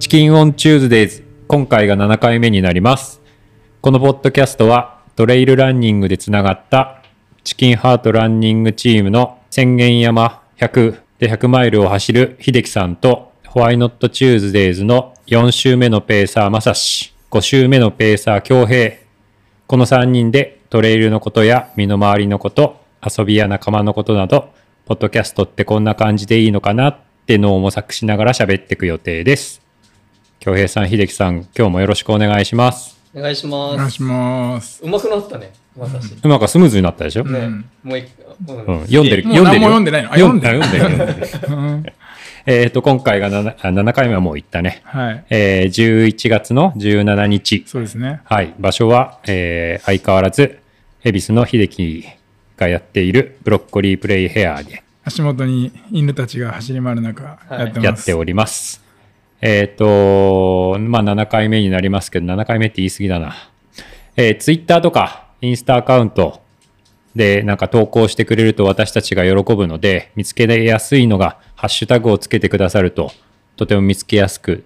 チキンオンチューズデイズ。今回が7回目になります。このポッドキャストはトレイルランニングでつながったチキンハートランニングチームの宣言山100で100マイルを走る秀樹さんとホワイノットチューズデイズの4週目のペーサーまさし、5週目のペーサー京平、この3人でトレイルのことや身の回りのこと、遊びや仲間のことなど、ポッドキャストってこんな感じでいいのかなってのを模索しながら喋っていく予定です。京平さん、秀樹さん、今日もよろしくお願いします。お願いしお願まいす。します。うまくなったね、まさし。なんかスムーズになったでしょ、うんんね、もう一回、うん読んでる、もう何読もん読んででるないよ。のあ読んでる。読んでる。読んでる えっと、今回が 7, 7回目はもう行ったね。はい。えー、11月の17日。そうですね。はい、場所は、えー相変わらず、恵比寿の秀樹がやっているブロッコリープレイヘアで足元に犬たちが走り回る中、いやってやまっす。ております。えっ、と、まあ、7回目になりますけど、7回目って言い過ぎだな。えー、Twitter とかインスタアカウントでなんか投稿してくれると私たちが喜ぶので、見つけやすいのが、ハッシュタグをつけてくださると、とても見つけやすく、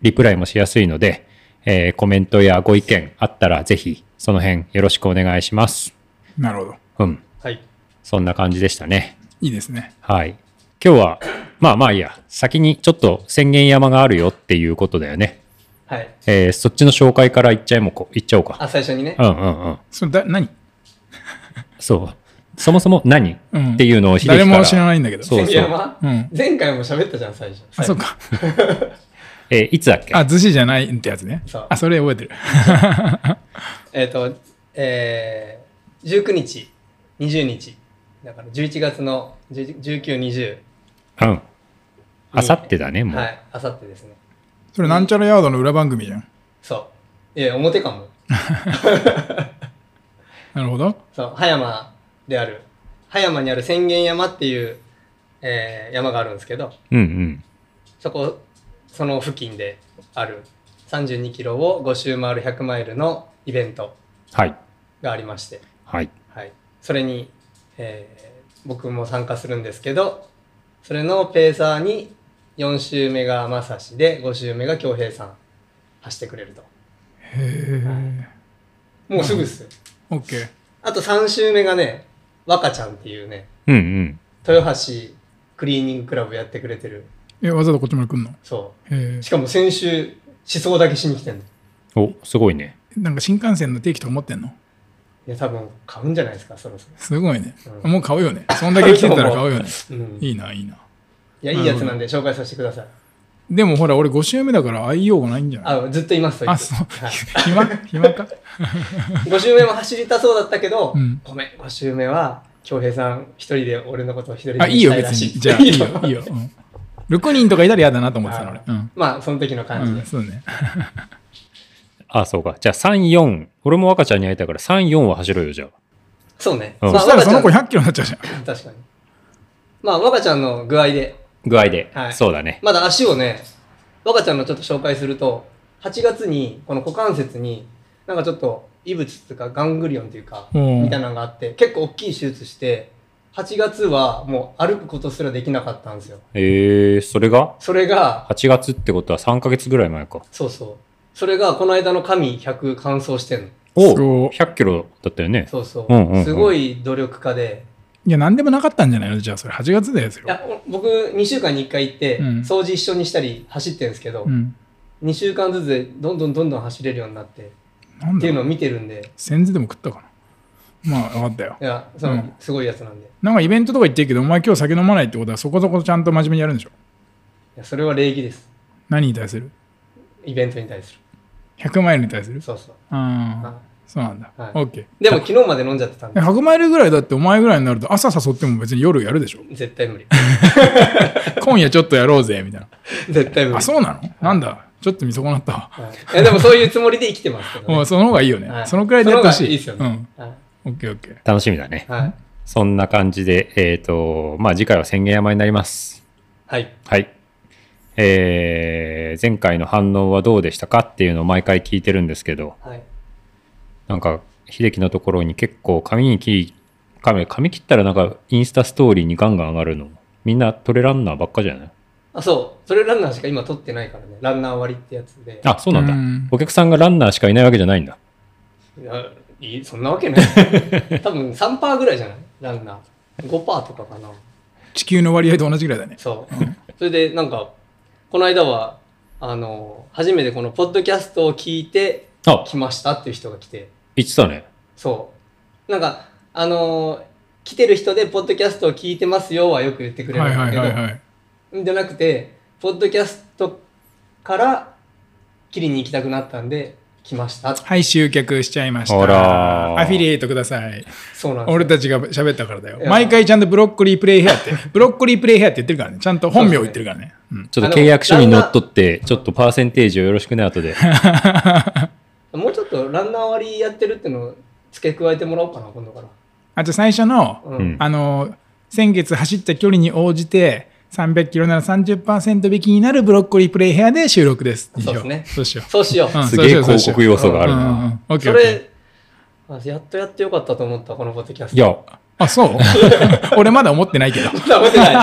リプライもしやすいので、えーコメントやご意見あったら、ぜひ、その辺よろしくお願いします。なるほど。うん。はい。そんな感じでしたね。いいですね。はい。今日は、まあまあいいや、先にちょっと宣言山があるよっていうことだよね。はい。えーそっちの紹介からいっちゃいもこ、いっちゃおうか。あ、最初にねう。んうんうん。それだ何そう。そもそも何、うんっていうのを秀樹誰からも知らないんだけど。そう関山うん前回も喋ったじゃん、最初。あ、そうか。えーいつだっけ あ、寿司じゃないってやつねそう。あ、それ覚えてる。えっ、と、えー、19日、20日、だから11月の10 19、20、うん。あさってだね、もう。はい、あさってですね。それなんちゃらヤードの裏番組じゃん。そう。いや、表かも。なるほど。そう、葉山である、葉山にある宣言山っていう、えー山があるんですけど、うんうん。そこ、その付近である32キロを5周回る100マイルのイベントはい。がありまして、はい。はい。それに、えー僕も参加するんですけど、それのペーサーに4周目がまさしで、5周目が京平さん走ってくれると。へえ。もうすぐっすよ。オッケー。あと3周目がね、若ちゃんっていうね、うんうん。豊橋クリーニングクラブやってくれてる。え、わざとこっちまで来んのそへう。しかも先週、思想だけしに来てんの。お、すごいね。え。なんか新幹線の定期とか持ってんのいや、多分買うんじゃないですか、そろそすごいね。うもう買うよね。そんだけ来てたら買うよね。ろ。うん。いいな、いいな。いや、いいやつなんで紹介させてください。でもほら、俺5周目だから愛用がないんじゃないあ、ずっといます、あ、そうはい。 暇暇か5周目も走りたそうだったけど、うんごめん、5周目は、京平さん一人で俺のことを一人であ、いいよ、別し に。じゃあ、いいよ、いいよ。うん6人とかいたら嫌だなと思ってたの、俺あ。うんまあ、その時の感じうでん。そうね。あ、そうか。じゃあ3、4。俺も赤ちゃんに会えたから3、4は走ろうよ、じゃあ。そうね。うんまそあ、したら若そちゃのん、子100キロになっちゃうじゃん。確かに。まあ、若ちゃんの具合で、具合で。はいそうだね。まだ足をね、若ちゃんのちょっと紹介すると、8月に、この股関節に、なんかちょっと、異物とかガングリオンというか、うんみたいなのがあって、結構大きい手術して、8月はもう歩くことすらできなかったんですよ。えー、それがそれが、 8月ってことは3ヶ月ぐらい前か。そうそう。それが、この間の神100完走してんの。すごおい100キロだったよね。そうそう。うんうんうんすごい努力家で。いや、なんでもなかったんじゃないのじゃあ、それ8月だよ、そいれは。や、お僕、2週間に1回行って、うん掃除一緒にしたり走ってるんですけど、うん。 2週間ずつでどんどんどんどん走れるようになって、なんってだいうろのう。を見てるんで、先日でも食ったかな。まあ、分かったよい。や、その、うんすごいやつなんで。いなんかイベントとか行ってるけど、お前今日酒飲まないってことは、そこそこちゃんと真面目にやるんでしょや、それは礼儀です。何に対するイベントに対す ?100 マイルに対する。るそうそう。ああは、そうなんだ。はいオッケいでも、昨日まで飲んじゃってたんー。で、 100マイルぐらいだってお前ぐらいになると朝誘っても別に夜やるでしょ絶対無理。 今夜ちょっとやろうぜみたいな絶対無理。あ、そうなのなんだ。ちょっと見損なったわ。はいいやでも、そういうつもりで生きてますけど、もうね。その方がいいよね。はいそのくらいでやってほしい。その方がいいですはいうん。オッケーオッケー。楽しみだね。はい。そんな感じで、えっ、と、まあ、次回は宣言山になります。はい。はい。えー、前回の反応はどうでしたかっていうのを毎回聞いてるんですけど、はい。なんか、秀樹のところに結構髪に切り、髪、髪切ったらなんかインスタストーリーにガンガン上がるの。みんなトレランナーばっかじゃないあ、そう。それランナーしか今取ってないからね。ランナー割ってやつで。あ、そうなんだうん。お客さんがランナーしかいないわけじゃないんだ。いやいいそんなわ けない。多分3%ぐらいじゃないランナー。5%とかかな。地球の割合と同じぐらいだね。そう。それで、なんか、この間は、あの、初めてこのポッドキャストを聞いてあ、来ましたっていう人が来て、言ってたね。そう。なんか、あの来てる人で、ポッドキャストを聞いてますよはよく言ってくれるんはいだはけいど、はいはい。じゃなくて、ポッドキャストから切りに行きたくなったんで、来ました。はい、集客しちゃいました。あらーアフィリエイトください。そうなんですよ俺たちが喋ったからだいよ。や毎回ちゃんとブロッコリープレイヘアって、 ブロッコリープレイヘアって言ってるからね。ちゃんと本名を言ってるからね。うんちょっと契約書にのっとって、ちょっとパーセンテージをよろしくね、後で。もうちょっとランナー割やってるってのを付け加えてもらおうかな、今度から。あ、じゃあ最初の、うん。うんあの、先月走った距離に応じて、300キロなら30%引きになるブロッコリープレイヘアで収録です。以上そうですねそうしよそうしよう。う。うんすげえそうし広よう告要素があるうんうんうな。んオッケーそオッケーれ、あやっとやってよかったと思った、このポッドキャスト。いや、あ、そう 俺まだ思ってないけど。食べてない。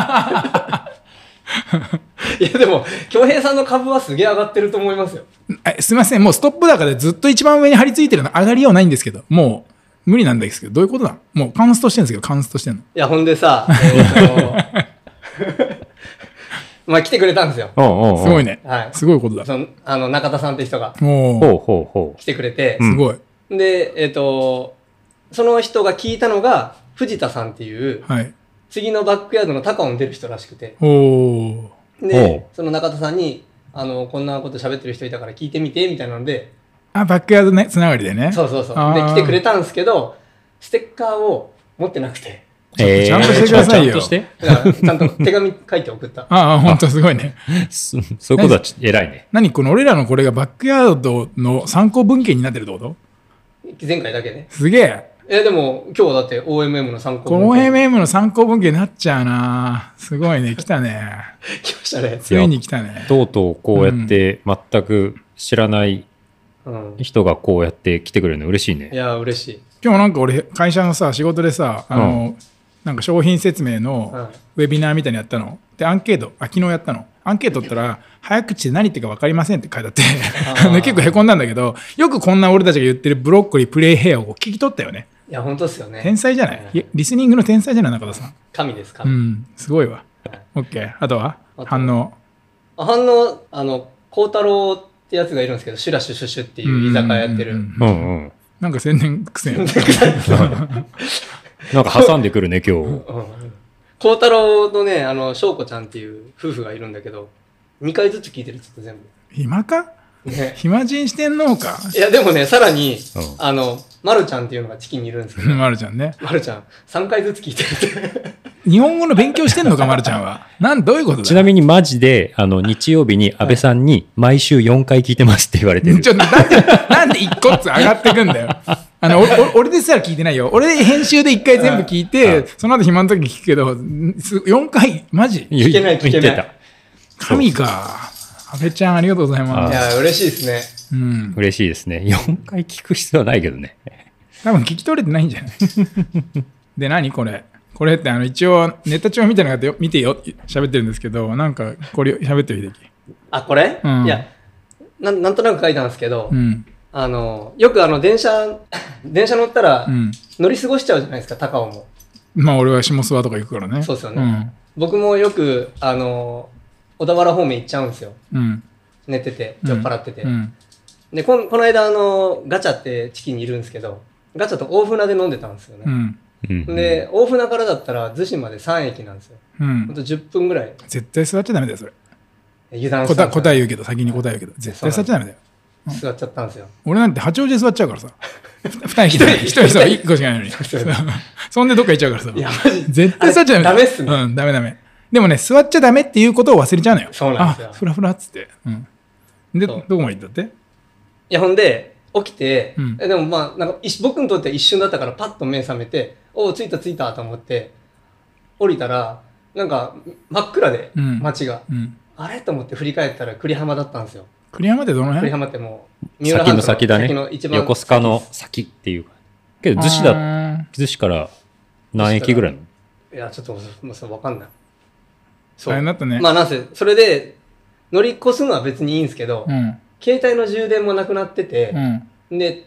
いや、でも、恭平さんの株はすげえ上がってると思いますよ。えすみません、もうストップ高でずっと一番上に張り付いてるの上がりようないんですけど、もう無理なんですけど、どういうことだもうカウンストしてるんですけど、カウンストしてるの。いや、ほんで さ、えーと まあ来てくれたんですよ。うんうんうん。すごい。ね。はいすごいことだ。その、あの、中田さんって人がもほうほうほ来てくれてうう、んすごい。で、えっ、と、その人が聞いたのが、藤田さんっていう、はい。次のバックヤードの高尾に出る人らしくて、おー。でおう、その中田さんに、あの、こんなこと喋ってる人いたから聞いてみて、みたいなので、あ、バックヤードね、つながりでね。そうそうそう。あで、ー来てくれたんですけど、ステッカーを持ってなくて、う。えーちゃんとしてくださいよちゃんとして。だからちゃんと手紙書いて送った。ああ、本当すごいね。そそういうことはち偉いね。何この俺らのこれがバックヤードの参考文献になってるってこと前回だけね。すげえ。え、でも、今日だって OMM の参考この OMM の参考文献になっちゃうなすごいね、来たね。来ましたね。ついに来たね。とうとうこうやって、全く知らないうん。人がこうやって来てくれるの嬉しいいね。や、嬉しい。今日なんか俺会社のさ仕事でさあの、なんか商品説明のウェビナーみたいにやったのでアンケートあ昨日やったのアンケート取ったら「早口で何言ってるか分かりません」って書いてあってあー で結構へこんだんだけどよくこんな俺たちが言ってるブロッコリープレイヘアを聞き取ったよねいや、本当っすよね。天才じゃなうんいいやリスニングの天才じゃない中田さん神です、う神。んすごいはわい OK あとはあと反応あ反応、あの、孝太郎ってやつがいるんですけど、シュラシュシュシュっていう居酒屋やってうんうんる。ううんんうん。なんか宣伝苦戦なんか挟んでくる ね、今日。うん孝太郎とね、あの、翔子ちゃんっていう夫婦がいるんだけど、2回ずつ聞いてる、ちょっと全暇か部。 ね。暇人してんのか いや、でもね、さらに、うんあの、まるちゃんっていうのがチキンにいるんですけど、まるちゃんねまるちゃん、3回ずつ聞いてるって。日本語の勉強してんのか、まるちゃんは。なん、どういうことだちなみにマジで、あの、日曜日に安倍さんに毎週4回聞いてますって言われてるち。ょっと、なんで、なんで一個ずつ上がってくんだよ。あの、おお俺ですら聞いてないよ。俺、編集で一回全部聞いて、その後暇の時に聞くけど、んす4回、マジ聞けない聞けな言いってた。神か。安倍ちゃん、ありがとうございいまや、嬉しいですね。す。うん。嬉しいですね。4回聞く必要はないけどね。多分聞き取れてないんじゃないで、何これ。これって、あの、一応、ネタ帳みたいなのがあってよ見てよ、喋ってるんですけど、なんか、これ喋ってる、秀樹。あ、これ、うんいやなん、なんとなく書いたんですけど、うん。あの、よくあの、電車、 電車乗ったらう、ん。乗り過ごしちゃうじゃないですか、高尾も。まあ、俺は下諏訪とか行くからね。そうですよね僕もよく、あの、小田原方面行っちゃうんですよ。うん。うん。寝てて、うん酔っ払ってて。うんでこん、この間、あの、ガチャってチキンにいるんですけど、ガチャと大船で飲んでたんですようね。ん。うん、で、大船からだったら、逗子まで3駅なんですよ。うほんん。と10分ぐらい絶対座っちゃダメだよ、それ。油断したん答えですよ答え言うけど、先に答え言うけど、絶対座っちゃダメだよ。座っちゃったんですよ。俺なんて八王子で座っちゃうか らさ。二人、一人、一人さ、一個しかないのに。う そう そんでどっか行っちゃうからさい。や、マジ絶対座っちゃダメだあよ。れダメっすね。うん、ダメダメ。でもね、座っちゃダメっていうことを忘れちゃうのよ。そうなんですよあ、ふらふらっつって。うん。で、そうどこまで行ったっていや、ほんで、起きて、うんえでもまあ、なんか一僕にとっては一瞬だったから、パッと目覚めて、おお、着いた着いたと思って、降りたら、なんか、真っ暗で、うん街が。うん。あれと思って振り返ったら、栗浜だったんですよ。栗山ってどの栗辺浜ってもう、先の先だね。先の一番横須賀の先っていうか。けど、逗子だ、だ。逗子から何駅ぐらいのいや、ちょっともう、もうそれわかんない。そう大変だったねまあなんせそれで乗り越すのは別にいいんですけど、うん携帯の充電もなくなっててう、んで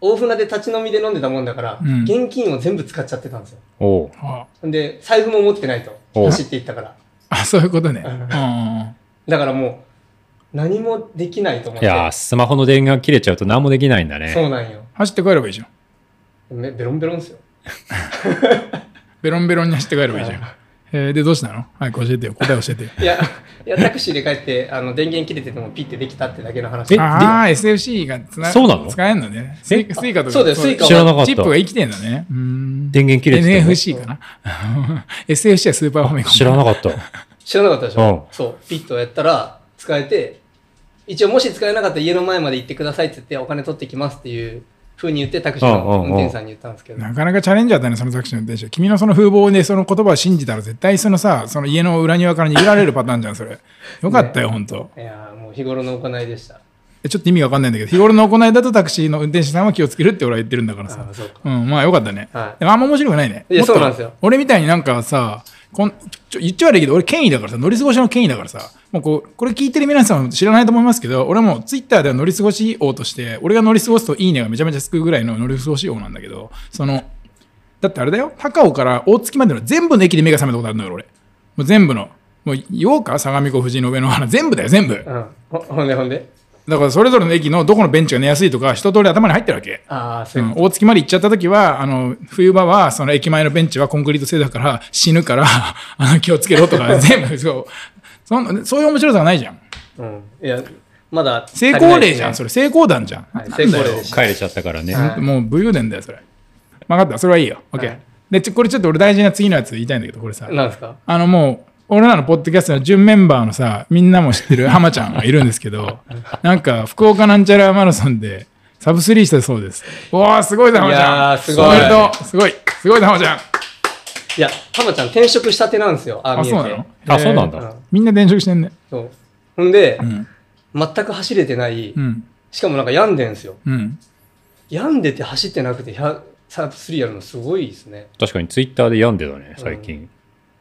大船で立ち飲みで飲んでたもんだから、うん現金を全部使っちゃってたんですよおうあで財布も持ってないとお走っていったからあそういうことねううんんうんだからもう何もできないと思っいてやー、スマホの電源が切れちゃうと何もできないんだね。そうなんよ走って帰ればいいじゃんめベロンベロンですよベロンベロンに走って帰ればいいじゃんうんえーでどうしたの早く教えてよ答え教えてよいやいやタクシーで帰ってあの電源切れててもピッてできたってだけの話えああ SFC がつなそうなの使えんのねスイスイカとかそうだよスイカ知らなかったチップが生きてんだねうーん電源切れてても NFC かな SFC はスーパーファミコン知らな かった。知らなかったでしょ、うそうピッとやったら使えて一応もし使えなかったら家の前まで行ってくださいって言ってお金取ってきますっていうふうに言ってタクシーの運転手さんに言ったんですけど、なかなかチャレンジャーだね、そのタクシーの運転手。君のその風貌でその言葉を信じたら絶対そのさ、その家の裏庭から逃げられるパターンじゃん、それ。よかったよ、ほんと。いやーもう日頃の行いでしたえちょっと意味わかんないんだけど、日頃の行いだとタクシーの運転手さんは気をつけるって俺は言ってるんだからあさあ。そうかうん、まあよかったね。はいでもあんま面白くないね。いやもっとそうなんですよ俺みたいになんかさ、こんちょ言っちゃ悪いけど、俺権威だからさ、乗り過ごしの権威だからさ、もうこう、これ聞いてる皆さんは知らないと思いますけど、俺はもうツイッターでは乗り過ごし王として、俺が乗り過ごすといいねがめちゃめちゃつくぐらいの乗り過ごし王なんだけど、その、だってあれだよ、高尾から大月までの全部の駅で目が覚めたことあるのよ、俺。もう全部の。もう、言おうか相模湖、藤井の上の原、全部だよ、全部。うんほほんでほんでだから、それぞれの駅のどこのベンチが寝やすいとか、一通り頭に入ってるわけ。ああそうういうんこ大月まで行っちゃった時は、あの、冬場は、その駅前のベンチはコンクリート製だから死ぬから、 あの、気をつけろ とか、全部、そう、そんそういう面白さがないじゃん。と、うん、いやまだ成功例じゃん、足そりれ。成功談じゃん。ないですねはい、成功例でし帰れちゃったからね。はいもう武勇伝だよ、それ。分かった、それはいいよ。OK。はいでちょ、これちょっと俺大事な次のやつ言いたいんだけど、これさた。。なんですかあのもう、俺らのポッドキャストの準メンバーのさ、みんなも知ってる浜ちゃんがいるんです けど、なんか、福岡なんちゃらマラソンで、サブスリーしたそうです。おお、すごいぞ、浜ちゃん。いやーすごいおめでとう。すごい。すごいぞ、浜ちゃん。いや、ハマちゃん転職したてなんですよ。あ、あ、見えそうなての。あ、そうなんうだ。んみんな転職してんね。そう。ほんで、ん全く走れてない、うん。しかもなんか病んでんすよ。うん。病んでて走ってなくて、100サーブ3やるのすごいですね。確かにツイッターで病んでたね、最近。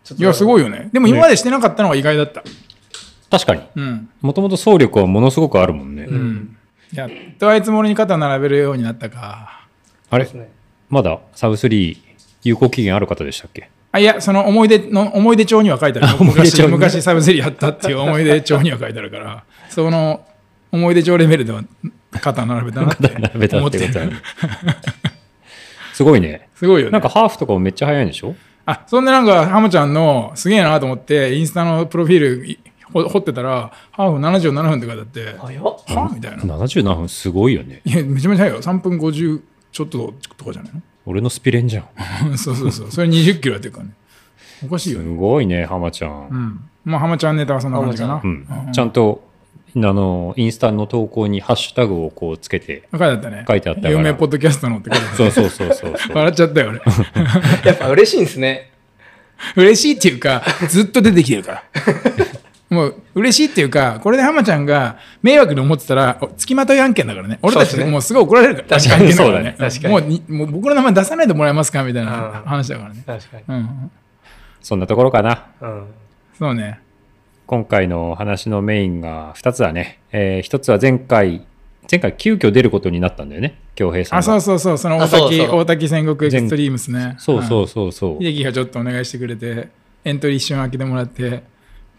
ちょっいや、すごい。いよね。でも今までしてなかったのが意外だった。確かに。うん。もともと総力はものすごくあるもんね。うん。やっとあいつも俺に肩並べるようになったか。あでれすね。まだサブ3有効期限ある方でしたっけあ、いや、その思い出の、思い出帳には書いてある。思い出昔、帳ね昔サブセリやったっていう思い出帳には書いてあ るから、その思い出帳レベルでは肩並べたなって肩並べた思っっててことだ るね。すごいね。すごいよね。なんかハーフとかもめっちゃ早いんでしょあそんでなんかハムちゃんのすげえなと思ってインスタのプロフィールいほ掘ってたらハーフ77分って書いてあっては早っ。みたいな77分すごいよね。いやめちゃめちゃ早いよ3分50ちょっととかじゃない俺のスピレンじゃん。の そうそうそうそれ20キロやってるからねおかしいよすねごいね、ハマちゃ。うんんまあハマちゃんネタはそんな感じかなうん。ちゃんと、あの、インスタの投稿にハッシュタグをこうつけて。書いてあったね書いてあったから有名ポッドキャストのって書いてあっそうそうそうそうそ たう。笑っちゃったよ俺やっぱ嬉しいんですね。嬉しいっていうかずっと出てきて るからもう嬉しいっていうかこれでハマちゃんが迷惑に思ってたらお付きまとい案件だからね俺たちそうですねもうすごい怒られるから確かに案件だらそうだね確かにもうにもう僕の名前出さないでもらえますかみたいなうん話だからね確かに。うんそんなところかな。うん。そうね今回の話のメインが2つだね。え1つは前回、前回急遽出ることになったんだよね、京平さんあが。そそうそうそうその大あそう滝そう大滝戦国エクストリームスねうそううそうそうん秀樹がちょっとお願いしてくれてエントリー一瞬開けてもらって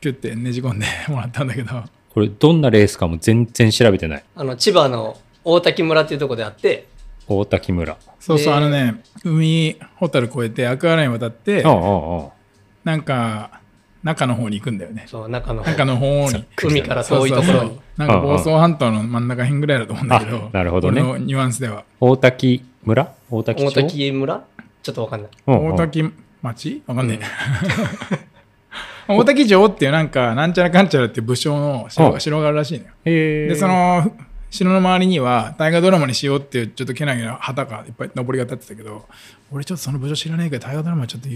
キュッてねじ込んでもらったんだけどこれどんなレースかも全然調べてない。あの、千葉の大滝村っていうとこであって、大滝村。そうそうであのね海ホタル越えてアクアライン渡ってああああなんか中の方に行くんだよねそう、中の方中の方ざっにくり海だねからそ遠ういそとうこそろうに。なんか房総半島の真ん中辺ぐらいだと思うんだけどあなるほどね俺のニュアンスでは大滝村大滝町大滝村ちょっとわかんない。うんうん大滝町わかんねえ 大滝城っていうなんかなんちゃらかんちゃらっていう武将の城うがん城があるらしいのよへえでその城の周りには大河ドラマにしようっていうちょっとけなげな旗がいっぱい登りが立ってたけど俺ちょっとその武将知らないから大河ドラマちょっと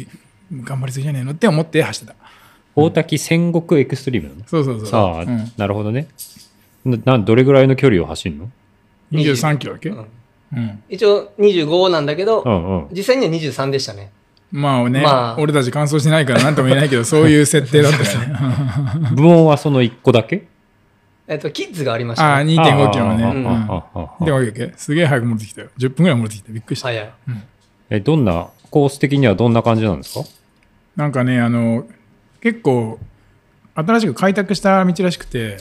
頑張りすぎじゃねえのって思って走ってた大滝戦国エクストリームなのそうそうそうさあ、うん、なるほどねななんどれぐらいの距離を走るの23キロだっけ、うんうん、一応25なんだけど、うんうん実際には23でしたね。まあね、まあ俺たち乾燥してないから何とも言えないけど、そういう設定だった よね。部門はその1個だけえっと、キッズがありましああ、た、ね。 2.5キロね。あーうんあーあーあーあー2.5キロすげえ早く戻ってきたよ。10分ぐらい戻ってきた。びっくりした。早い。え、どんな、コース的にはどんな感じなんですかなんかね、あの、結構、新しく開拓した道らしくて、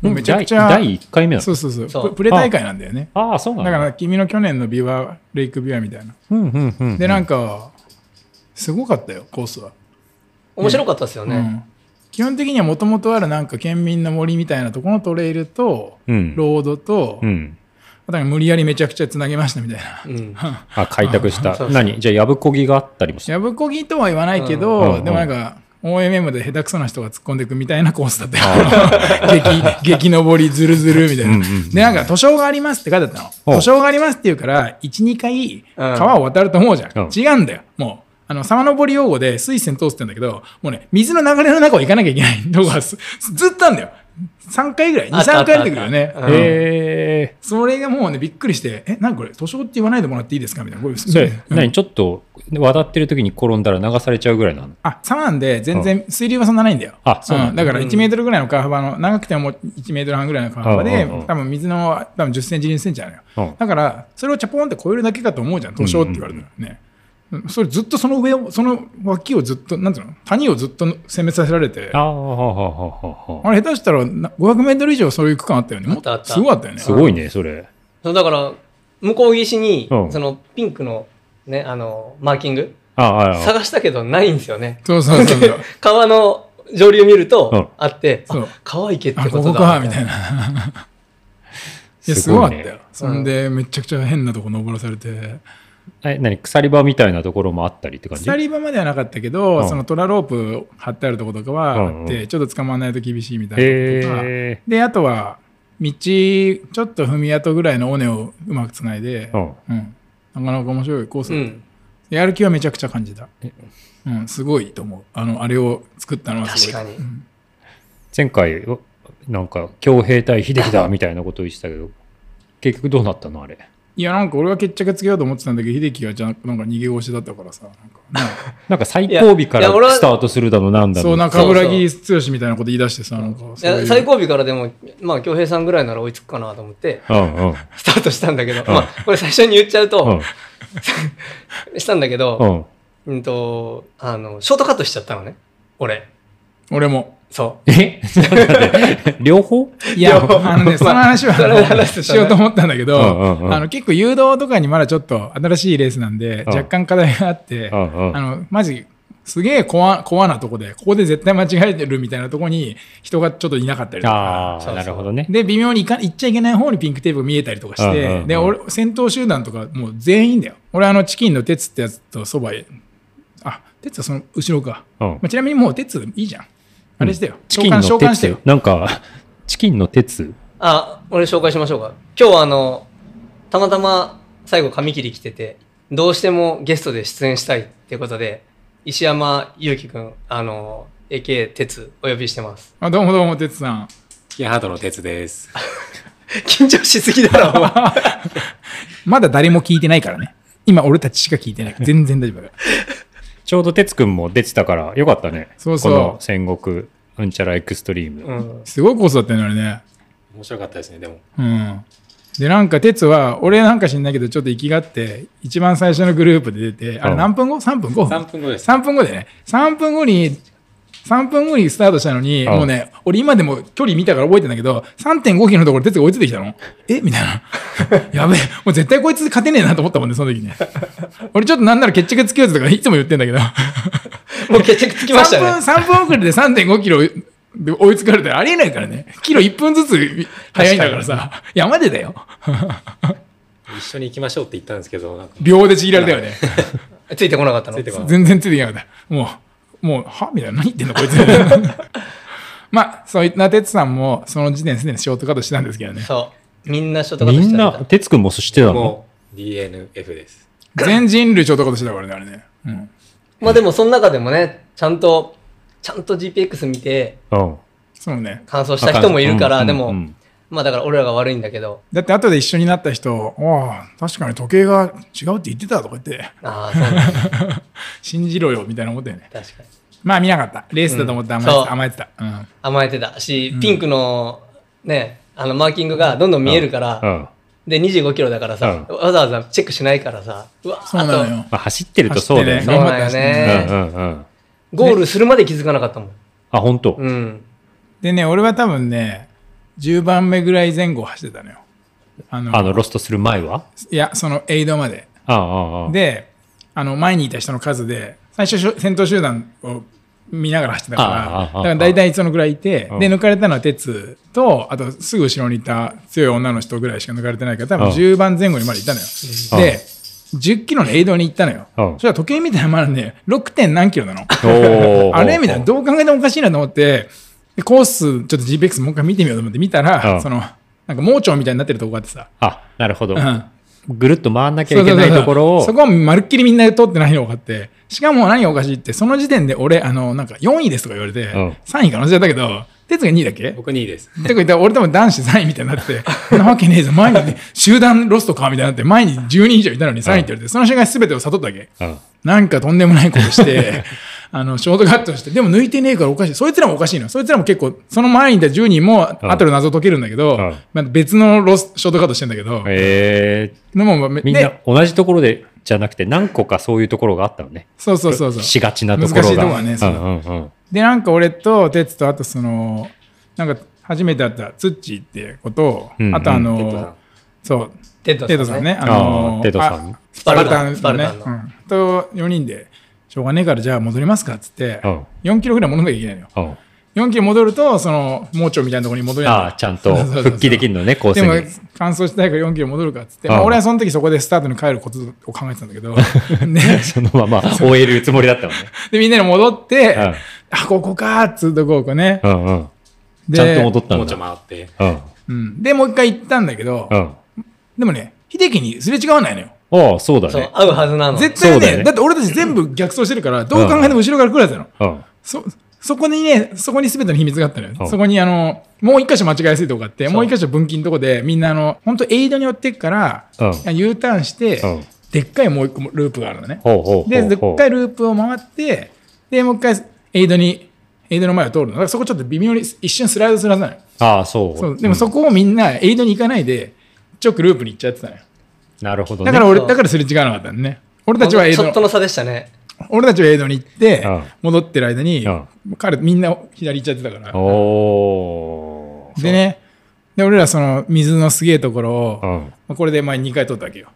もうめちゃくちゃ、第第1回目なそのうそうそうそうププレ大会なんだよね。ああ、そうなだんだ。から、君の去年のビワ、レイクビワみたいな。うんうんうん。で、なんか、すごかったよ、コースは。面白かったですようね。ん基本的にはもともとあるなんか県民の森みたいなところのトレイルと、うんロードと、うん。あとなんか無理やりめちゃくちゃつなげましたみたいな。うん。あ、開拓しそうそた。う何じゃあ、やぶこぎがあったりもした。やぶこぎとは言わないけうんうんど、うんでもなんか OMM で下手くそな人が突っ込んでいくみたいなコースだったよ。激、激登りずるずるみたいな。うんうんうんで、なんか、図書がありますって書いてあったの。ほう図書がありますって言うから、1、2回川を渡ると思うじゃん。うん違うんだよ。もう。あの、沢登り用語で水線通ってんだけど、もうね、水の流れの中を行かなきゃいけないのがすずっとあんだよ。3回ぐらい ?2、あった3回出てくるよねあ。ったあったうんへえ。それがもうね、びっくりして、え、なんかこれ、図書って言わないでもらっていいですかみたいな。これそれ、うん何ちょっと、渡ってる時に転んだら流されちゃうぐらいなのあ、沢なんで、全然、水流はそんなないんだよ。あそうなんだだかうらん1メートルぐらいの川幅の、長くても1メートル半ぐらいの川幅でうんうんうん、多分水の多分10センチ、20センチあるようん。だから、それをチャポンって超えるだけかと思うじゃん、図書って言われたらね。うんそれずっとその上を、その脇をずっと、なんていうの、谷をずっと攻めさせられて、あああ、はあはあはあはあれ、下手したらな500メートル以上そういう区間あったよね。もっあったあったすごかったよね。すごいね、それ。そうだから、向こう岸に、うんそのピンクの、ね、あの、マーキング、ああ、ああ。探したけどないんですよね。そうそう そうそう。川の上流見るうとん、あって、そうあ川行けってあ、こことこだ。か、みたいな。いや、すすごごいかったねよ。そんで、めちゃくちゃ変なとこ登らされて。え、何鎖場みたいなところもあったりって感じ鎖場まではなかったけど、うんそのトラロープ張ってあるとことかはあっうんて、ちょっと捕まらないと厳しいみたいなのとへか、え。であとは道ちょっと踏み跡ぐらいの尾根をうまくつないで、ううんんなかなか面白いコースうだった、ん。やる気はめちゃくちゃ感じた、うん、すごいと思うあのあれを作ったのはす確ごいかに。前回、おなんか、強兵隊秀樹だみたいなことを言ってたけど、結局どうなったのあれ。いやなんか俺は決着つけようと思ってたんだけど秀樹がじゃなんか逃げ腰だったからさなんかね なんか最後尾かいやいや俺らはスタートするだのなんだそのうなんか冠城剛みたいなこと言い出してさなんかいそういうや最後尾からでも、まあ、京平さんぐらいなら追いつくかなと思って、うんうんスタートしたんだけど、んまあ、これ最初に言っちゃううんと、したんだけうど、んうんと、あの、ショートカットしちゃったのね。俺。俺もそえ 両方いや、いやあのね、その話はそれ話してたしねようと思ったんだけど、うんうんうんあの結構誘導とかにまだちょっと新しいレースなんで、ん若干課題があって、うんうんあの、マジ、すげえコアコアなとこで、ここで絶対間違えてるみたいなとこに人がちょっといなかったりとか。あそうそあ、うなるほどね。で、微妙にいか行っちゃいけない方にピンクテープが見えたりとかして、うんうんうんで、俺、先頭集団とかもう全員だよ。俺、あの、チキンの鉄ってやつとそばへ、あ、鉄はその後ろか。うんまあ、ちなみにもう鉄いいじゃん。あれしてよ。チキン召喚の召喚して鉄よ。なんか、チキンの鉄う。あ、俺紹介しましょうか。今日はあの、たまたま最後髪切り来てて、どうしてもゲストで出演したいっていうことで、石山祐希くん、あの、AK 鉄お呼びして ます。あどうもどうも、鉄さん。キーハートの鉄です。緊張しすぎだろ、お前まだ誰も聞いてないからね。今、俺たちしか聞いてない。全然大丈夫だから。ちょうど哲くんも出てたから、よかったね。そうそうこの戦国、うんちゃらエクストリーム。うん。すごいコースだったよね、あれね。面白かったですね、でも。うん。で、なんか、鉄は、俺なんか知んないけど、ちょっと行きがって、一番最初のグループで出て、あうれん何分後 ?3 分後3分後です。 3分後でね。3分後に、3分後にスタートしたのに、うんもうね、俺今でも距離見たから覚えてんだけど、3.5キロのところ鉄が追いついてきたの。えみたいな。 やべえ、もう絶対こいつ勝てねえなと思ったもんね、その時ね。俺ちょっとなんなら決着つけようぜとかいつも言ってんだけど。もう決着つきました3ね分、。3分遅れで3.5キロで追いつかれたらありえないからね。キロ1分ずつ早いんだからさ。山でだよ。一緒に行きましょうって言ったんですけど、なんか、秒でちぎられたよね。ついてこなかったのついてこな全然ついていけなかった。もう、もう、はみたいな。何言ってんのこいつ。 まあ、そういった哲さんも、その時点ですでにショートカットしてたんですけどね。そう。みんなショートカットみしんてな、哲くんもしてたのもう DNF です。全人類ショートカットしてたからね、あれね。うん。まあでもその中でもね、ちゃんと、ちゃんと GPX 見て、うん。そうね。感想した人もいるから、うんでうもん、まあだから俺らが悪いんだけど、だって後で一緒になった人、ああ、確かに時計が違うって言ってたとか言って、 ああ、そうなんだ。信じろよみたいな思ったよね。確かに。まあ見なかった。レースだと思って甘えてうんそた。う甘えてた。うん。甘えてたし、ピンクのね、あのマーキングがどんどん見えるから、うんまで、25キロだからさ、わざわざチェックしないからさ、うわそうなのよ。あ、走ってるとそうだよあと走そっうね。なんよね、うんうんうん。ゴールするまで気づかなかったもん。あ、本当。うん。でね、俺は多分ね、10番目ぐらい前後走ってたのよ。あの、あの、ロストする前は。いや、そのエイドまで。ああ、ああ。で、あの、前にいた人の数で、最初しょ、先頭集団を見ながら走ってたかああああら、だああから大体そのぐらいいてうん、で、抜かれたのは鉄と、あとすぐ後ろにいた強い女の人ぐらいしか抜かれてないから、多分うん10番前後にまでいたのよ。うんで、10キロのエイドに行ったのよ。うんそしたら時計見たらまだね、6. 点何キロなの。おー あれみたいな、どう考えてもおかしいなと思って、でコース、ちょっと GPX もう一回見てみようと思って見たうら、んその、なんか盲腸みたいになってるとこがあってさ、あ、なるほどう。ん。ぐるっと回んなきそゃういそけうそうないそうところを。そこはまるっきりみんな通ってないのが分かって、しかも何がおかしいって、その時点で俺、あの、なんか4位ですとか言われて、ん3位可能性だったけど、哲が2位だっけ僕2位です。ってこと言ったら俺多分男子3位みたいにな ってて、そんなわけねえぞ、前に、集団ロストかみたいになって、前に10人以上いたのに3位って言われて、その瞬間全てを悟ったわけ。うんなんかとんでもないことして、 あの、ショートカットして、でも抜いてねえからおかしい。そいつらもおかしいの。そいつらも結構、その前にいた10人もうん後で謎解けるんだけど、うんまあ、別のロス、ショートカットしてんだけど、ええ。でも、まあみんなで同じところでじゃなくて何個かそういうところがあったのね。そうそうそうそう。しがちなところが。難しいとこはねそううんうんうん。で、なんか俺と、哲と、あとその、なんか、初めて会ったツッチーってことを、うんうんあとあテッドさのん、そう、テッドテトさんね。。あのああ、テトさん。スパルタン、ススパパルルタタンンのの。ね。うんと、4人で、しょうがねえから、じゃあ戻りますかっつって、うん4キロぐらい戻んなきゃいけないのよ。うん4キロ戻ると、その、盲腸みたいなところに戻れない。ああ、ちゃんと復帰できるのね、コースでもに。、乾燥したいから4キロ戻るかっつって、ああまあ、俺はその時そこでスタートに帰ることを考えてたんだけど、 でそのまま終えるつもりだったのね。で、みんなに戻って、うんあ、ここかーっつうとこをこうねう。んうん。でちゃんと戻ったおんもちゃだ。回って。うん。うん。で、もう一回行ったんだけど、うん。でもね、秀樹にすれ違わないのよ。ああ、そうだそうね、。合うはずなの。絶対そうだね、よねだって俺たち全部逆走してるから、どう考えても後ろから来るやつなの。うん。そ、そこにね、そこに全ての秘密があったのうよ。んそこにあの、もう一箇所間違いやすいとこがあって、うもう一箇所分岐のとこで、みんなあの、本当エイドに寄ってくから、うん U ターンして、うんでっかいもう一個もループがあるのね。ほうほうほう。で、でほっうかいループを回って、で、もう一回、エイドに、エイドの前を通るの。だからそこちょっと微妙に一瞬スライドするはずなのよ。ああ、そう。そう。でもそこをみんな、エイドに行かないで、直ループに行っちゃってたのよ。うんなるほどね。だから俺、そうだからすれ違わなかったのね。俺たちはエイちドょのっとの差でしたね。俺たちはエイドに行ってうん、戻ってる間にうん、彼、みんな左行っちゃってたから。おー。でね、で、俺らその水のすげえところうを、ん。これで前2回通ったわけよ。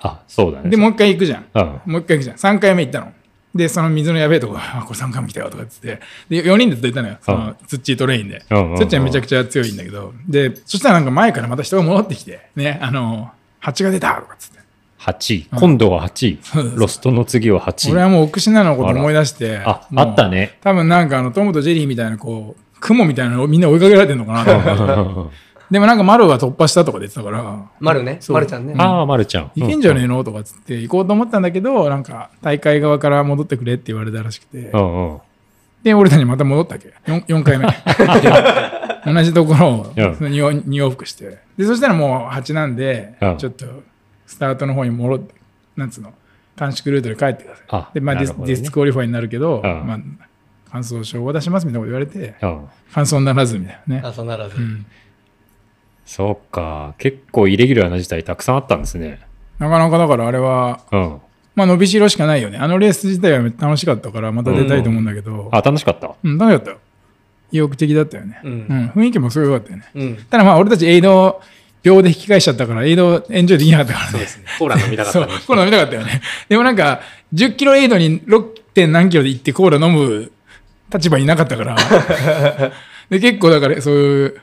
あ、そうだね。で、もう一回行くじゃん。うん。もう一回行くじゃん。3回目行ったの。で、その水のやべえとこ、 あ、これ3回目来たよとかっつって。で、4人でずっと行ったのよ。その、ツッチートレインで。うツんうんうんッチーはめちゃくちゃ強いんだけど。で、そしたらなんか前からまた人が戻ってきて、ね、あの、蜂が出たとかっつって。 8位。今度は8そうそう位。ロストの次は8位。俺はもう奥品のこと思い出して。あもうあったね。多分なんかあの、トムとジェリーみたいなこう、雲みたいなのをみんな追いかけられてんの かなと思って。でもなんかマロが突破したとか出てた から、丸ね。そう丸ちゃんね。ああ、まるちゃん。行けんじゃねえのとかっつって行こうと思ったんだけど、なんか大会側から戻ってくれって言われたらしくてう。んうん。で、俺たちまた戻ったっけ 4, 4回目。 同じところをうん2往往復して。で、そしたらもう8なんで、うんちょっとスタートの方に戻って、なんつうの、短縮ルートで帰ってくださあい。で、まあなディるス,、ほどねディスクオリファイになるけど、うんまあ、感想書を出しますみたいなこと言われて、うん。感想にならずみたいなね。あ、そうならずう。んそうか。結構イレギュラーな事態たくさんあったんですね。なかなかだからあれは、うん。まあ伸びしろしかないよね。あのレース自体は楽しかったから、また出たいと思うんだけど、あ、楽しかった。うん、楽しかったよ。意欲的だったよね。う。うんん、雰囲気もすごい良かったよね。うん。ただまあ俺たちエイド秒で引き返しちゃったから、エイドエンジョイできなかったからそうねで。すね。コーラ飲みたかったそのうに。、コーラ飲みたかったよね。 でもなんか、10キロエイドに 6. 点何キロで行ってコーラ飲む立場になかった から。で、結構だから、そういう、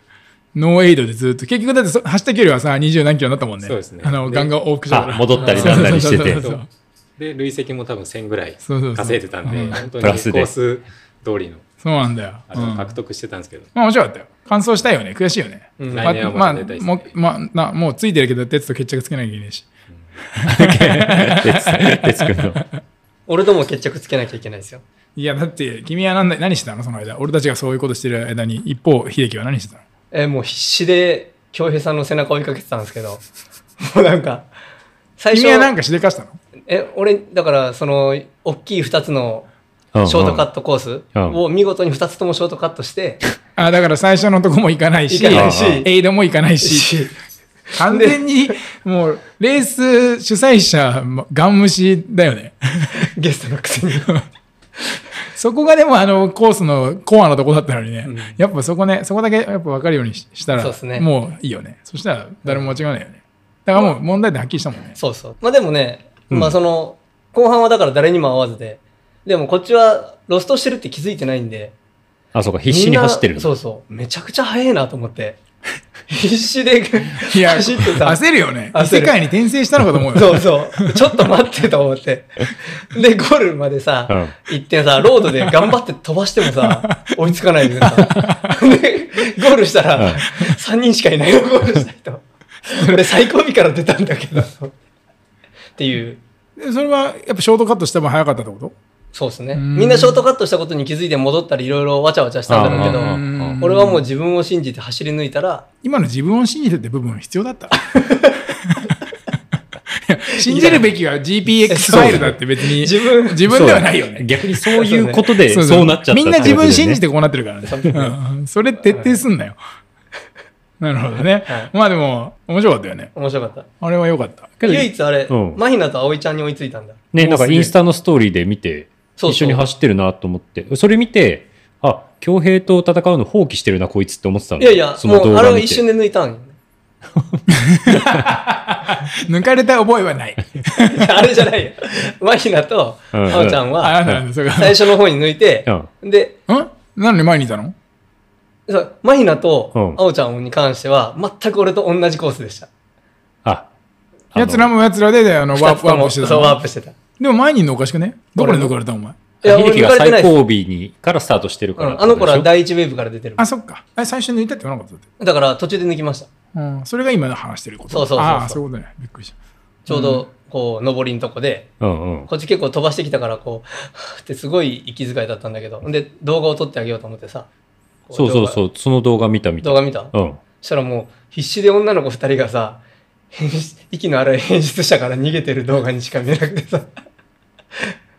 ノーエイドでずっと、結局だってそ走った距離はさ、20何キロになったもんね。そうですねあの、でガンガン往復したから。あ、戻ったりなんだりしててそう。そうそうで、累積も多分1000ぐらいそうそうそう稼いでたんうで、ん本当にプコラスでース通りのそうなんだよ。あうれをん獲得してたんですけど、まあ面白かったよ。完走したいよね。悔しいよね。うんまあ来年はままあ、た出たいですもねう、まあ、なもうついてるけど、鉄と決着つけなきゃいけないし。哲くんの。俺とも決着つけなきゃいけないですよ。いや、だって、君は何だ何してたのその間。俺たちがそういうことしてる間に、一方、秀樹は何してたのえーもう必死で恭平さんの背中追いかけてたんですけど、 もうなんか、最初君はなんかしでかしたのえ、俺、だから、その、大きい2つのうんうんショートカットコースうんを見事に2つともショートカット して、あだから最初のとこも行かないし行かないしエイドも行かないし完全にもうレース主催者もガン無視だよねゲストの くせに。そこがでもあのコースのコアのとこだったのにね、やっぱそこねそこだけやっぱ分かるようにししたらそうっすねもういいよねそしたら誰も間違わないよねだからもう問題ではっきりしたもんねそうそう。まあでもね、うんまあその、後半はだから誰にも会わずで、でもこっちはロストしてるって気づいてないんで、あ、そうか、必死に走ってるみんのなそうそう。めちゃくちゃ速いなと 思って。必死でいや走ってた。焦るよね焦る異世界に転生したのかと思うよ そうそう。ちょっと待ってと思って。で、ゴールまでさ、うん行ってさ、ロードで頑張って飛ばして もさ、追いつかないでさ。で、ゴールしたうんら、3人しかいないの、ゴールした人。俺最後尾から出たんだけど。っていう。でそれはやっぱショートカットした分早かったってことそうですね。んみんなショートカットしたことに気づいて戻ったり、いろいろわちゃわちゃしたんだろうけあーあど、ーあー俺はもう自分を信じて走り抜いたら、今の自分を信じてって部分必要だったいや信じるべきは GPX ファイルだって別に自分自分ではないよね。逆にそういうことで、そうそうそうなっちゃったみんな自分信じててこうなってるからね。うんそれ徹底すんなよ。なるほどねはい。まあでも、面白かったよね。面白かっあれは良かった。た。唯一あれ、うんマヒナと葵ちゃんに追いついたんだ。ね、なんかインスタのストーリーで見て、そうそう一緒に走ってるなと思って、それ見て、あ、強兵と戦うの放棄してるな、こいつって思ってたのいやいや、そのも動うあれ画は見一瞬て。で抜いたんよね。抜かれた覚えはない。いや あれじゃないよ。マヒナとうんあおちゃんあ、は、なんだ、それが。最初の方に抜いて、で、んなんで前にいたのそうマヒナうとんあおちゃんに関しては、全く俺と同じコースでした。あ、あの奴らも奴らで、であの、ワ二ーつプワとーもプしてたそうワの。ープしてた。いでも前にいるのおかしくねどこで抜かれたのお前。や、俺秀樹抜がかれてな最いです。後うん尾にからスタートしてるから。あの頃は第一ウェーブから出てる。あ、そっか。あれ最初に抜いたって言わなかったって。だから途中で抜きました。うん、それが今の話してること。そうそうそうそうああ、そういうことね。びっくりした。ちょうど、こう、上りのとこで、うんうん。こっち結構飛ばしてきたから、こう、 はぁってすごい息遣いだったんだけど、で、動画を撮ってあげようと思ってさ。こそうそう動そう、その動画見たみ画た動い。画見たうん。そしたらもう必死で女の子二人がさ変質息の荒い変質者から逃げてる動画にしか見えなくてさ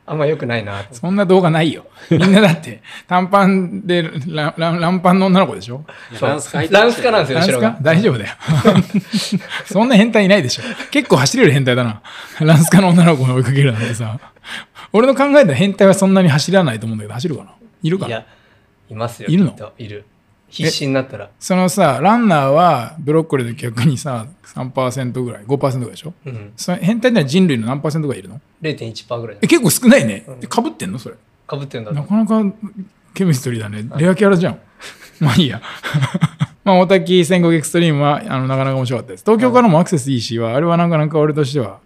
あんま良くないなと思ってそんな動画ないよ。 みんなだって、短パンで、ラランランパンの女の子でしょそうランスカ入ってまランしスたカよねなんですよ後ダンスろかが大丈夫だよ。 そんな変態いないでしょ。結構走れる変態だな。ランスカの女の子が追いかけるなんてさ。俺の考えた変態はそんなに走らないと思うんだけど、走るかないるかいなやいますよいるのきっといる必死になったらそのさ、ランナーはブロッコリーの逆にさ、3%ぐらい、5%ぐらいでしょうんその変態には人類の何パーセントがいるの0.1%ぐらいえ、結構少ないねん。かぶってんのそれ。かぶってるんだなろかなかケミストリーだね。レアキャラじゃ ん。まあいいや。 まあ、大滝戦国エクストリームはあのなかなか面白かったです。東京からもアクセスいいしは、あれはなかなか俺としては、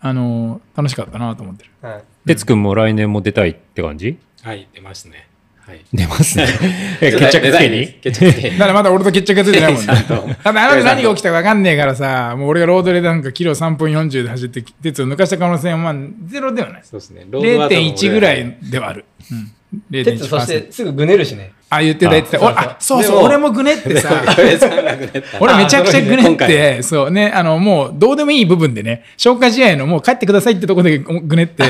あの楽しかったなと思ってる。う、はい、哲くんも来年も出たいって感じはい、出ますね。はい。 出ますね。 え、決着つけに決着つけだに。からまだ俺と決着がついてないもんね ちゃんと。 ただあの時何が起きたか分かんねえからさ、もう俺がロードでなんかキロ3分40で走って、鉄を抜かした可能性はまあゼロではない。そうですね。ロードは多分俺0.1ぐらいではある。うん、テツそし0.1%て。すぐぐねるしねあ、言ってた言ってた。俺あ、そうそう、俺もグネってさ。俺さんがぐねっ た俺めちゃくちゃグネっ今回て、そうね、あの、もうどうでもいい部分でね、消化試合のもう帰ってくださいってとこでグネって、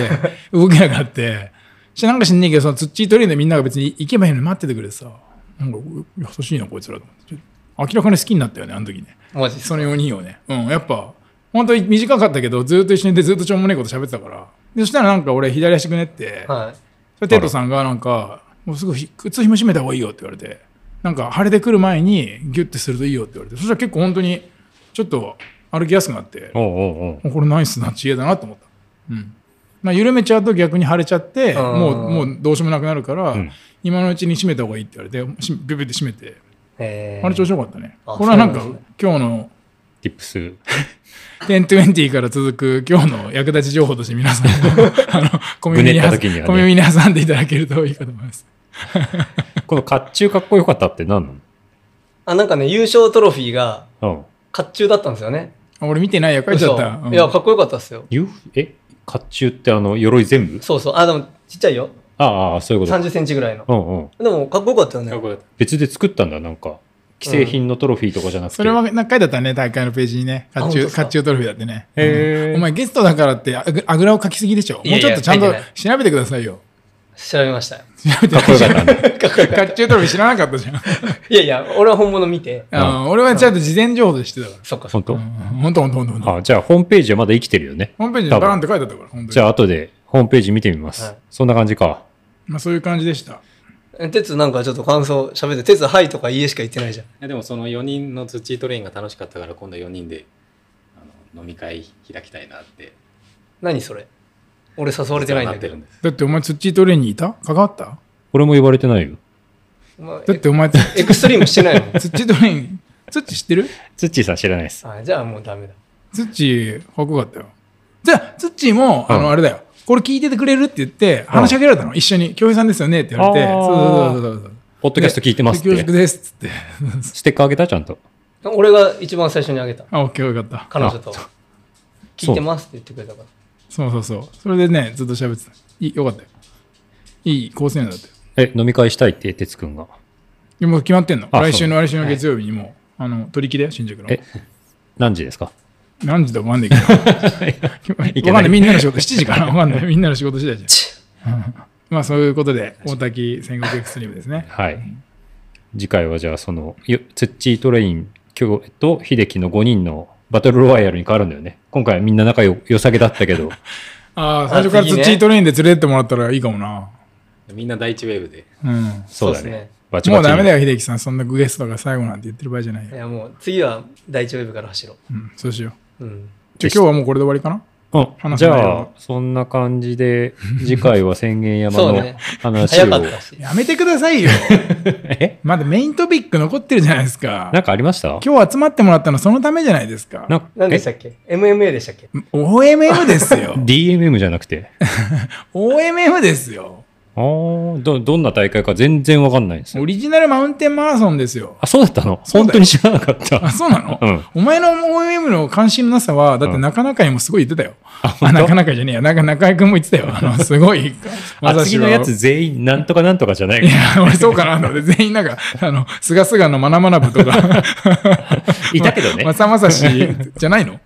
動けなくなって、してなんか知んねえけど、そのツッチートレーンでみんなが別に行けばいいのに待っててくれてさ、なんかう優しいな、こいつらと思って。明らかに好きになったよね、あの時ね。マジその4人をね。うん、やっぱ、本当に短かったけど、ずっと一緒にいてずっとしょうもねえこと喋ってたから。でそしたらなんか俺左足グネって、はいそれテトさんがなんか、もうすぐひ靴紐締めた方がいいよって言われて、なんか腫れてくる前にギュッてするといいよって言われて、そしたら結構本当にちょっと歩きやすくなって、おうおうおう。もうこれナイスな知恵だなと思った。うん。まあ緩めちゃうと逆に腫れちゃって、あーもう、もうどうしようもなくなるから、ん今のうちに締めた方がいいって言われて、しビュビュって締めて、えー、あれ調子よかったね。あこれはなんかそうなんで今日のティップス。 1020から続く今日の役立ち情報として皆さん もあの小耳ぐにね挟った時にはね小耳に挟んでいただけるといいかと思います。 この甲冑かっこよかったって何あなんかね優勝トロフィーがなのうん。甲冑だったんですよねあ俺見てないや書いちゃった。嘘うんいやかっこよかったっすよゆえ甲冑ってあの、鎧全部そうそうあでもちっちゃいよああああ、そういうこ3と。 0ンチぐらいのうんうん。でもかっこよかったよねかっこよかっ別で作ったんだ、なんか。既製品のトロフィーとかじゃなくて。それは何回だったらね、大会のページにね、甲あ本当冑、です甲か冑トロフィーだってね。へーお前ゲストだからってあぐあぐらを書きすぎでしょ。いやもういちやょっとちゃんと書いてない調べてくださいよ。調べましたよ。調べてかっこよか ったんだ。甲冑トロフィー知らなかったじゃん。いやいや、俺は本物見て。あの俺はちゃんと事前情報で知ってたから。そっかそっ本か。当、本当本当本当本当。あ、じゃあホームページはまだ生きてるよね。ホームページ多に分バーンって書いてあったから、本当に。じゃあ後でホームページ見てみます。はいそんな感じか。まあそういう感じでした。鉄なんかちょっと感想喋って、鉄はいとかいいえしか言ってないじゃん。やでもその4人の土トレインが楽しかったから今度4人であの飲み会開きたいなって何それ俺誘われてないんだってけるどん。ですだってお前、ツッチートレインにいた関わった俺も呼ばれてないよ。まあだってお 前、ツッ。エクストリームしてないもんチートレイン、ツッチー知ってるツッチーさん知らないです。あじゃあもうダメだ。ツッチー、かっこよかったよ。じゃあ、ツッチーも、うんあの、あれだよ。これ聞いててくれるって言って、話しかけられたの。一緒に、京平さんですよねって言われて、あーそうそうそうそうそう。ポッドキャスト聞いてますっで恐縮て。ですっつって。ステッカーあげたちゃんと。俺が一番最初にあげた。あ、オッケーよかった。彼女と。聞いてますって言ってくれたから。そうそうそう。それでね、ずっと喋ってた。いい、よかったよ。いい、構成だったよ。え、飲み会したいって、哲くんが。でもう決まってんの。あ来週の来週の月曜日にもう、あの、取り木だよ、新宿の。え何時ですか何時だかわかん ないけど。いわかんない、みんなの仕事、7時かなわかんない、みんなの仕事次第じゃん。まあそういうことで、大滝戦国エクストリームですね。はい。次回はじゃあ、その、よツッチートレイン、今日と秀樹の5人のバトルロワイヤルに変わるんだよね。今回はみんな仲良良さげだったけど、ああ、最初からツッチートレインで連れてってもらったらいいかもな。みんな第一ウェーブでうん。そうだね。そうですねバチバもチうダメだよ、秀樹さん。そんなゲストが最後なんて言ってる場合じゃないいよ。やもう次は第一ウェブから走ろうん、そうしよう。う。うん。じゃあ今日はもうこれで終わりかなうん、話じせないよゃあ、そんな感じで、次回は宣言山そうのね話を。早かったし。やめてください よ。えまだメイントピック残ってるじゃないですかな。んかありました今日集まってもらったのそのためじゃないですか。なんか何でしたっけ ?MMA でしたっけ OMM ですよ え。DMM じゃなくて。 OMM ですよ。あーど、どんな大会か全然わかんないんですよ。オリジナルマウンテンマラソンですよ。あ、そうだったのそう本だよ当に知らなかった。あ、そうなの、うんお前の OMM の関心のなさは、だってなかなかにもすごい言ってたよ。あ、なかなかじゃねえや。なんか中井くんも言ってたよ。あの、すご い。厚木のやつい全員なんとかなんとかじゃないか。や、俺そうかなと思って、全員なんか、あの、すがすがのまなまなぶとか。いたけどね ま。さまさしじゃないの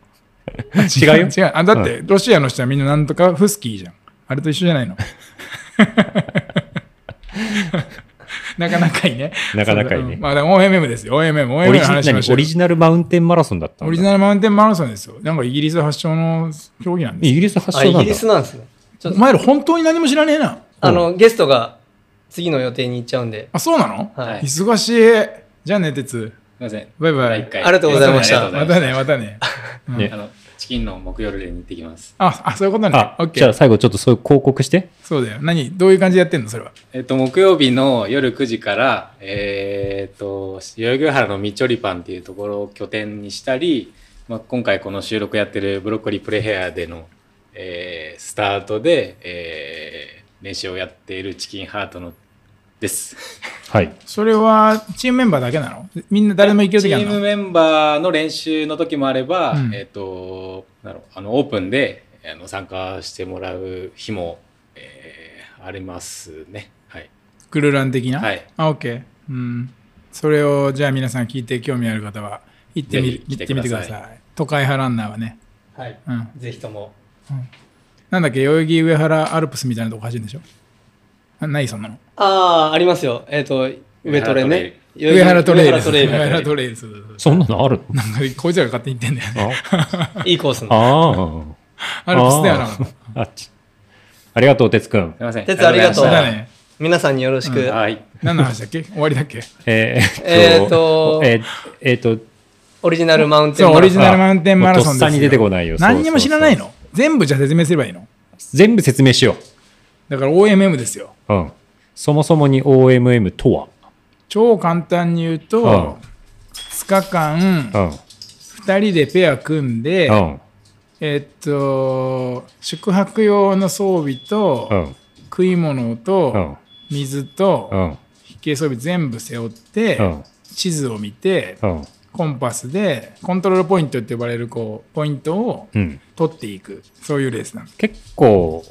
違うよ違う。あ、だって、ロシアの人はみんななんとかフスキーじゃん。あれと一緒じ ゃないの。なかなかいいね。なかなかいいねうんまあ、でも OMM ですよ。OMM。オ OMM リのジ話しまし何オょうよリジナルマウンテンマラソンだったんだオリジナルマウンテンマラソンですよ。なんかイギリス発祥の競技なんですイよ。ギリス発あ、祥イなギんだリ。スなんですね。ちょっおと、前ら本当に何も知らねえな。あの、ゲストが次の予定に行っちゃうんで。あ、そうなの、はい忙しい。じゃあね、鉄。すいませんバイバ第イ一。回ありがとうございましたありがまとうござたいまね、しまたね。ねたあのチキンの木曜日でに行ってきますあ、あそういうことね。あオッ、ケじゃあー。最後ちょっとそういう広告して。そうだよ。何どういう感じでやってんのそれは。えっと、木曜日の夜9時から、えーっと、代々木上原のみちょりパンっていうところを拠点にしたり、まあ、今回この収録やってるブロッコリープレヘアでの、えースタートで、えー練習をやっているチキンハートのです。はい。それはチームメンバーだけなのみんな誰でも行けるチ時あーるムのメンバーの練習の時もあれば、うんえっと、なんだろうあの、オープンであの参加してもらう日も、えーありますね。はい。クルラン的な。はいあ、OK。うん。それをじゃあ皆さん聞いて興味ある方は行ってみぜるひ行来っててくみださいてください。都会派ランナーはね。はい。うん。ぜひとも。なんだっけ、代々木上原アルプスみたいなとこ走るんでしょあないそんなの。ああ、ありますよ。えっ、と、上トレね。上原トレイ上ル。原上トレイ原トレイル。そうそうそうそんなのある のなんかこいつらが勝手に言ってんだよね。 ル。いいコースの。あーあー。アルプスではなかっあっち。ありがとう、哲くんすい。ません。哲ありがとた。うそうござだいましね。皆さんによろしく。たはい。何の話だっけ終わりだっけええーーっっとと、えーえーっと、オリジナルマウンテンそマう、オラリソジンナルマウンテンマラソンですよもうとっさに出てこないよ何にも知らないその全部じゃあ説明すればいいの全部説明しよだから OMM ですよ。う。うん。そもそもに OMM とは。超簡単に言うと、2日間うん。 2人でペア組んで、うん。えっと宿泊用の装備と、うん。食い物うと、ん。水と、うん。飛型装備全部背負って、うん地図を見て、うん。コンパスでコントロールポイントって呼ばれるこうポイントをうん。取っていくそういうレースなんです結構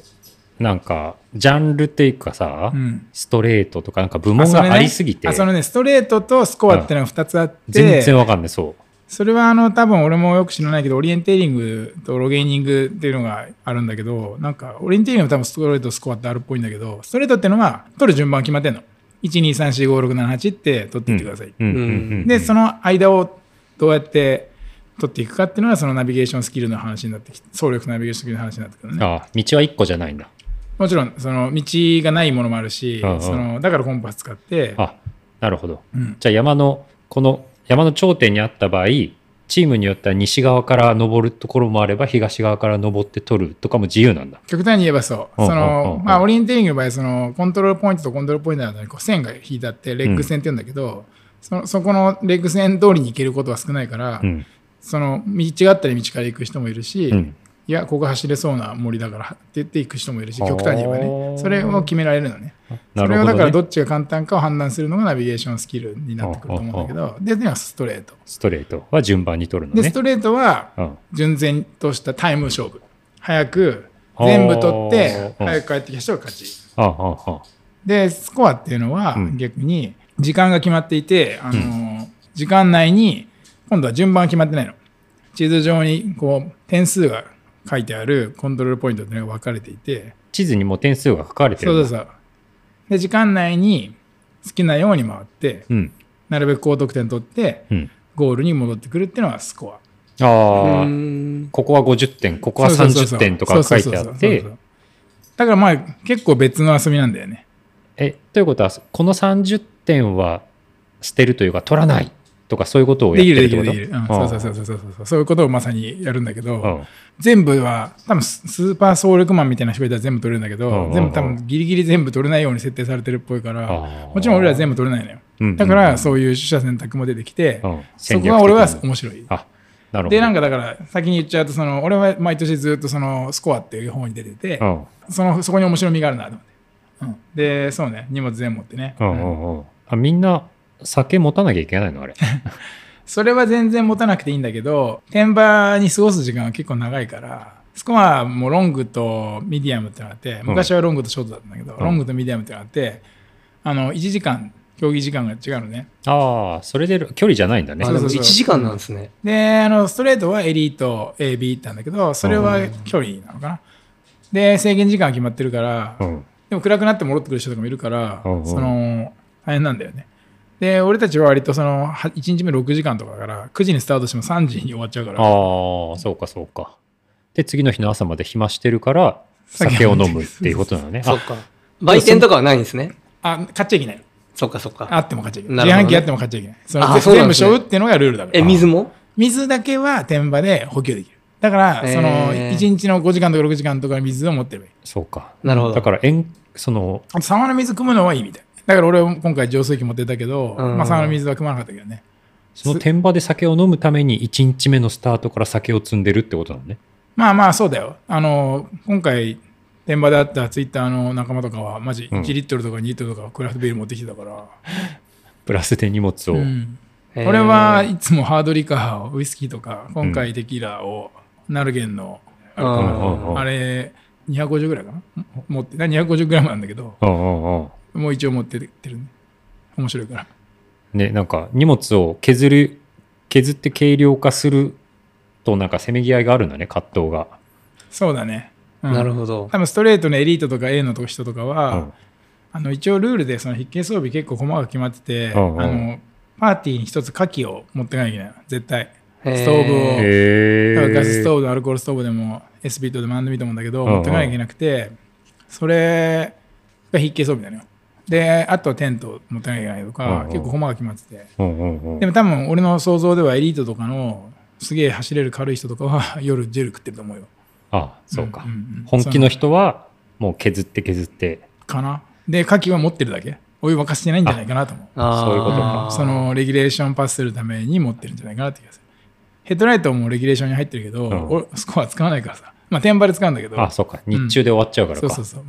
なんかジャンルっていうかさ、うんストレートとかなんか部門がありすぎて、あそのねストレートとスコアってのが2つあって、全然わかんないそうそれはあの多分俺もよく知らないけどオリエンテーリングとロゲーニングっていうのがあるんだけどなんかオリエンテーリングは多分ストレートスコアってあるっぽいんだけどストレートってのは取る順番決まってんの1234567って取っていってください、うんうんうんうんでその間をどうやって取っていくかっていうのがそのナビゲーションスキルの話になってきて総力ナビゲーションスキルの話になってくるねあ道は一個じゃないんだもちろんその道がないものもあるしうんうんそのだからコンパス使ってあなるほどうんじゃあ山のこの山の頂点にあった場合チームによっては西側から登るところもあれば東側から登って取るとかも自由なんだ極端に言えばそう。うんそうんうんのう、んまあ、オリエンテーリングの場合、その、コントロールポイントとコントロールポイントの間にこう線が引いてあって、レッグ線って言うんだけど、そのそこのレッグ線通りに行けることは少ないから、うんその、道があったり道から行く人もいるし、うんいや、ここ走れそうな森だからって言って行く人もいるし、極端に言えばあね。ーそれを決められるのね。なそるれほをど、ね、だからどっちが簡単かを判断するのがナビゲーションスキルになってくると思うんだけど、で、ではストレート。ストレートは順番に取るので、ねストレートは、うん純然としたタイム勝負早く全部取ってあー早く帰ってきた人が勝ちああああでスコアっていうのはうん逆に時間が決まっていて、あのー時間内に今度は順番が決まってないの地図上にこう点数が書いてあるコントロールポイントっていうのが分かれていて地図にもう点数が書かれてそるうんそだうそうで時間内に好きなように回ってうんなるべく高得点取ってうんゴールに戻ってくるっていうのがスコアああ、うんここは50点ここはそうそうそ30う点とか書いてあそうっそうそうてそうだからまあ結構別の遊びなんだよねえということはこの30点は捨てるというか取らないとかそういうことをやでっきてるるでっきてこるとできる、うん、そうそうそううそうそうそうそういうことをまさにやるんだけど、んうん全部は多分ススーパー総力マンみたいな人いたら全部取れるんだけど、うんうんうん全部多分ギリギリ全部取れないように設定されてるっぽいから、あーもちろん俺ら全部取れないのよ、うんうんうんだからそういう取捨選択も出てきて、うんそ戦略的こには俺は面白いあなるほどでなんかかだから先に言っちゃうとその俺は毎年ずっとそのスコアっていう方に出てて、うんそのそこに面白みがあるなと思って、うん、でそうね荷物全部持ってね、うんうんうんあみんな酒持たなきゃいけないのあれそれは全然持たなくていいんだけど、天場に過ごす時間は結構長いから、スコアもロングとミディアムってのがあって、昔はロングとショートだったんだけど、うんロングとミディアムってのがあって、あの、1時間、競技時間が違うのね。ああそれで距離じゃないんだねあそうでそもうそう1時間なんですね。で、あの、ストレートはエリート、A、B ってなんだけど、それは距離なのかな。で、制限時間は決まってるから、うんでも暗くなって戻ってくる人とかもいるから、うんうんその大変なんだよね。で、俺たちは割とそのは1日目6時間とかだから、9時にスタートしても3時に終わっちゃうから、ああそうかそうかで次の日の朝まで暇してるから酒を飲むっていうことなのねそっか。売店とかはないんですね。あ買っちゃいけないの。そっかそっか。あっても買っちゃいけない。なるほどね自販機あっても買っちゃいけない。そのあぜそうな全ん部でしすょねうっていうのがルールだかえ、ら。水も水だけは天場で補給できる。だから、へーその1日の5時間とか6時間とか水を持ってればいい。そうかなるほどだからえんそのあと沢の水汲むのはいいみたい。だから俺は今回浄水器持ってたけど、うんまあ、沢の水は汲まなかったけどね。その天場で酒を飲むために1日目のスタートから酒を積んでるってことなのね。まあまあそうだよ。あの、今回、現場であったツイッターの仲間とかは、マジうん1リットルとか2リットルとかクラフトビール持ってきてたから。プラスで荷物を。うんえー俺はいつもハードリカーをウイスキーとか、今回テキーラを、ナルゲンの、ううんうんんあれ、250ぐらいかな持って、250グラムなんだけど、うんうんうんもう一応持ってってるね。面白いから。ね、なんか荷物を削る、削って軽量化するとなんかせめぎ合いがあるんだね、葛藤が。そうだね。うんなるほど。多分ストレートのエリートとか A の人とかは、うんあの一応ルールでその筆形装備結構細かく決まってて、うんうんあのパーティーに一つ火器を持ってかなきゃいけないの絶対へーストーブをへだからガススートーブでもアルコールストーブでもエスビートでも何でもいいと思うんだけど、うんうん持ってかなきゃいけなくてそれが筆形装備なのよであとはテントを持ってかなきゃいけないとか、うんうん結構細かく決まっててうんうんうんでも多分俺の想像ではエリートとかのすげえ走れる軽い人とかは夜ジェル食ってると思うよあそうかうんうんうん。本気の人はもう削って削って。かなで火器は持ってるだけお湯沸かしてないんじゃないかなと思うあーそういうことかそのレギュレーションパスするために持ってるんじゃないかなって気がする。ヘッドライトもレギュレーションに入ってるけど、うん俺スコア使わないからさ。まあ、テンパで使うんだけど。あそうか。日中で終わっちゃうからそか。うそうそう。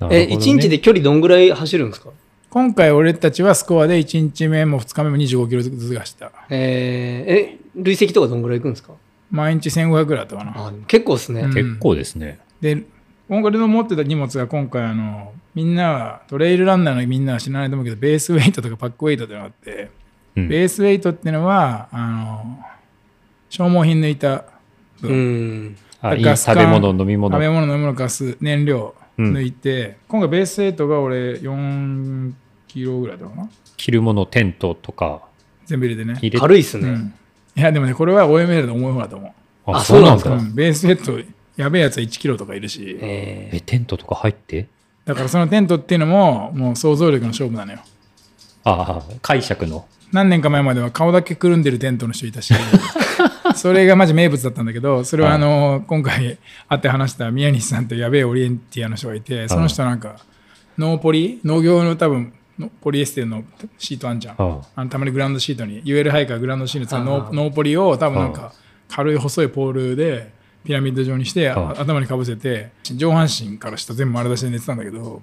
うんえ、1日で距離どんぐらい走るんですか今回俺たちはスコアで1日目も2日目も25キロずつ走った。えー、え、累積とかどんぐらいいくんですか毎日1500ぐらいだったかな。あーでも結構ですね。うん結構ですね。で、俺の持ってた荷物が今回あのみんなはトレイルランナーのみんなは知らないと思うけどベースウェイトとかパックウェイトってのがあって、うんベースウェイトっていうのはあの消耗品抜いたうーん。あいいガス食缶べ物、飲み物。食べう物飲み物ガス燃料うん抜いて、今回ベースウェイトが俺4キロぐらいだろうな着るもの、テントとか全部入れてね、入れ軽いっすうね。ん、いやでもねこれは OML で重い方だと思うあそうなんですかう。ん、ベースヘッドやべえやつは1キロとかいるし、ええ、テントとか入ってだからそのテントっていうのももう想像力の勝負なのよああ、解釈の。何年か前までは顔だけくるんでるテントの人いた しそれがマジ名物だったんだけどそれはあの、今回会って話した宮西さんってやべえオリエンティアの人がいてその人なんかノーポリ農業の多分のポリエステルのシートあんじゃんああのたまにグラウンドシートに UL ハイカーグラウンドシートにノあーーノーポリを多分なんうか軽い細いポールでピラミッド状にしてあうん頭にかぶせて上半身から下全部丸出しで寝てたんだけど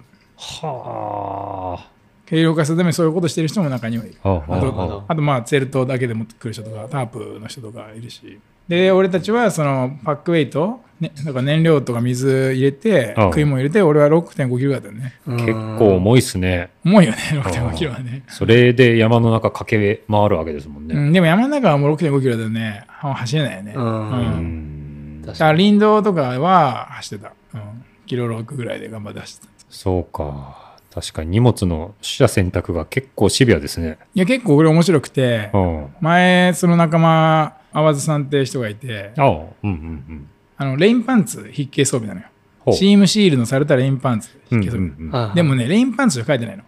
あ。はあ。軽量化するためにそういうことしてる人も中にはいる。ああるほあどとあとまあツェルトだけで持ってくる人とかタープの人とかいるしで俺たちはそのパックウェイト、ね、なんか燃料とか水入れてうん食い物入れて俺は6 5キロだったよねえ結構重いっすね。重いよね6 5キロはね、それで山の中駆け回るわけですもんうね。ん、でも山の中はもう6 5キロだよねあ走れないよねうんう。うん確だかからに。林道とかは走ってた、うん、キロ6ぐらいで頑張って走ってたそうか。確かに荷物の取捨選択が結構シビアですね。いや結構これ面白くてうん。あ前その仲間淡津さんって人がいてあ、うんうんうん。あのレインパンツ筆形装備なのよほうチームシールのされたレインパンツう筆ん形う装備、んうん。はいでもねレインパンツじゃ書いてないの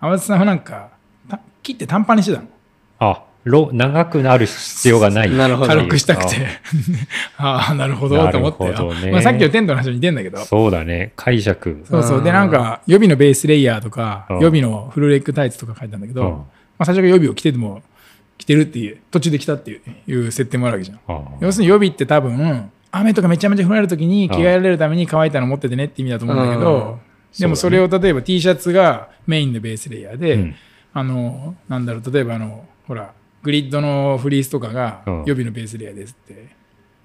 淡津さんはなんかた切って短パンにしてたのあ、ろ長くなる必要がない。 なるほど軽くしたくて ああなるほどと思って、なるほどねあまあ、さっきのテントの話に似てんだけどそうだね。解釈。そうそうでうんなんか予備のベースレイヤーとかうん予備のフルレッグタイツとか書いたんだけど、うんまあ、最初から予備を着てても着てるっていう途中で着たっていういう設定もあるわけじゃんあ要するに予備って多分雨とかめちゃめちゃ降られる時に着替えられるために乾いたの持っててねって意味だと思うんだけうんどでもそそうだれを例えば T シャツがメインのベースレイヤーで、うんあのなんだろう例えばあのほらグリッドのフリースとかがうん予備のベースレイヤーですって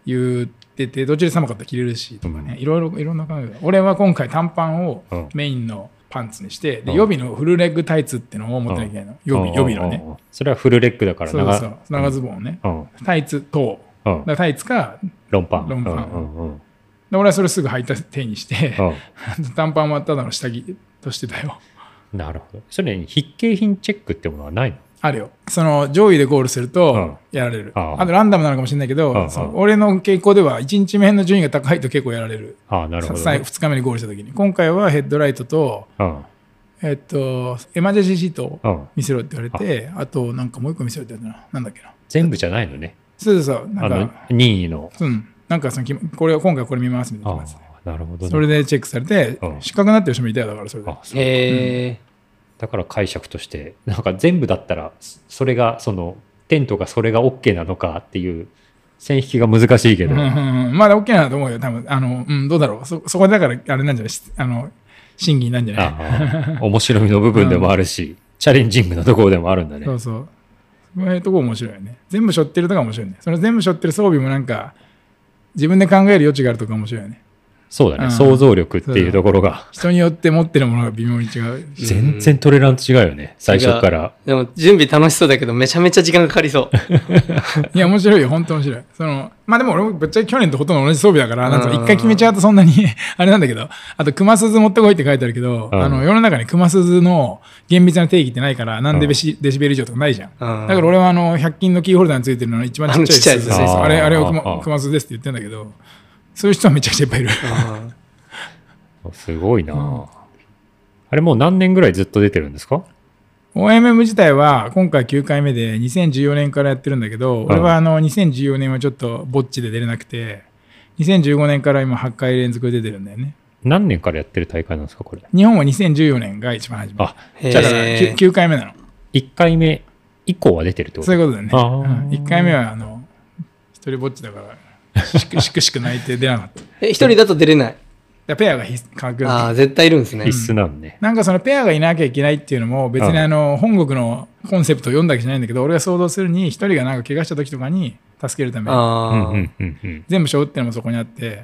言っててどっちで寒かったら着れるしとかね、ういろいろいろんな考えが俺は今回短パンをうんメインのパンツにして、でうん予備のフルレッグタイツってのを持ってなきゃいけないの、予備予備のね、ね。それはフルレッグだからそう長そう長ズボンをね、うんタイツ等うだんか。らタイツか論破。論破うんうんうんで俺はそれすぐ履いた手にして、う短パンはただの下着としてたよんなるほど。それに必携品チェックってものはないのあるよその上位でゴールするうんとやられる、あああとランダムなのかもしれないけど、ああその俺の傾向では1日目の順位が高いと結構やられるああ、なるほどさね、最後2日目にゴールした時に今回はヘッドライトとうん。えっとエマージェンシーシートをうん。見せろって言われてあとなんかもう一個見せろって言われたななんだっけな全部じゃないのね。そうそうそうなあんのか、任意の。うんなんかそのきこれ今回これ見ますみたいあなやつあ、なるほどね。それでチェックされてうん失格になってる人もいたよだからそれであそうえだから解釈として、なんか全部だったら、そそれが、その、テントがそれが OK なのかっていう、線引きが難しいけど、うんうんうんまだ OK なんだと思うよ、多分あの、うん、どうだろう、そそこだから、あれなんじゃないしあの、審議なんじゃないああ面白みの部分でもあるし、チャレンジングなところでもあるんだねそ。うそう。そういうとこ面白いよね。全部背負ってるとか面白いね。その全部背負ってる装備もなんか、自分で考える余地があるとか面白いよね。そうだね、うん想像力っていうところが、人によって持ってるものが微妙に違う。全然トレランと違うよね、最初から。え。でも準備楽しそうだけど、めちゃめちゃ時間かかりそう。いや、面白いよ、本当面白い。その、まあでも俺もぶっちゃけ去年とほとんど同じ装備だから、なんうかん一回決めちゃうとそんなに、 あれなんだけど、あと、熊鈴持ってこいって書いてあるけど、うんあの、世の中に熊鈴の厳密な定義ってないから、何デベシ、デシベル以上とかないじゃん。うんだから俺はあの、100均のキーホルダーについてるのの一番ちっちゃいやつあのちっちゃいやつですねあれ、あれを熊ああ熊鈴ですって言ってんだけど、そういう人はめちゃくちゃいっぱいいる。 あすごいな、あれもう何年ぐらいずっと出てるんですか OMM 自体は今回9回目で2014年からやってるんだけど、俺はあの2014年はちょっとぼっちで出れなくて、2015年から今8回連続で出てるんだよね。何年からやってる大会なんですか、これ。日本は2014年が一番初め。あ、ーじゃあだからへー 9, 回目なの。 1回目以降は出てるってことそういうことだよね。あーうん、1回目はあの一人ぼっちだから、しくしくしく泣いて出なかった。え、一人だと出れない。だからペアが必科学あだあ、絶対いるんですね。必須なんね。なんかそのペアがいなきゃいけないっていうのも別うんにあの本国のコンセプトを読んだわけじゃないんだけど、俺が想像するに一人がなんか怪我した時とかに助けるためうあんあ、うんうんうん。全部背負ってのもそこにあって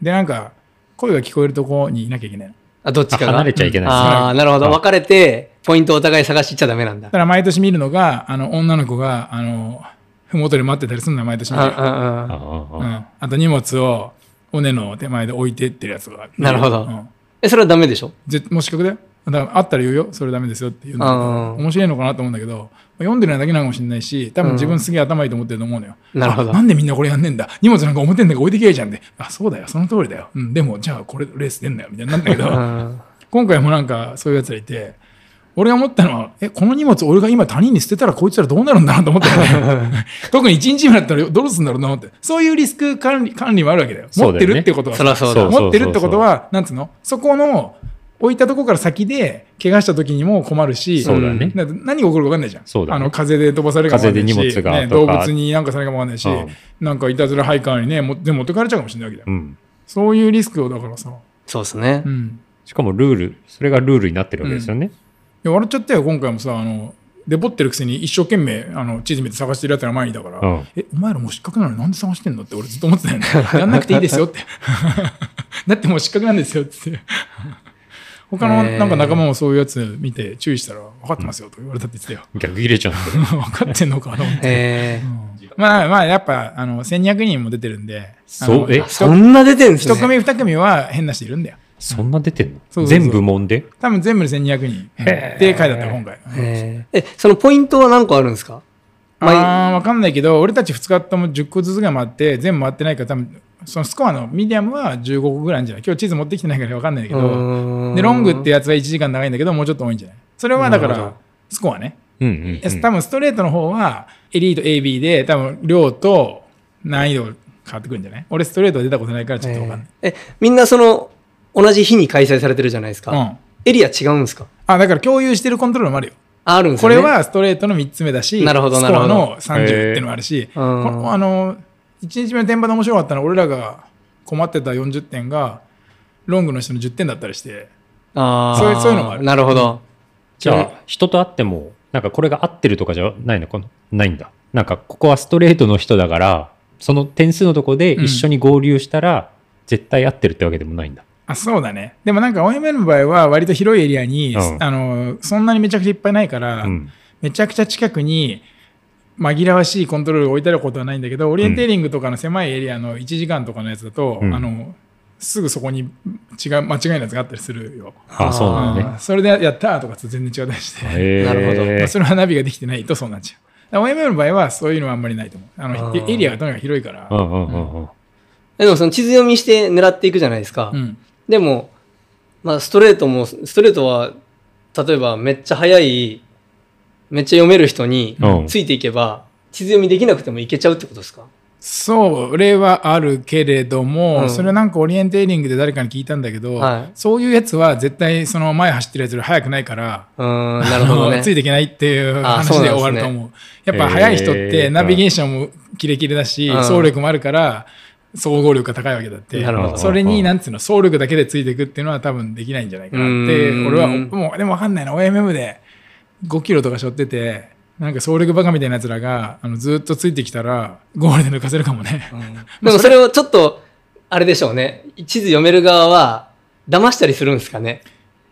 でなんか声が聞こえるとこにいなきゃいけないのあ、どっちかが。離れちゃいけないですねああ、なるほど。はい別れて、ポイントお互い探しちゃダメなんだだ。から毎年見るのが、あの、女の子が、あの、ふもとで待ってたりするのは毎年う見んるうよ。んうん。うあん。あと荷物を、尾根の手前で置いてってるやつが。なるほどうんえ、それはダメでしょぜもう資格だよ。だからあったら言うよ、それダメですよっていうのうん面白いのかなと思うんだけど、読んでないだけなのかもしれないし、多分自分すげえ頭いいと思ってると思うのよ。なるほどあなんでみんなこれやんねんだ荷物なんか表になんか置いてきゃいいじゃんって。あ、そうだよ、その通りだよ。うん、でも、じゃあこれレース出んなよ、みたいになるんだけ うど、ん。今回もなんかそういうやつがいて、俺が思ったのは、え、この荷物俺が今他人に捨てたらこいつらどうなるんだなと思ったよ ね。特に1日目だったらどうするんだろうなって。そういうリスク管理管理もあるわけだよ。そう持っだよねてるってことはそらそうそだう。持ってるってことは、なんつうのそこの置いたとこから先で、怪我した時にも困るし、そうだねだって何が起こるか分かんないじゃん。そうだねあの風で飛ばされるかも分かんないし、風で荷物がね、動とか物になんかされるかも分かんないし、うんなんかいたずらハイカーにね、もでも持ってかれちゃうかもしれないわけだよ。うん。そういうリスクをだからさ、そうですねう。ん。しかもルール、それがルールになってるわけですよね。いや笑っちゃったよ、今回もさ、あの、デボってるくせに一生懸命、あの、地図見て探してるやつら前にいたから、うんえ、お前らもう失格なのになんで探してんのって俺ずっと思ってたよね。 やんなくていいですよって。 だってもう失格なんですよって。 他のなんか仲間もそういうやつ見て注意したら分かってますよとか言われたって言ってたよ。 逆切れちゃうんだよ分かってんのかなと思って。えーまあまあ、やっぱ、あの、1200人も出てるんで、そうあのえあそんな出てんす一ね。組二組は変な人いるんだよ。そんな出てんそうそうその全う部門で多分全部で1200人。へーで、書いてあったよ、今回。えーえ、そのポイントは何個あるんですかまあ、あー、わかんないけど、俺たち2日とも10個ずつが回って、全部回ってないから、多分そのスコアのミディアムは15個ぐらいあるんじゃない今日地図持ってきてないからわかんないけうど、ーんで、ロングってやつは1時間長いんだけど、もうちょっと多いんじゃないそれはだかなるほらど、スコアね。うんうんうん。多分ストレートの方は、エリート AB で、多分量と難易度が変わってくるんじゃない俺ストレートは出たことないからちょっとわかんない。えーえ、みんなその、同じ日に開催されてるじゃないですか。うん。エリア違うんですかあ、だから共有してるコントロールもあるよ。ああるんですこよね。れはストレートの3つ目だし、なるほどスコアなるほの30っていうのもあるし、へーうんこのあの1日目の天板で面白かったのは、俺らが困ってた40点が、ロングの人の10点だったりして、あーそういうそういうのもあるなるほど。じゃあ、人と会っても、なんかこれが合ってるとかじゃないのかなないんだ。なんかここはストレートの人だから、その点数のとこで一緒に合流したら、絶対合ってるってわけでもないんだ。あそうだね。でもなんか OML の場合は、割と広いエリアに、うんあの、そんなにめちゃくちゃいっぱいないから、うん。めちゃくちゃ近くに紛らわしいコントロールを置いてあることはないんだけど、オリエンテーリングとかの狭いエリアの1時間とかのやつだと、うんあのすぐそこに違う間違いのやつがあったりするよ。ああ、そうなんだあーね。それでやったーとかと全然違うたりして、へえなるほどまあそれはナビができてないとそうなっちゃう。だから OML の場合はそういうのはあんまりないと思う。あのあーエリアがとにかく広いから、うんうんうんうん。えでもその地図読みして狙っていくじゃないですか。うんでも、まあ、ストレートも、ストレートは、例えばめっちゃ速い、めっちゃ読める人にうんついていけば、地図読みできなくてもいけちゃうってことですかそう、例はあるけれども、うんそれはなんかオリエンテーリングで誰かに聞いたんだけど、はいそういうやつは絶対その前走ってるやつより速くないから、う ーん、なるほどあのねつ。いていけないっていうあ話そうでなんですね終わると思う。やっぱ速い人っえてーナビゲーションもキレキレだし、うん走力もあるから、総合力が高いわけだってなるほど、それうに、んなんつうの、総力だけでついていくっていうのは多分できないんじゃないかなっうて、ーん俺は、もう、でもわかんないな、OMM で5キロとか背負ってて、なんか総力バカみたいな奴らが、あの、ずっとついてきたら、ゴールで抜かせるかもね。でもそれをちょっと、あれでしょうね。地図読める側は、騙したりするんですかね。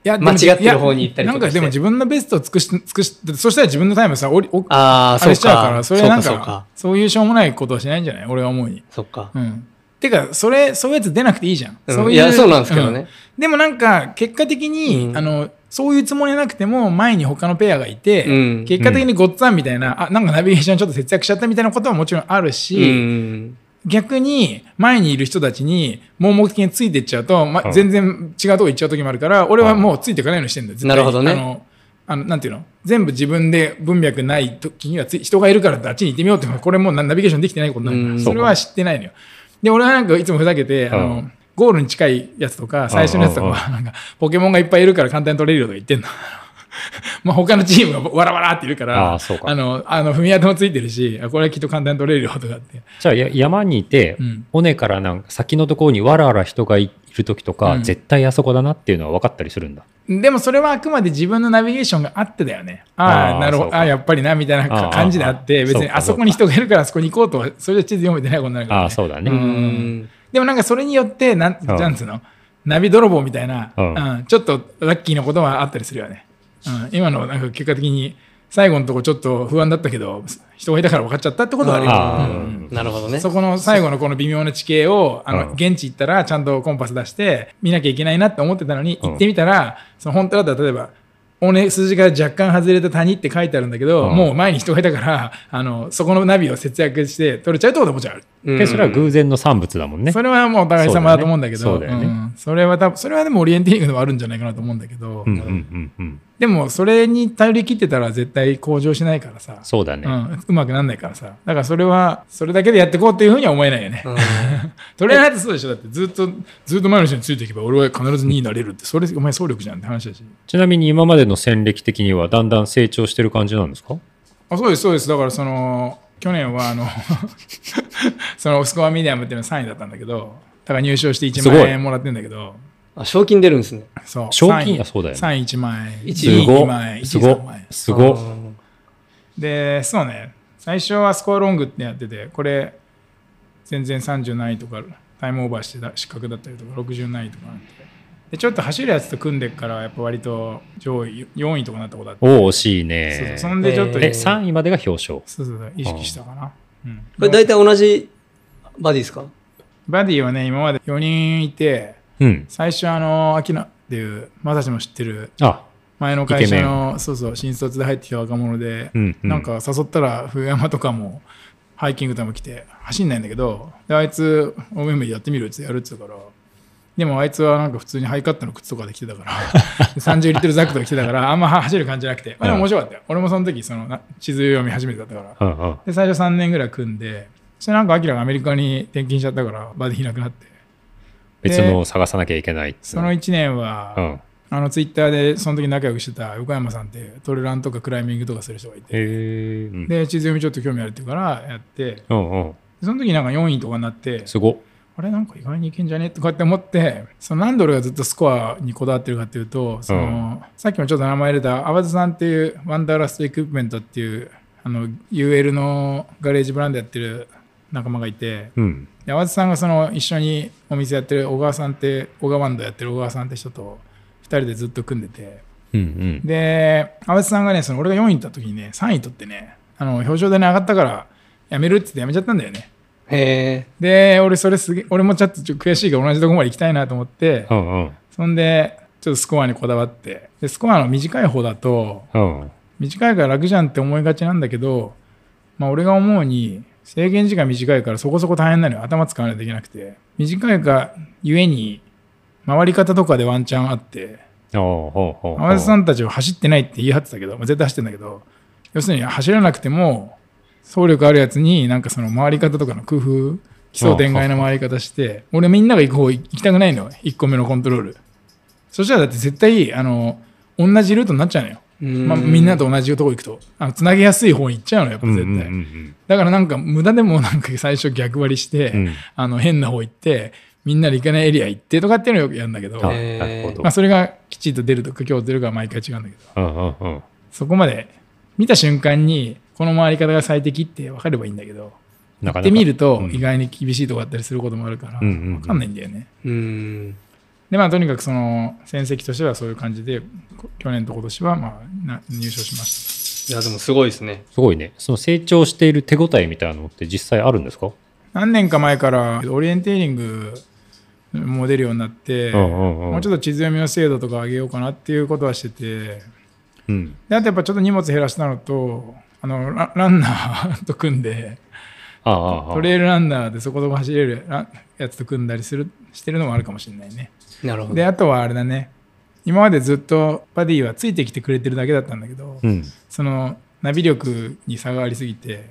いやで間も違ってる方に行ったりとかしていやなんかでも自分のベストを尽くし、尽くし、だってそしたら自分のタイムさ、おり、おああ、あそうれしちゃうから、か。それなんそうかか、、そういうしょうもないことはしないんじゃない俺は思うに。そうか。そうっか。ん。てか、それ、そういうやつ出なくていいじゃん。うんういやそうなんですけどねうんでもなんか、結果的に、うんあの、そういうつもりなくても、前に他のペアがいて、うん結果的にごっつぁんみたいな、あ、なんかナビゲーションちょっと節約しちゃったみたいなことはもちろんあるうし、ん。逆に、前にいる人たちに、盲目的についてっちゃうと、まうん全然違うとこ行っちゃう時もあるから、俺はもうついていかないようにしてんだよ、絶対なるほどねあのあのなんていうの全部自分で文脈ない時にはつい人がいるからあっちに行ってみようって これもうナビゲーションできてないことなんだうんそれは知ってないのよで俺はなんかいつもふざけてあうのんゴールに近いやつとか最初のやつとかは なんかポケモンがいっぱいいるから簡単に取れるよとか言ってんの まあ他のチームがわらわらっているかあらーそうかあのあの踏み跡もついてるしあこれはきっと簡単に取れるよとかってじゃあや山にいて、うん尾根からなんか先のところにわらわら人がいる時とか、うん絶対あそこだなっていうのは分かったりするんだ。でもそれはあくまで自分のナビゲーションがあってだよね。あああ、ーなるほそうど。かああ、やっぱりな、みたいなあかー感じでああって、ー別にそうかあそこに人がいるからあそこに行こうとは、それじゃ地図読めてないことになるかあら、あ、ね。そうだうね。ん。でもなんかそれによって、なん、うんなんつうのナビ泥棒みたいな、ううんんちょっとラッキーなことはあったりするよね。うん、今のなんか結果的に最後のとこちょっと不安だったけど人がいたから分かっちゃったってことはあるよねあーうんなるほどね。そこの最後のこの微妙な地形をあうんの現地行ったらちゃんとコンパス出して見なきゃいけないなって思ってたのにうん行ってみたらその本当だったら例えば尾根筋から若干外れた谷って書いてあるんだけどうんもう前に人がいたからあのそこのナビを節約して取れちゃうってこともちろんある。うんでそれは偶然の産物だもんねそれはもうお互い様だと思うんだけそどうだよねそうだようんそれは多分それはでもオリエンティングでもあるんじゃないかなと思うんだけどうんうんうんうんでもそれに頼り切ってたら絶対向上しないからさそうだね、うんうまくなんないからさだからそれはそれだけでやっていこうっていうふうには思えないよね。 うんとりあえずそうでしょだってずっとずっと前の人についていけば俺は必ず2位になれるってそれお前総力じゃんって話だしちなみに今までの戦歴的にはだんだん成長してる感じなんですかあそうですそうですだからその去年はあの そのスコアミディアムっていうのは3位だったんだけどだから入賞して1すご万い円もらってんだけどあ賞金出るんですね。そう賞金3位あそうだよね3位1万円一す1位ご2万円1す位ご3万円すごうんでそうね最初はスコアロングってやっててこれ全然30ないとかタイムオーバーしてた失格だったりとか60ないとかなってでちょっと走るやつと組んでっからやっぱ割と上位4位とかなったことあって、おお惜しいそうそうねそんでちょっと、ええー3位までが表彰そうそうそう意識したかな、うん、これ大体同じバディですかバディはね今まで4人いてうん最初あの秋菜っていうまさしも知ってるあ前の会社イのそうそう新卒で入ってきた若者で、うんうんなんか誘ったら冬山とかもハイキングとかも来て走んないんだけどであいつ「おめめやってみる」ってやるっつうからでもあいつはなんか普通にハイカットの靴とかで来て たから30リットルザックとか来てたからあんま走る感じなくて、まあ、でも面白かったよ俺もその時そのな地図読み始めてだったからうんうんで最初3年ぐらい組んでそしてなんかアキラがアメリカに転勤しちゃったからバディいなくなって別のを探さなきゃいけないっつうその1年は、うんあのツイッターでその時仲良くしてた横山さんってトレランとかクライミングとかする人がいて、へえうんで地図読みちょっと興味あるっていうからやってうんうんその時なんか4位とかになってすごあれなんか意外にいけんじゃねとかって思ってそのなんで俺がずっとスコアにこだわってるかっていうとその、さっきもちょっと名前入れた淡津さんっていうワンダーラストエクイプメントっていうあの UL のガレージブランドやってる仲間がいてうんで淡津さんがその一緒にお店やってる小川さんって小川バンドやってる小川さんって人と2人でずっと組んでて。うんうんで、安倍さんがね、その俺が4位にった時にね、3位取ってね、あの表彰台に上がったから、やめるって言ってやめちゃったんだよね。へえ。で、俺、それすげ俺もちょっとちょっと悔しいから同じとこまで行きたいなと思ってう、んうんそんで、ちょっとスコアにこだわって、でスコアの短い方だと、うん短いから楽じゃんって思いがちなんだけど、まあ、俺が思うに、制限時間短いからそこそこ大変なのよ。頭使わないといけなくて。短いがゆえに、回り方とかでワンチャンあって、おうほうほうほう淡津さんたちは走ってないって言い張ってたけど、まあ絶対走ってんだけど、要するに走らなくても、走力あるやつに、なんかその回り方とかの工夫、奇想天外な回り方して、俺みんなが行く方行きたくないの、1個目のコントロール。そしたらだって絶対、あの、同じルートになっちゃうのよ。まあ、みんなと同じとこ行くと。あの、つなげやすい方に行っちゃうの、やっぱうん絶うんう対。んだからなんか無駄でもなんか最初逆張りして、うんあの、変な方行って、みんなで行かないエリア行ってとかっていうのをよくやるんだけど、あへーなるほどまあ、それがきちんと出ると今日出るかは毎回違うんだけうどんうんうんそこまで見た瞬間にこの回り方が最適って分かればいいんだけどなかなかやってみるとうん意外に厳しいとこあったりすることもあるからうんうんうん分かんないんだよね。うん。でまあとにかくその戦績としてはそういう感じでこ去年と今年はまあな入賞しましいや、でもすごいですね。すごいねその成長している手応えみたいなのって実際あるんですかた。何年か前からオリエンテーリングも出るようになって、うんうんうんもうちょっと地図読みの精度とか上げようかなっていうことはしててうんであとやっぱちょっと荷物減らしたのとあのラランナーと組んでああああトレイルランナーでそこそこ走れるランやつと組んだりするしてるのもあるかもしれないね。なるほど。であとはあれだね今までずっとバディはついてきてくれてるだけだったんだけど、うんそのナビ力に差がありすぎて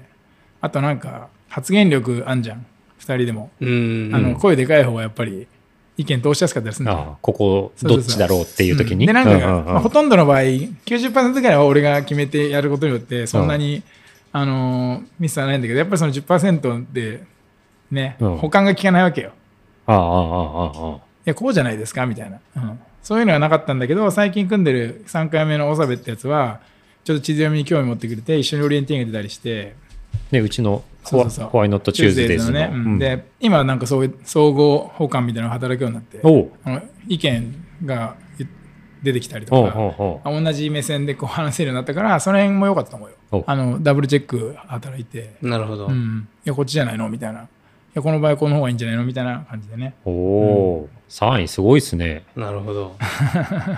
あとなんか発言力あんじゃん2人でも、うん。あの声でかい方がやっぱり意見通しやすかったりするんだよああここどっちだろうっていう時にんでなんか、うんうんまあほとんどの場合90%ぐらいは俺が決めてやることによってそんなに、あのーミスはないんだけどやっぱりその10%でね、うん保管が効かないわけよ。ああああああいやこうじゃないですかみたいな、うんそういうのはなかったんだけど最近組んでる3回目の長部ってやつはちょっと地図読みに興味持ってくれて一緒にオリエンティング出たりしてね、うちのホそうワそうそうホワイノットチューズデイズの。ね、うんうんで今なんかそういう総合補完みたいなのが働くようになっておうあの意見がい出てきたりとおうかおうあ同じ目線でこう話せるようになったからその辺も良かったと思うおよあのダブルチェック働いて、なるほど。うん、いやこっちじゃないのみたいないやこの場合この方がいいんじゃないのみたいな感じでねおうおう、3位すごいですね、なるほど。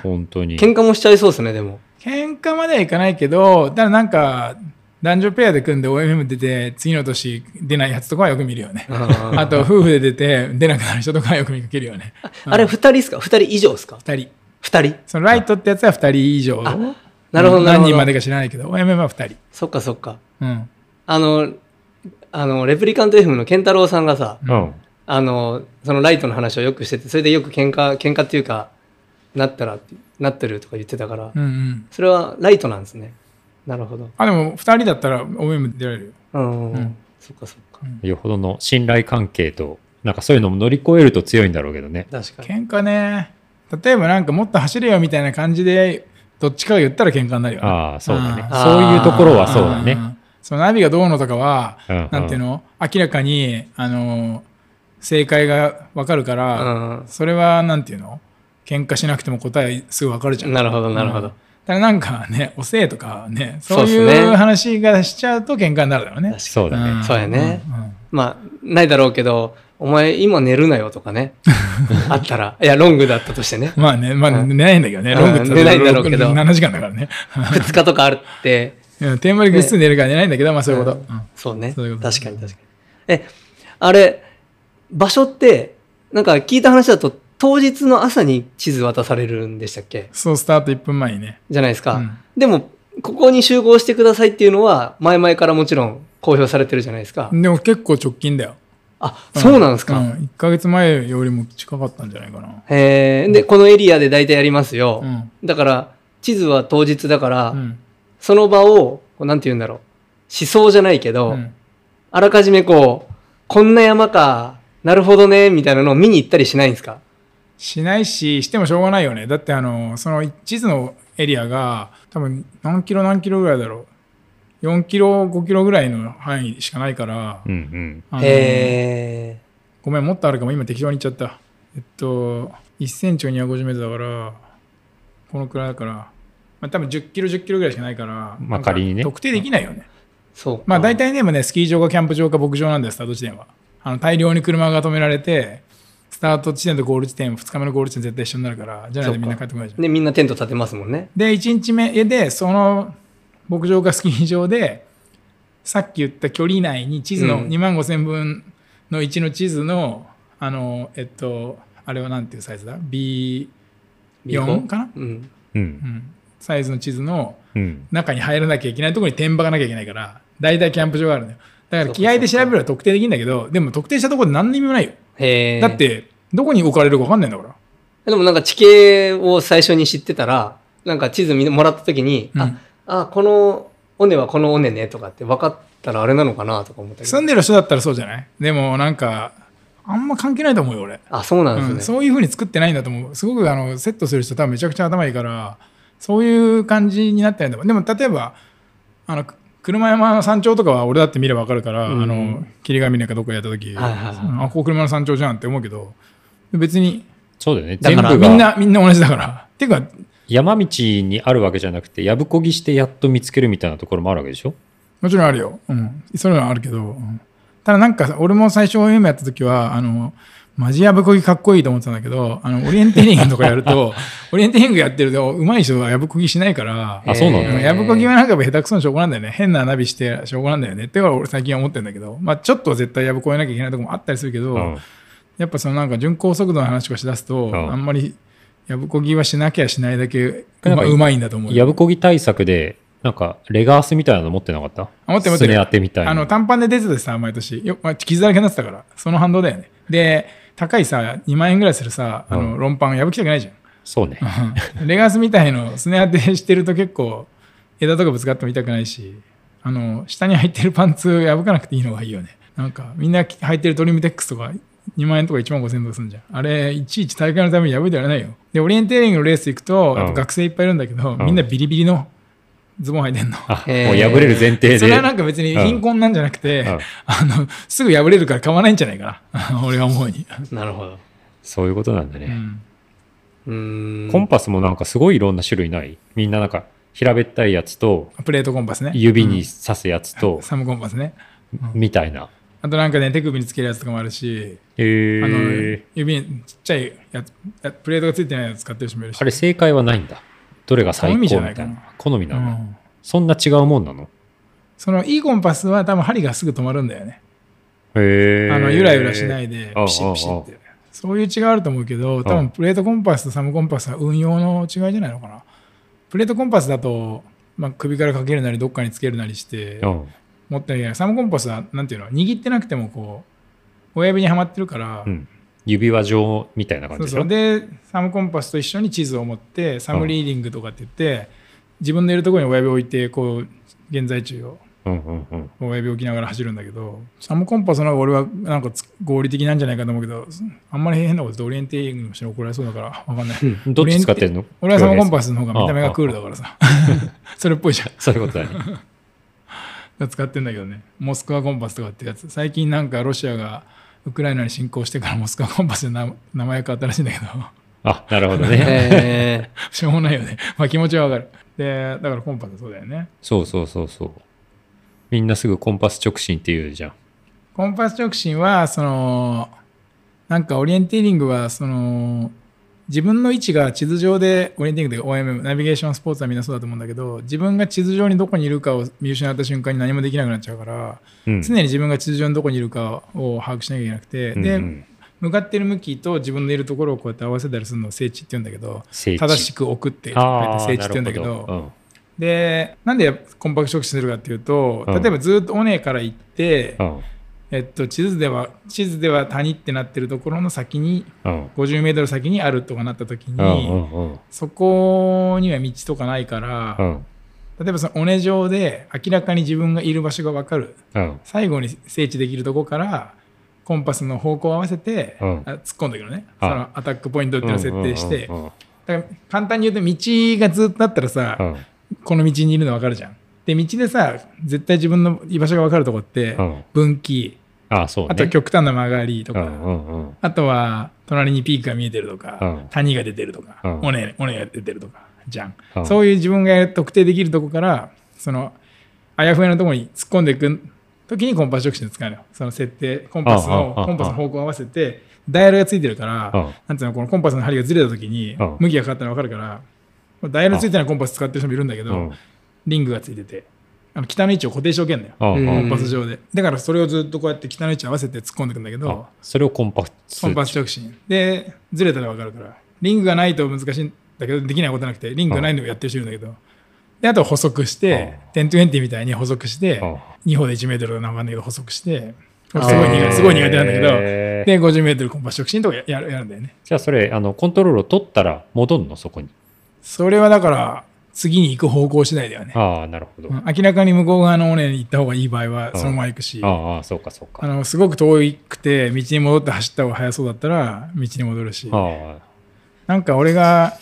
本当に。喧嘩もしちゃいそうですね、でも。喧嘩まではいかないけどただなんか男女ペアで組んで OMM 出て次の年出ないやつとかはよく見るよねああと夫婦で出て出なくなる人とかはよく見かけるよねあれ、二人ですか二人以上ですか2人二人そのライトってやつは2人以上あなるほど、なる何ほど。人までか知らないけど OMM は2人そっかそっか。うんあの、あの、レプリカント FM の健太郎さんがさ、うん、あの、そのライトの話をよくしてて、それでよく喧嘩、喧嘩っていうか、なったら、なってるとか言ってたからう、んうんそれはライトなんですね。なるほど。あでも2人だったら OMM 出られるようん。うんそっかそっか。よほどの信頼関係と、なんかそういうのも乗り越えると強いんだろうけどね。確かに。喧嘩ね例えばなんかもっと走れよみたいな感じでどっちかが言ったら喧嘩になるよねああ、そうだね。あそうーいうところはそうだね。んそのナビがどうのとかは、うんうんなんていうの明らかにあの正解が分かるから、うんそれはなんていうの喧嘩しなくても答えすぐ分かるじゃん。なるほど、なるほうんど。ただなんかね、おせえとかね、そうそっうすねいう話がしちゃうと喧嘩になるだろうね。確かそうだね。んそうやねうんうんまあ、ないだろうけど、お前今寝るなよとか ね。あったら。いや、ロングだったとしてね。まあね、まあうん寝ないんだけどね、うんロングって言ったら寝ないんだろうけどろく7時間だからね。 2日とかあるって。うんテンパりぐっすり寝るから寝ないんだけど、まあそういうこと。んうんそうね。そういうこと確かに確かに。え、あれ、場所って、なんか聞いた話だと、当日の朝に地図渡されるんでしたっけそう、スタート1分前にね。じゃないですか。うんでも、ここに集合してくださいっていうのは、前々からもちろん公表されてるじゃないですか。でも結構直近だよ。あ、そうなんですか。うん、1ヶ月前よりも近かったんじゃないかな。えー、で、このエリアで大体やりますよ。うんだから、地図は当日だから、うんその場を、こうなんて言うんだろう。思想じゃないけど、うんあらかじめこう、こんな山か、なるほどね、みたいなのを見に行ったりしないんですかしないし、してもしょうがないよね。だって、あの、その地図のエリアが、多分何キロ何キロぐらいだろう。4キロ、5キロぐらいの範囲しかないから、うんうん。あのへごめん、もっとあるかも。今適当に言っちゃった。えっと、1センチを250メートルだから、このくらいだから、まあ多分10キロ、10キロぐらいしかないから、まあ仮にねなんか特定できないよね。ーそうか。まあ大体でもね、スキー場かキャンプ場か牧場なんだよ、スタート地点は。あの大量に車が止められて、スタート地点とゴール地点、2日目のゴール地点絶対一緒になるから、じゃないとみんな帰ってこないじゃん。で、みんなテント立てますもんね。で、1日目で、その牧場かスキー場で、さっき言った距離内に地図うのん2万5千分の1の地図の、あの、えっと、あれはなんていうサイズだ ?B4 かな、うん。う。うんん、サイズの地図のうん。中に入らなきゃいけないところに点場がなきゃいけないから、大体キャンプ場があるのよ。だから気合で調べれば特定できるんだけど、でも特定したところで何にもないよ。へえ。だっ。て、どこに置かれるか分かんないんだから。でもなんか地形を最初に知ってたら、なんか地図見もらった時に、うんあ、あ、この尾根はこの尾根ねとかって分かったらあれなのかなとか思ったけど。住んでる人だったらそうじゃないでもなんか、あんま関係ないと思うよ、俺。あ、そうなんですね。うん、そういうふうに作ってないんだと思うすごくあのセットする人多分めちゃくちゃ頭いいからそういう感じになってるんだもんでも例えばあのく車山の山頂とかは俺だって見れば分かるから、うんあの霧ヶ峰かどっかやった時、はいはいはいうんあここ車の山頂じゃんって思うけど別にそうだよね。だ全から部みんがなみんな同じだからっていうか山道にあるわけじゃなくて、やぶこぎしてやっと見つけるみたいなところもあるわけでしょもちろんあるよ、うん、そういうのはあるけど、うんただなんか俺も最初 OM やった時はあのマジやぶこぎかっこいいと思ってたんだけどあのオリエンテリングとかやる とオリエンテリングやってると上手い人はやぶこぎしないからあそうなのへうんーやぶこぎはなんか下手くそな証拠なんだよね。変なナビして証拠なんだよね。ってのは俺最近は思ってるんだけど、まあちょっとは絶対やぶこえなきゃいけないとこもあったりするけど、うん。やっぱそのなんか巡航速度の話とかしだすと、んあんまりやぶこぎはしなきゃしないだけ、なんかまあうまいんだと思うよ。やぶこぎ対策で、なんか、レガースみたいなの持ってなかったあ持ってる持ってるすね当てみたいな。あの短パンで出てたしさ、毎年。よまあ、傷だらけになってたから、その反動だよね。で、高いさ、2万円ぐらいするさ、あうの、論パン破きたくないじゃん。そうね。うん レガースみたいのすね当てしてると結構枝とかぶつかっても痛くないしあの下に入ってるパンツ破かなくていいのがいいよねなんかみんな履いてるトリムテックスとか2万円とか1万5000円とかするんじゃんあれいちいち大会のために破いてられないよでオリエンテーリングのレース行くとうんやっぱ学生いっぱいいるんだけど、んみんなビリビリのズボン履いて んの。あ、えーもう破れる前提それはなで。んか別に貧困なんじゃなくて、うんうんあの、すぐ破れるから買わないんじゃないかな。 俺が思うに。なるほど。そういうことなんだうね。ん。うーん。コンパスもなんかすごいいろんな種類ない。みんななんか平べったいやつと、プレートコンパスね。指に刺すやつうとん、サムコンパスね。みたいな。あとなんかね、手首につけるやつとかもあるし、えあのー、指にちっちゃいやつ、やプレートがついてないやつ使ってる人もいるし。あれ正解はないんだ。どれが最高好みみじたゃいないかなな。好みなうの、んそんな違うもんなのそのいいコンパスは多分針がすぐ止まるんだよね。へえ。あのゆらゆらしないでああピシッピシッって。そういう違いあると思うけど、多分プレートコンパスとサムコンパスは運用の違いじゃないのかな。プレートコンパスだと、まあ、首からかけるなりどっかにつけるなりしてうん。持ってるけど、サムコンパスはなんていうの握ってなくてもこう親指にはまってるから、うん。指輪状みたいな感じそうでしょそうでサムコンパスと一緒に地図を持ってサムリーディングとかって言って自分のいるところに親指を置いてこう現在地をうんうんうん。親指置きながら走るんだけどサムコンパスの方が俺はなんかつ合理的なんじゃないかと思うけどあんまり変なこと言うとオリエンテーリングの人に怒られそうだから分かんないどっち使ってんの俺はサムコンパス。スの方が見た目がクールだからさ それっぽいじゃそういうことだね。ん使ってんだけどねモスクワコンパスとかってやつ最近なんかロシアがウクライナに侵攻してからモスクワコンパスで名名前変わったらしいんだけど あ、なるほどね。えーしょうもないよねまあ気持ちはわかるでだからコンパスそうだよねそうそうそうそう。みんなすぐコンパス直進って言うじゃん。コンパス直進は、その、なんかオリエンテーリングは、その、自分の位置が地図上で、オリエンテーリングで OMM、ナビゲーションスポーツはみんなそうだと思うんだけど、自分が地図上にどこにいるかを見失った瞬間に何もできなくなっちゃうから、うん。常に自分が地図上にどこにいるかを把握しなきゃいけなくて、うんうで、ん向かってる向きと自分のいるところをこうやって合わせたりするのを聖地って言うんだけど、正正しく置くって書いあてあ聖地って言うんだけなるどほ、どで、なんでコンパクト直進するかっていうと、うん例えばずっと尾根から行って、うん。えっと、地図では地図では谷ってなってるところの先にうん。うん50メートル先にあるとかなった時に、うんうんそこには道とかないかうら、ん例えばその尾根上で明らかに自分がいる場所が分かるうん最後に整地できるとこからコンパスの方向を合わせて、うんあ突っ込んだけどね、はいそのアタックポイントっていうのを設定して、うんうんだから簡単に言うと道がずっとあったらさ、うんうんこの道にいるの分かるじゃん。で道でさ絶対自分の居場所が分かるとこって、うん分岐ああ、そうね。あと極端な曲がりとうか、んうんうんあとは、隣にピークが見えてるとか、うん谷が出てるとか、うん尾根尾根が出てるとか、じゃん。うんそういう自分が特定できるとこから、その、あやふやなところに突っ込んでいく時にコンパス直進使うのよ。その設定、コンパスうんうんのうんうん、コンパスの方向を合わせて、ダイヤルがついてるから、うんなんていうの、このコンパスの針がずれた時にうん、向きが変わったの分かるから、ダイヤルついてないコンパス使ってる人もいるんだけど、うんリングがついてて、あの北の位置を固定しておけんのよ。うんうんコうンんパス上で。だからそれをずっとこうやって北の位置合わせて突っ込んでいくんだけど、あそれをコンパス。コンパス直進でずれたら分かるからリングがないと難しいんだけどできないことなくてリングがないのをやってる人いるんだけどであと補足して1020みたいに補足してうん2歩で1メートルの分かんないけど補足してすごい苦すごい苦手なんだけどへーで50メートルコンパス直進とかやるやるんだよねじゃあそれ、あの、コントロールを取ったら戻んのそこに。それはだから次に行く方向次第だよねああ、なるほど。うん明らかに向こう側の尾根に行った方がいい場合はうんそのまま行くしああああ、そうかそうあか。のすごく遠くて道に戻って走った方が速そうだったら道に戻るしあなんか俺が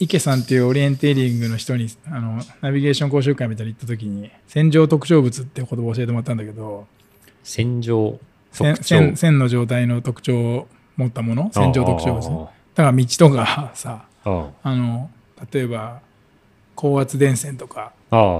池さんっていうオリエンテーリングの人にあのナビゲーション講習会みたいに行った時に線状特徴物っていう言葉を教えてもらったんだけど戦場線特徴線線の状態の特徴を持ったもの線状特徴物ねだから道とか さあああの例えば高圧電線とかああああああ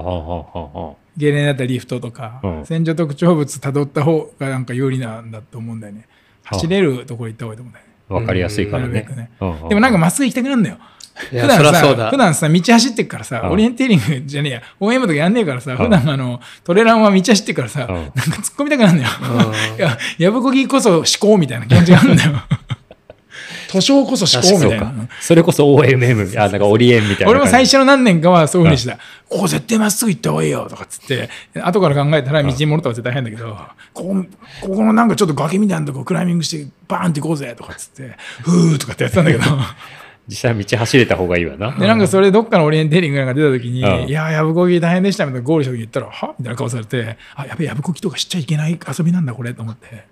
ああゲレンデだったらリフトとか、うん線状特徴物辿った方がなんか有利なんだと思うんだよね走れるところ行った方がいいと思うんだよねわかりやすいからなるねべくね。うでもなんかうまっすぐ行きたくなるんだよい 普や、段そりゃそうさだ普。段さ、道走ってっからさ、うんオリエンテーリングじゃねえや、OM とかやんねえからさ、うん普段あの、トレランは道走ってっからさ、うんなんか突っ込みたくなるんだよ。うんいや、やぶこぎこそ思考みたいな気持ちがある んだよ。図書こそ確思かそ考みうたいかな。。それこそ OMM、あ、なんかオリエンみたいな感じ。俺も最初の何年かはそういうふうにした。ここ絶対まっすぐ行った方がいいよとかっつって、後から考えたら道に戻ったら絶対変だけど、ここ、ここのなんかちょっと崖みたいなとこクライミングしてバーンって行こうぜとかっつって、ふーとかってやってたんだけど。実際道走れた方がいいわな。で、なんかそれどっかのオリエンテーリングなんか出た時に、うんいやー、やぶこぎ大変でしたみたいなゴールした時に言ったら、はみたいな顔されて、あ、やべえ、やぶこぎとかしちゃいけない遊びなんだ、これ、と思って。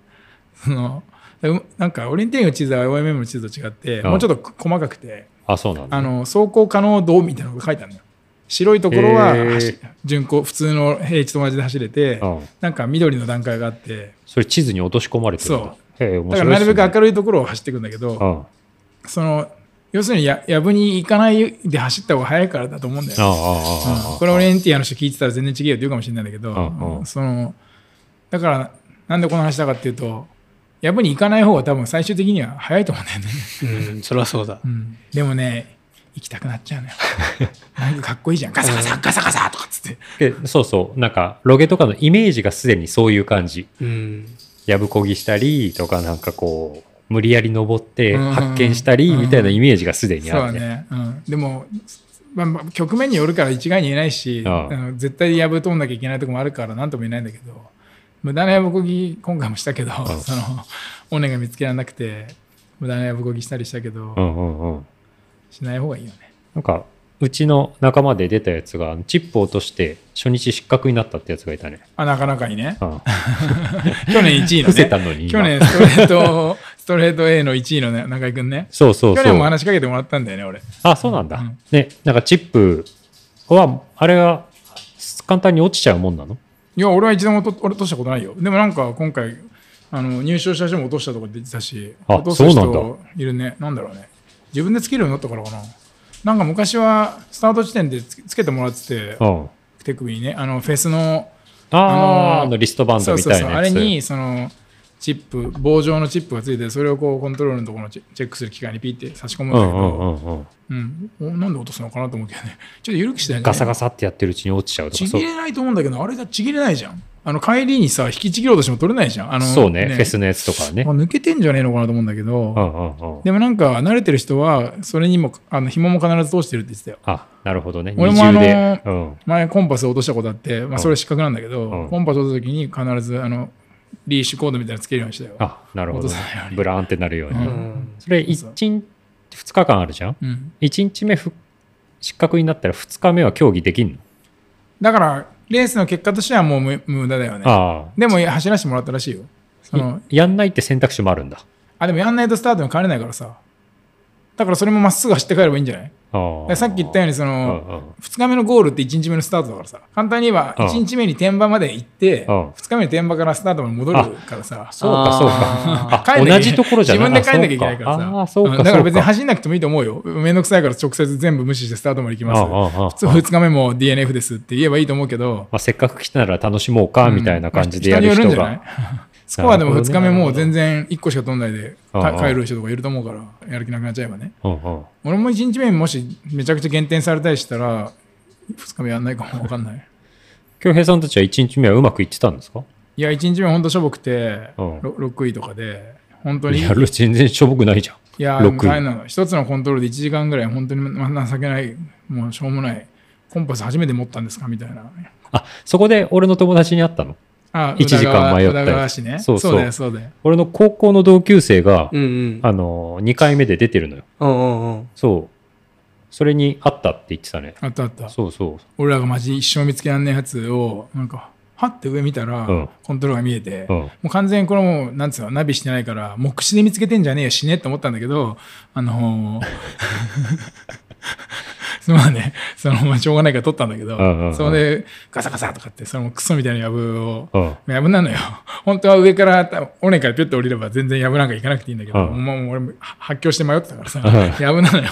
その、でうなんかオリエンテーリングの地図は OMM の地図と違って、うんもうちょっと細かくて、あ、そうなんだ。あの、走行可能度みたいなのが書いてあるのよ。白いところはへー走巡航普通の平地と同じで走れて、うんなんか緑の段階があってそれ地図に落とし込まれてるんだそうへえ面だか白いらなっすねるべく明るいところを走っていくんだけど、うんその要するにややぶに行かないで走った方が早いからだと思うんだよねああああああうんこれオレンティアの人聞いてたら全然違えよって言うかもしれないんだけど、うんうんそのだからなんでこの話したかっていうとやぶに行かない方が多分最終的には早いと思うんだよね、うん、そりゃそうだう。ん、でもね行きたくなっちゃう のよなんかかっこいいじゃんガサガサガサガサとかっつってでそうそうなんかロゲとかのイメージがすでにそういう感じうん。やぶこぎしたりとかなんかこう無理やり登ってうん発見したりみたいなイメージがすでにそうあだるね。ね、うん、でも、まあまあ、局面によるから一概に言えないしあああの絶対やぶ飛んなきゃいけないとこもあるから何とも言えないんだけど無駄なやぶこぎ今回もしたけどあその尾根が見つけられなくて無駄なやぶこぎしたりしたけど、うんうんうん。しない方がいいよねなんかうちの仲間で出たやつがチップ落として初日失格になったってやつがいたね。あなかなかいいねうん、 去年1位の伏せたねのに今去年ストレートストレート A の1位の、ね、中居君ねそうそう去そ年もう。話しかけてもらったんだよね俺あそうなんだ。うんねなんかチップはあれが簡単に落ちちゃうもんなのいや俺は一度も落と落としたことないよでもなんか今回あの入賞した人も落としたとか出てたしあ落とすそうなん人いるねなんだろうね自分でつけるようになったからかななんか昔はスタート地点でつつけてもらっててうん。手首にねあのフェスのああ、あのーあのリストバンそドうみそうたいそうなやつ。あれにそのチップ棒状のチップがついてそれをこうコントロールのところのチェチェックする機械にピッて差し込むんうだけんど、うんうんうん。うん、おなんで落とすのかなと思うけどね、ちょっと緩くしてないガサガサ。サってやってるうちに落ちちゃうとかちそうぎれないと思うんだけど、あれがちぎれないじゃん。あの帰りにさ、引きちぎろうとしても取れないじゃん。あのそうねフェスのやつとかはね。まあ抜けてんじゃねえのかなと思うんだけど、うんうんうん。でもなんか、慣れてる人は、それにも、あの紐も必ず通してるって言ってたよ。あなるほどね。俺二もあ重ので。うん前、コンパス落としたことあって、まあ、それは失格なんだけど、うんコンパス落とすときに必ず、あの、リーシュコードみたいなのつけるようにしたよ。あなるほどね落とさないよう。にブラーンってなるようううに。ん。それ1日、2日間あるじゃんうん、 ?1 日目ふ失格になったら2日目は競技できんのだから、レースの結果としてはもう無無駄だよね。あでも、走らせてもらったらしいよ。そのあ。いやんないって選択肢もあるんだ。あ、でもやんないとスタートに帰れないからさ。だからそれもまっすぐ走って帰ればいいんじゃないだあからさっき言ったように、そうんうの、ん2日目のゴールって1日目のスタートだからさ。簡単に言えば、うん1日目に天場まで行って、うん2日目に天場からスタートまで戻るからさ。そうかそうあか。帰あんな同きゃじところじゃない自分で帰んなきゃいけなあいからさ。あ、そうかそうんうだか。から別に走んなくてもいいと思うよ。めんどくさいから直接全部無視してスタートまで行きああまああああす。そう2日目も DNF ですって言えばいいと思うけど。まあ、せっかく来たなら楽しもうかみたいな感じでやるまあ人によが。んじゃない スコアでも2日目もう全然1個しか飛んないでああ帰る人とかいると思うからやる気なくなっちゃえばねうんうん俺も1日目にもしめちゃくちゃ減点されたりしたら2日目やんないかも分かんない京平さんたちは1日目はうまくいってたんですかいや1日目ほんとしょぼくてうんろ6位とかで本当にいや、全然しょぼくないじゃん。いや六位あれなの一つのコントロールで1時間ぐらい本当にま情けないもうしょうもないコンパス初めて持ったんですかみたいなあそこで俺の友達に会ったの。あ一時間迷ったり宇田川市ねそうそうだよそうだよ俺の高校の同級生が、うんうん。あの、2回目で出てるのよ。うんうんうん。そう。それに会ったって言ってたね。あったあったそうそう。俺らがマジ一生見つけらんねえやつをなんかはって上見たら、うんコントロールが見えて、うんもう完全にこれもうなんつうのナビしてないから目視で見つけてんじゃねえよ死ねって思ったんだけどあの ーそのまあねそのまあしょうがないから取ったんだけど、うんうんうんそれでガサガサとかってそのクソみたいなヤブを、うん。やぶなのよ。 本当は上から、尾根からピュッと降りれば全然やぶなんか行かなくていいんだけど、うんもうもう俺もは発狂して迷ってたからさう、やぶなのよ。で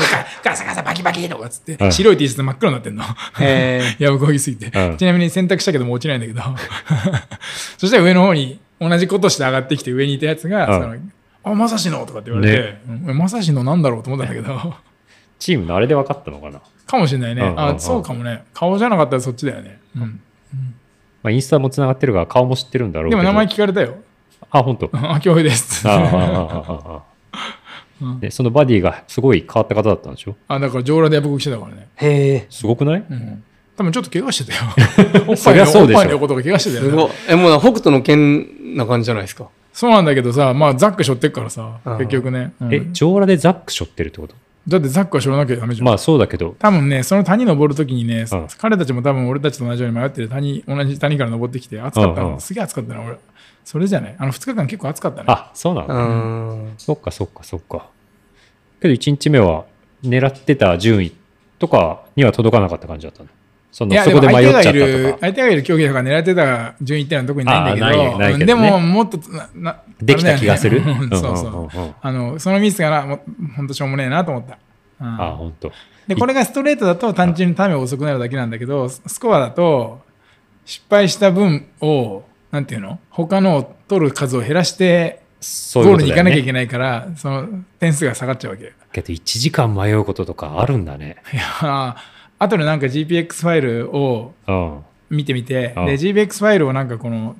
ガガサガサバキバキとかっつって、うん白い T シャツ真っ黒になってんの。へえ。 やぶこぎすぎて、うんちなみに洗濯したけどもう落ちないんだけど そしたら上の方に同じことして上がってきて上にいたやつが「うんそのあまさしの」とかって言われてね「うんまさしのなんだろう?」と思ったんだけ どチームのあれで分かったのかな。かもしれないね、うんうんうんあそうかもね顔じゃなかったらそっちだよね、うんまあ、インスタもつながってるから顔も知ってるんだろうけど。でも名前聞かれたよ あ、本当。 「あ恐怖です」ああ、あああああ、 うああ。んで、そのバディがすごい変わった方だったんでしょだから上裸でやぶこぎしてたからね、へえ。すごくないうん、多分ちょっと怪我してたよおっそぱいりのゃそうおっでしょぱいの横とか怪我してたすよ、ね、ごい。え、もう北斗の剣な感じじゃないですか。そうなんだけどさまあザック背負ってっからさうん結局ね、うんえ、上裸でザック背負ってるってことだってザックは背負わなきゃダメじゃんまあそうだけど、多分ね、その谷登るときにね、うん彼たちも多分俺たちと同じように迷ってる谷、同じ谷から登ってきて、暑かったの、うんうんすげえ暑かったな、俺。それじゃないあの2日間結構暑かったね。あ、そうなうのん。そっかそっかそっか。けど1日目は狙ってた順位とかには届かなかった感じだったのそいのや、そでもこで相迷手っちゃがいったとるか、相手がいる競技とか狙ってた順位ってのは特にないんだけあーないど、ないけどねうんでも、もっとな、なできた気がするあれだよねそううんうんうん。そううんあの、そのミスがな、もうほんとしょうもねえなと思った。うんあ本当で、これがストレートだと単純にタイムが遅くなるだけなんだけど、ススコアだと、失敗した分を、なんていうの他のを取る数を減らして、そういゴうーこルとだよに行かなきゃいねけないから、その点数が下がっちゃうわけ。 けど1時間迷うこととかあるんだねいやー後でなんか GPX ファイルをうん見てみて、でうん GPX ファイルをなんかこの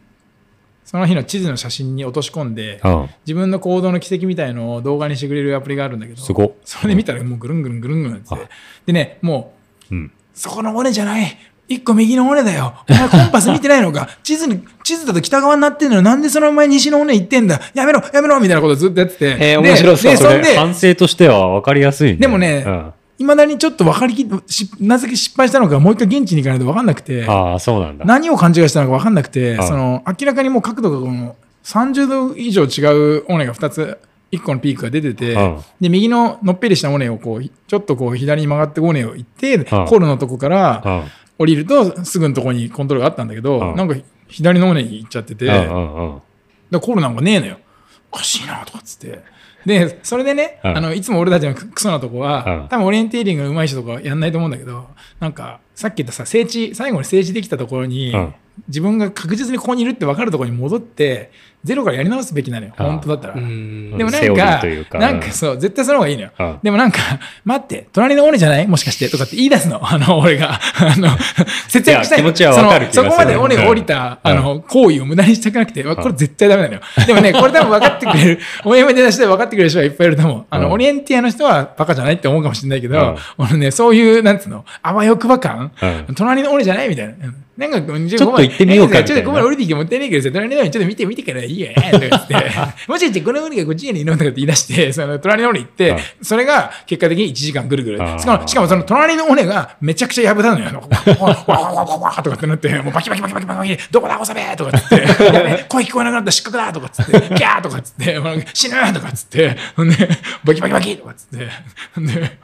その日の地図の写真に落とし込んでうん自分の行動の軌跡みたいのを動画にしてくれるアプリがあるんだけどすごっそれで見たらもうぐるんぐるんぐるんぐるんってはいでねもううんそこの尾根じゃない一個右の尾根だよお前コンパス見てないのか地図に地図だと北側になってんのよなんでその前西の尾根行ってんだやめろやめろみたいなことずっとやってて、えー面白そうでそそんれで反省としては分かりやすいねでもねうんいまだにちょっと分かりきしなぜ失敗したのかもう一回現地に行かないと分かんなくてああそうなんだ何を勘違いしたのか分かんなくてああその明らかにもう角度がこの30度以上違う尾根が2つ1個のピークが出ててああで右ののっぺりした尾根をこうちょっとこう左に曲がって尾根を行ってああコールのとこからうん降りるとすぐのとこにコントロールがあったんだあけあどなんか左の尾根に行っちゃってて。うんうんうんでコールなんかねえのよ。おかしいなとかっつって。で、それでね、うんあのいつも俺たちのククソなとこは、うん多分オリエンテーリングの上手い人とかはやんないと思うんだけど、なんかさっき言ったさ、整地、最後に整地できたところに、うん自分が確実にここにいるって分かるところに戻って、ゼロからやり直すべきなのよ、うん本当だったら。うんでもなセオんリーかというかなんかそう、絶対その方がいいのよ。うんでもなんか、待って、隣の俺じゃないもしかして、とかって言い出すの。あ の、俺が。あの、節約したいやい気持ちはわかる気がすそるのそこまで俺が降りた、うんあの、行為を無駄にしたくなくて、わこれ絶対ダメなのよ。でもね、これ多分分かってくれ る、お嫁で出して分かってくれる人はいっぱいいると思う。あうの、んオリエンティアの人はバカじゃないって思うかもしれないけうんど、俺ね、そういう、なんつうの、あわよくば感うん隣の俺じゃないみたいな。うんなんか、25ちょっと行ってみようかみたいなちょっとここまで降りてきてもったいないけどさ、隣の俺ちょっと見てみてからいいよね。とか言って、もしかしてこの俺がこっちにいるのとかって言い出して、その隣の俺行ってあ、それが結果的に1時間ぐるぐるあ。ーしかも、しかもその隣の俺がめちゃくちゃ破たのよ。わわわわわわとかってなって、もうバキバキバキバキバキ、どこだ、おさべとかっつって、やべ声聞こえなくなった、失格だとかっつって、ギャーとかっつって、もう死ぬとかっつって、ほんで、バキバキバキとかっつって、ほんで、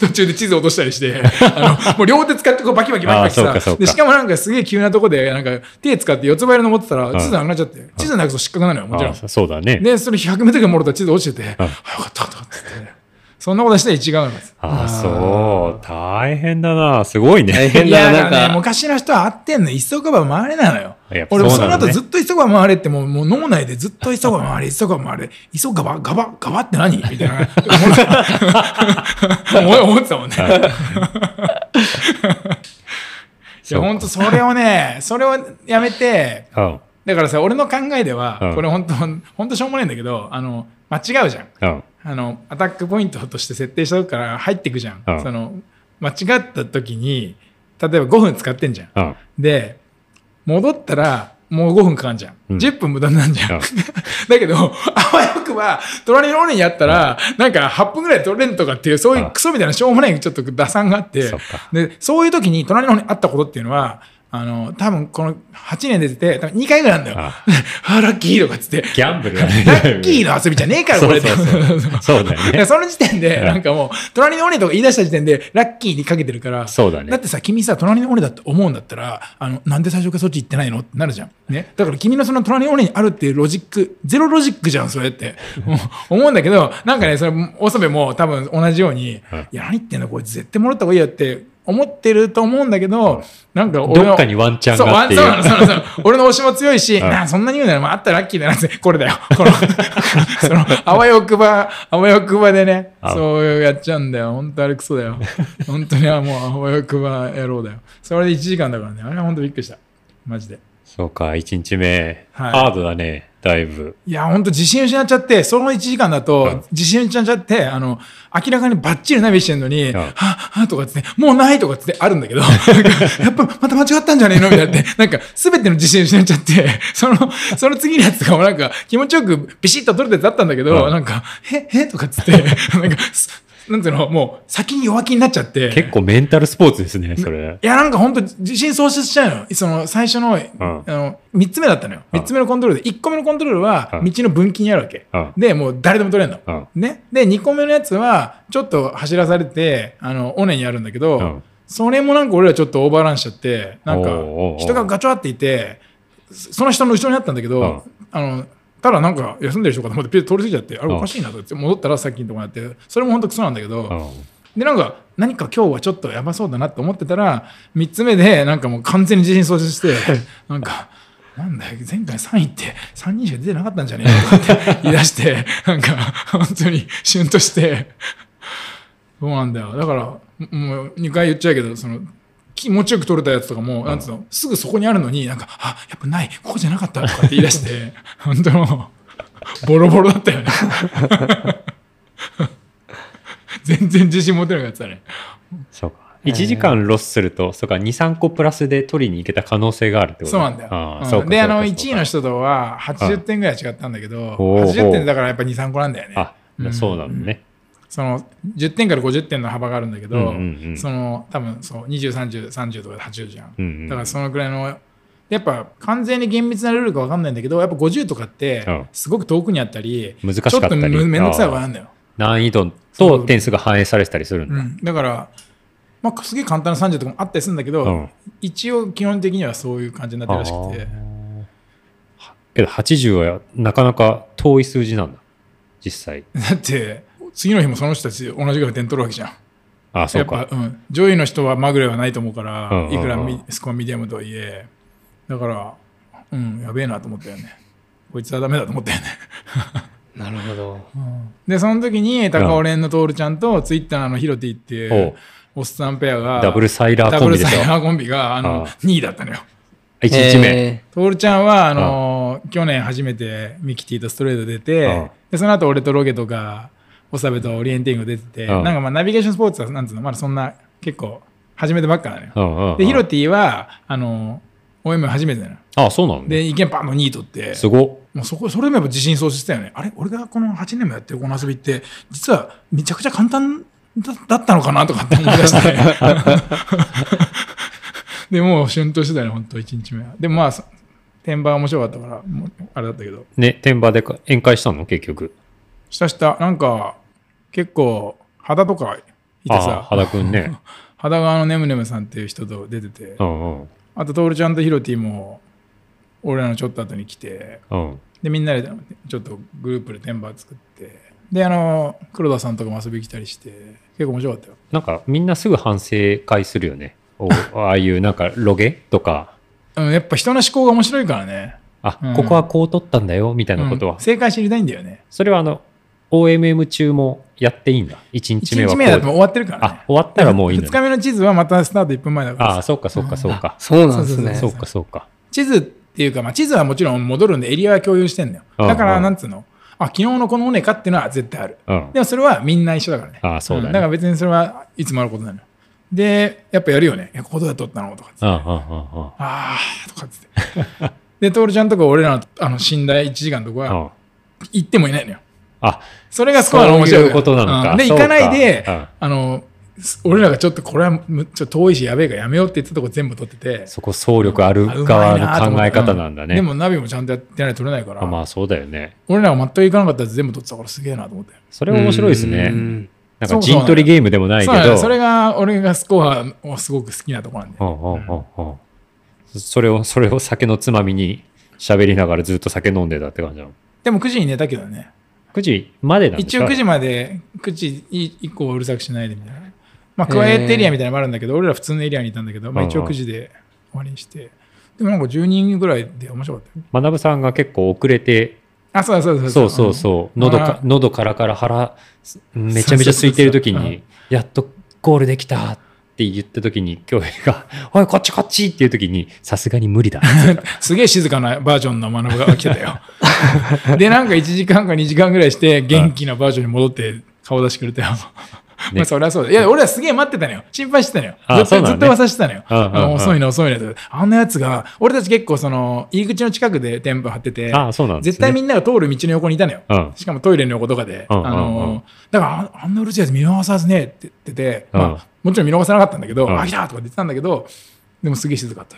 途中で地図落としたりして、あの、もう両手使ってこうバキバキバキバキあーそうかそうかさ、でしかもなんかすげえ急なとこで、なんか手使って四つ葉色の持ってたら、地図なくなっちゃって、地図なくと失格なのよ、もちろあん。そそうだねで、それ100メートルぐらいもろたら地図落ちてて、あ、よかった、よかった、って。そんなことして一眼です。ああそう大変だなすごいね大い変だなやだなんからね、か昔の人は合ってんの、急がば回れなのよやっ。ぱ俺もそうそなののね後ずっと急がば回れってもう、もう脳内でずっと急がば 回れ、急がば回れ、急がば、がば、がばって何みたいな。思い思ってたもんね。いや、本当それをね、それをやめて、うんだからさ、俺の考えでは、うんこれ本当、本当しょうもないんだけど、あの、間違うじゃん。うんあの、アタックポイントとして設定したとこから入っていくじゃん。うんその、間違った時に、例えば5分使ってんじゃん。うんで、戻ったら、もう5分かかんじゃん。うん10分無駄になるじゃん。うん だけど、あわよくば、隣の俺にやったら、なんか8分ぐらい取れんとかっていう、そういうクソみたいなしょうもないちょっと打算があって、そっかで、そういう時に隣の俺に会ったことっていうのは、あの、多分この8年出てて、多分2回ぐらいなんだよ。あ あラッキーとかっ つって、ギャンブルだねラッキーの遊びじゃねえから、これって。そうそう そうそうだよいねやその時点で、うんなんかもう、隣の俺とか言い出した時点で、ラッキーにかけてるから、そうだねだってさ、君さ、隣の俺だって思うんだったら、あの、なんで最初からそっち行ってないのってなるじゃん。ね。だから君のその隣の俺にあるっていうロジック、ゼロロジックじゃん、それって。 もう思うんだけど、なんかね、それ、おそべも多分同じように、うんいや、何言ってんのこれ絶対もらった方がいいよって思ってると思うんだけど、なんか俺の。どっかにワンチャンそうがっワてンいそううなのそうなのそうなの俺の推しも強いし、うんなあそんなに言うなら、まあ、あったらラッキーだなって、これだよ。この、 その、あわよくば、あわよくばでね、あそういうやっちゃうんだよ。本当あれクソだよ。本当にあもう、あわよくば野郎だよ。それで1時間だからね、あれは本当びっくりした。マジで。そうか1日目はいハードだねだいぶいや、本当自信失っちゃって、その1時間だうんと、自信失っちゃって、あの、明らかにバッチリナビしてんのに、んはっはっとかっつって、もうないとかっつってあるんだけど、なんかやっぱまた間違ったんじゃねえのみたいになって、なんか全ての自信失っちゃって、その、その次のやつとかもなんか気持ちよくビシッと取れたやつあったんだけど、うんなんか、へ、へとかっつって、なんか、す なんていうの、もう先に弱気になっちゃって。結構メンタルスポーツですね、それ。いや、なんか本当自信喪失しちゃうの。その、最初の、あの、三つ目だったのよ。うん三つ目のコントロールで、一個目のコントロールは、うん道の分岐にあるわけ。うんで、もう誰でも取れるうの。ん。ね。で、二個目のやつは、ちょっと走らされて、あの、尾根にあるんだけど、うんそれもなんか俺らちょっとオーバーランしちゃって、なんかおうおうおう、人がガチャっていて、そその人の後ろにあったんだけど、あの、ただなんか休んでる人かと思ってピュッと通り過ぎちゃって、あれうんおかしいなとか言って戻ったらさっきのとこにあって、それも本当クソなんだけど、うんでなんか何か今日はちょっとやばそうだなと思ってたら3つ目でなんかもう完全に自信喪失して なんか。なんだよ前回3位って3人しか出てなかったんじゃねえのとかって言い出して なんか本当にシュンとしてそうなんだよだからももう2回言っちゃうけどその気持ちよく取れたやつとかも、なんつうのすぐそこにあるのになんかあやっぱないここじゃなかったとかって言い出して 本当のボロボロだったよね全然自信持てなかったねそうか。1時間ロスすると、そうか、2、3個プラスで取りに行けた可能性があるってことそうなんだよ。あうあんそうかで、あそうかの、そうか1位の人とは80点ぐらい違ったんだけど、おー80点だからやっぱ2、3個なんだよね。あ、そうなのね。その、10点から50点の幅があるんだけうんうどんうん、その、多分そう、20、30、30とかで80じゃうんうんん。だからそのくらいの、やっぱ完全に厳密なルールか分かんないんだけど、やっぱ50とかっうんて、すごく遠くにあったり、難しかったりちょっとむめんどくさいことあるんだよ。難易度そとう点数が反映されてたりするんだ。うんだから、まあ、すげえ簡単な30とかもあったりするんだけど、うん一応基本的にはそういう感じになってるらしくて。けど80はなかなか遠い数字なんだ実際だって次の日もその人たち同じぐらい点取るわけじゃん。あそうやかっぱ、うん、上位の人はまぐれはないと思うから、うんうんうんいくらミスコアミディアムとはいえだから、うん、やべえなと思ったよね。こいつはダメだと思ったよね。 なるほど。でその時に高尾蓮の徹ちゃんとツイッターのヒロティっていおううおっさんペアがダブルサイラーダコブンルビでサしイょラーコンビがあのああ2位だったのよ。 1日目え徹ちゃんはあの去年初めてミキティとストレート出うんてでその後俺とロケとかオサベとオリエンティング出ててうなんんかまあナビゲーションスポーツはなんつうのまだそんな結構始めてばっかなのようんうんうんでヒロティはあの OM 初めてなのあそうなのねで意見パンの2位取ってすごもうそこそれでもやっぱ自信喪失したよねあれ俺がこの8年もやってるこの遊びって実はめちゃくちゃ簡単だだったのかなとかって思い出して でもう旬としてたよね本当1日目はでもまあそ天板面白かったからもうあれだったけどね天場でか宴会したの結局したしたなんか結構肌とかいてあさ羽田くん ね肌側のネムネムさんっていう人と出ててうんうんあと徹ちゃんとヒロティも俺らのちょっと後に来てうんでみんなでちょっとグループでテンバー作ってであの黒田さんとかも遊びに来たりして結構面白かったよなんかみんなすぐ反省会するよねおああいうなんかロゲとかうんやっぱ人の思考が面白いからねあ、うんここはこう取ったんだよみたいなことは、うん正解知りたいんだよねそれはあの OMM 中もやっていいんだ1日目は1こ日う目だともう終わってるからねあ終わったらもういいん2だ、日ね、目の地図はまたスタート1分前だからあそうかそうかそうかあそうなんですあね。そうかそうか。地図っていうか、まあ、地図はもちろん戻るんでエリアは共有してんのようんだかうらんなんつうのあ昨日のこの尾根かっていうのは絶対あるうんで。もそれはみんな一緒だからねあそうだねんだから別にそれはいつもあることなのよでやっぱやるよねいやここどうやって撮ったのとかっつってうんうんうんうんあーとかっつって で徹ちゃんとか俺らのあの寝台1時間とかうはん行ってもいないのよあ、それがスコアの面白いそういうことなのかうんでそ行うかかないで、うんあのす俺らがちょっとこれはむちょっと遠いしやべえからやめようって言ったとこ全部取っててそこ総力あるあうま側いなとの思考っえて方なんだうね。でもナビもちゃんとやってないと取れないから、あまあそうだよね。俺らが全く行かなかったやつ全部取ってたからすげえなと思ってそれ面白いですうね。んなんか陣取りゲームでもないけそうなんだよど。それが俺がスコアをすごく好きなとこなんでうんうんうんうんそれを、それを酒のつまみに喋りながらずっと酒飲んでたって感じなの。でも9時に寝たけどね9時までなんです一か応9時まで9時以降はうるさくしないでみたいな。まあ、クワイエットエリアみたいなのもあるんだけど、俺ら普通のエリアにいたんだけど、まあ、一うん応うん9時で終わりにして。でもなんか10人ぐらいで面白かったよ。学さんが結構遅れて、あ、そうだそうだそうそそううだそう、喉かあ、ー喉からから腹、めちゃめちゃ空いてる時そうそうそうに、やっとゴールできたって言った時に、京平が、 おい、こっちこっちっていう時に、さすがに無理だ。すげえ静かなバージョンの学ぶが来て たよ。で、なんか1時間か2時間ぐらいして、元気なバージョンに戻って顔出してくれたよ。ね まあそりゃそうだ。いや、俺はすげえ待ってたのよ。心配してたのよ。あずっそうとなのずねっと噂してたのよ。うんうんうんあの遅いな、遅いなって。あんなやつが、俺たち結構その、入り口の近くで店舗張ってて、ああ、そうなんです、ね。絶対みんなが通る道の横にいたのよ。うんしかもトイレの横とかで。うんうんうんあのだからあ、あんなうるせえやつ見逃さずねえって言ってて、うんまあ、もちろん見逃さなかったんだけど、うんあ、来たとか出てたんだけど、でもすげえ静かだった。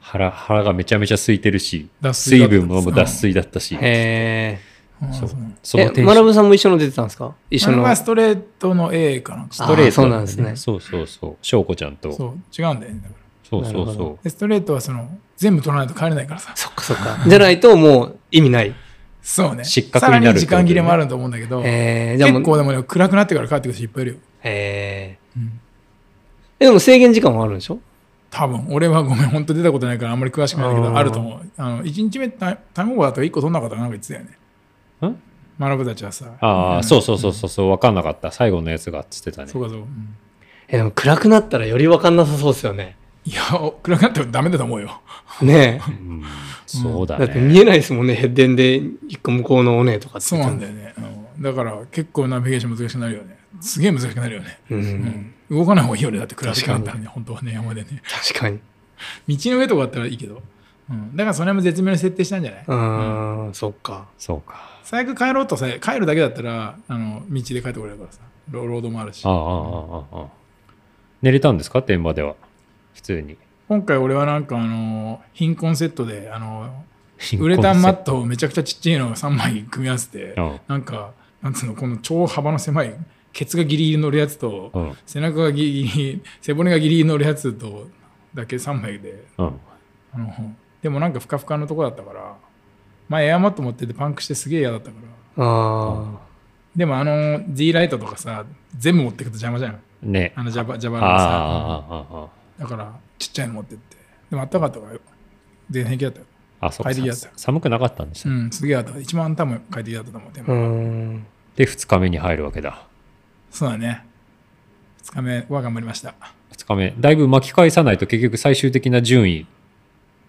腹、腹がめちゃめちゃ空いてるし、脱水だ水った分も脱水だったし、へうんそうそうそのえ。え、テンシマラョン。ブさんも一緒の出てたんですか一緒あれの。はストレートの A かなんか。ストレートあそうなんですねそうそうそう。翔子ちゃんと。そう、違うんだよね。だからそうそなるうほそどでストレートはその、全部取らないと帰れないからさ。 そっかそっか。じゃないともう意味ない。そうね。失格になるさらに時間切れもあると思うんだけど、えー、じゃあも結う。構でもね、暗くなってから帰ってくる人いっぱいいるよ。えーうんえ、でも制限時間はあるんでしょ多分俺はごめん、本当出たことないからあんまり詳しくないんだけあど、ーあると思う。あの1日目、た卵だと1個取んなかったかなんか言ってたよね。う。ん学ぶたちはさ。あうあ、んそうそうそうそうそう、分かんなかった。最後のやつがっつってたねそ。うかそうか。うんえ、でも暗くなったらより分かんなさそうですよね。いや、暗くなってもダメだと思うよ。ねうえ。んそうだだってね。見えないですもんね、ヘッデンで一個向こうのおねとかってそう言っなてんだよね。うんだから結構ナビゲーション難しくなるよね。すげえ難しくなるよね。うんうん動かない方がいいよね。だって暗くなったらね、本当はね、山でね。確かに。道の上とかだったらいいけど。うんだからその辺も絶妙に設定したんじゃないうーん、そっか。そうか。最悪帰ろうとさ帰るだけだったらあの道で帰ってこれるからさロロードもあるしああ、ああ、ああああ。寝れたんですか天場では。普通 に。今回俺はなんかあの貧困セットであのウレタンマットをめちゃくちゃちっちゃいのを3枚組み合わせてうんなんかなんつうのこの超幅の狭いケツがギリギリ乗るやつと、うん背中がギリギリ背骨がギリギリ乗るやつとだけ3枚でうん。あのでもなんかふかふかのとこだったから前エアマット持っててパンクしてすげえ嫌だったからあでもあの D ライトとかさ全部持ってくと邪魔じゃんね。あの Java, Java あのあ、あさ、あ、ああ。だからちっちゃいの持ってって。でもあったかったからよ。全然平気だったよ。あ、そうか快適だった。寒くなかったんですうね。ん、すげえあった。一番多分快適だったと思う。であ。うも、ーん。で、2日目に入るわけだ。そうだね。2日目は頑張りました。 2日目。だいぶ巻き返さないと結局最終的な順位。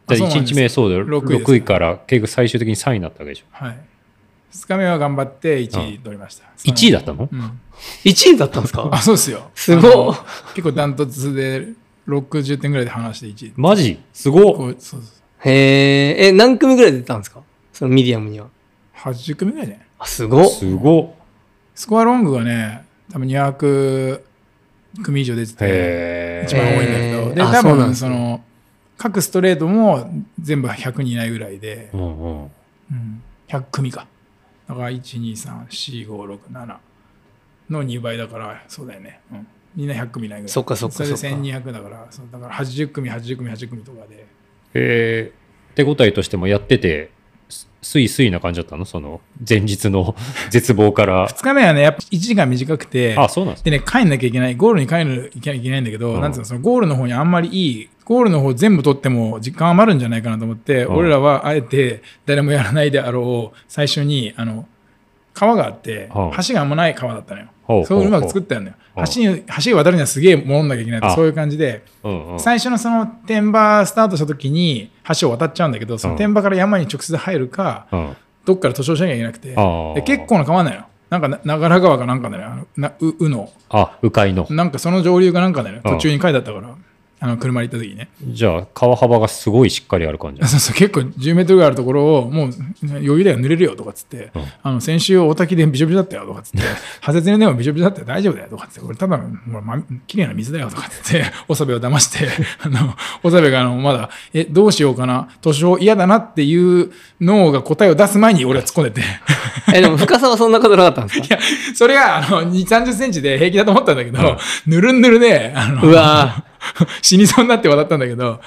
あだそうなん1です日目そうだよ。六位です6位から結局最終的に3位になったわけでしょ。はい。2日目は頑張って1位取りました。その1位だったのうん。 1位だったんですかあ、そうですよ。すごっあの結構ダントツで60点ぐらいで話して1位。マジすこごっうそうそうへえ、え、何組ぐらい出てたんですかそのミディアムには。 80組ぐらいじゃないあ、すごっすごっスコアロングはね、多分200組以上出てて。へ一え。番多いんだけへど、ーであそ多うなん分ですそねの各ストレートも全部100人いないぐらいでう、んうん。うん、100組かだから123456の2倍だからそうだよね、うん、みんな100組いないぐらいそっかそっかそれでそっか1200だからそうだから80組80組80組とかでえー、手応えとしてもやってて、すすいすいな感じだったのその前日の 絶望から。 2日目はねやっぱ1時間短くてあ、そうなんですね。でね帰んなきゃいけないゴールに帰るいけないいけないんだけど、うんなんつうのそのゴールの方にあんまりいいゴールの方全部取っても時間余るんじゃないかなと思って、うん俺らはあえて誰もやらないであろう最初にあの川があって、うん橋があんまない川だったのよ、ほうそれをうまく作ったのよ、うん橋に橋を渡るにはすげえ戻んなきゃいけないとあそういう感じで、うんうん。最初のその天場スタートした時に橋を渡っちゃうんだけどその天場から山に直接入るか、うんどっから図書しなきゃいけなくてあーで結構な川なのよなんかな長良川かなんかなのよあのなううのあ、迂回の。なんかその上流がなんかだよね、うん途中に書いてあったから、あの車で行った時にね。じゃあ、川幅がすごいしっかりある感じ。そうそう結構10メートルぐらいあるところを、もう余裕だよ、濡れるよとかっつって、うんあの先週、大滝でびしょびしょだったよとかっつって、 ハゼツネでもびしょびしょだったよ、大丈夫だよとかっつって、これただの、ほらま、綺麗な水だよとかっつって、 おさべを騙して、 あのおさべがあのまだ、え、どうしようかな、年を嫌だなっていう脳が答えを出す前に俺は突っ込んでて。 え、でも深さはそんなことなかったんですかそれが、あの、2、30センチで平気だと思ったんだけど、ぬるんぬるで、あの、う わ死にそうになって渡ったんだけど、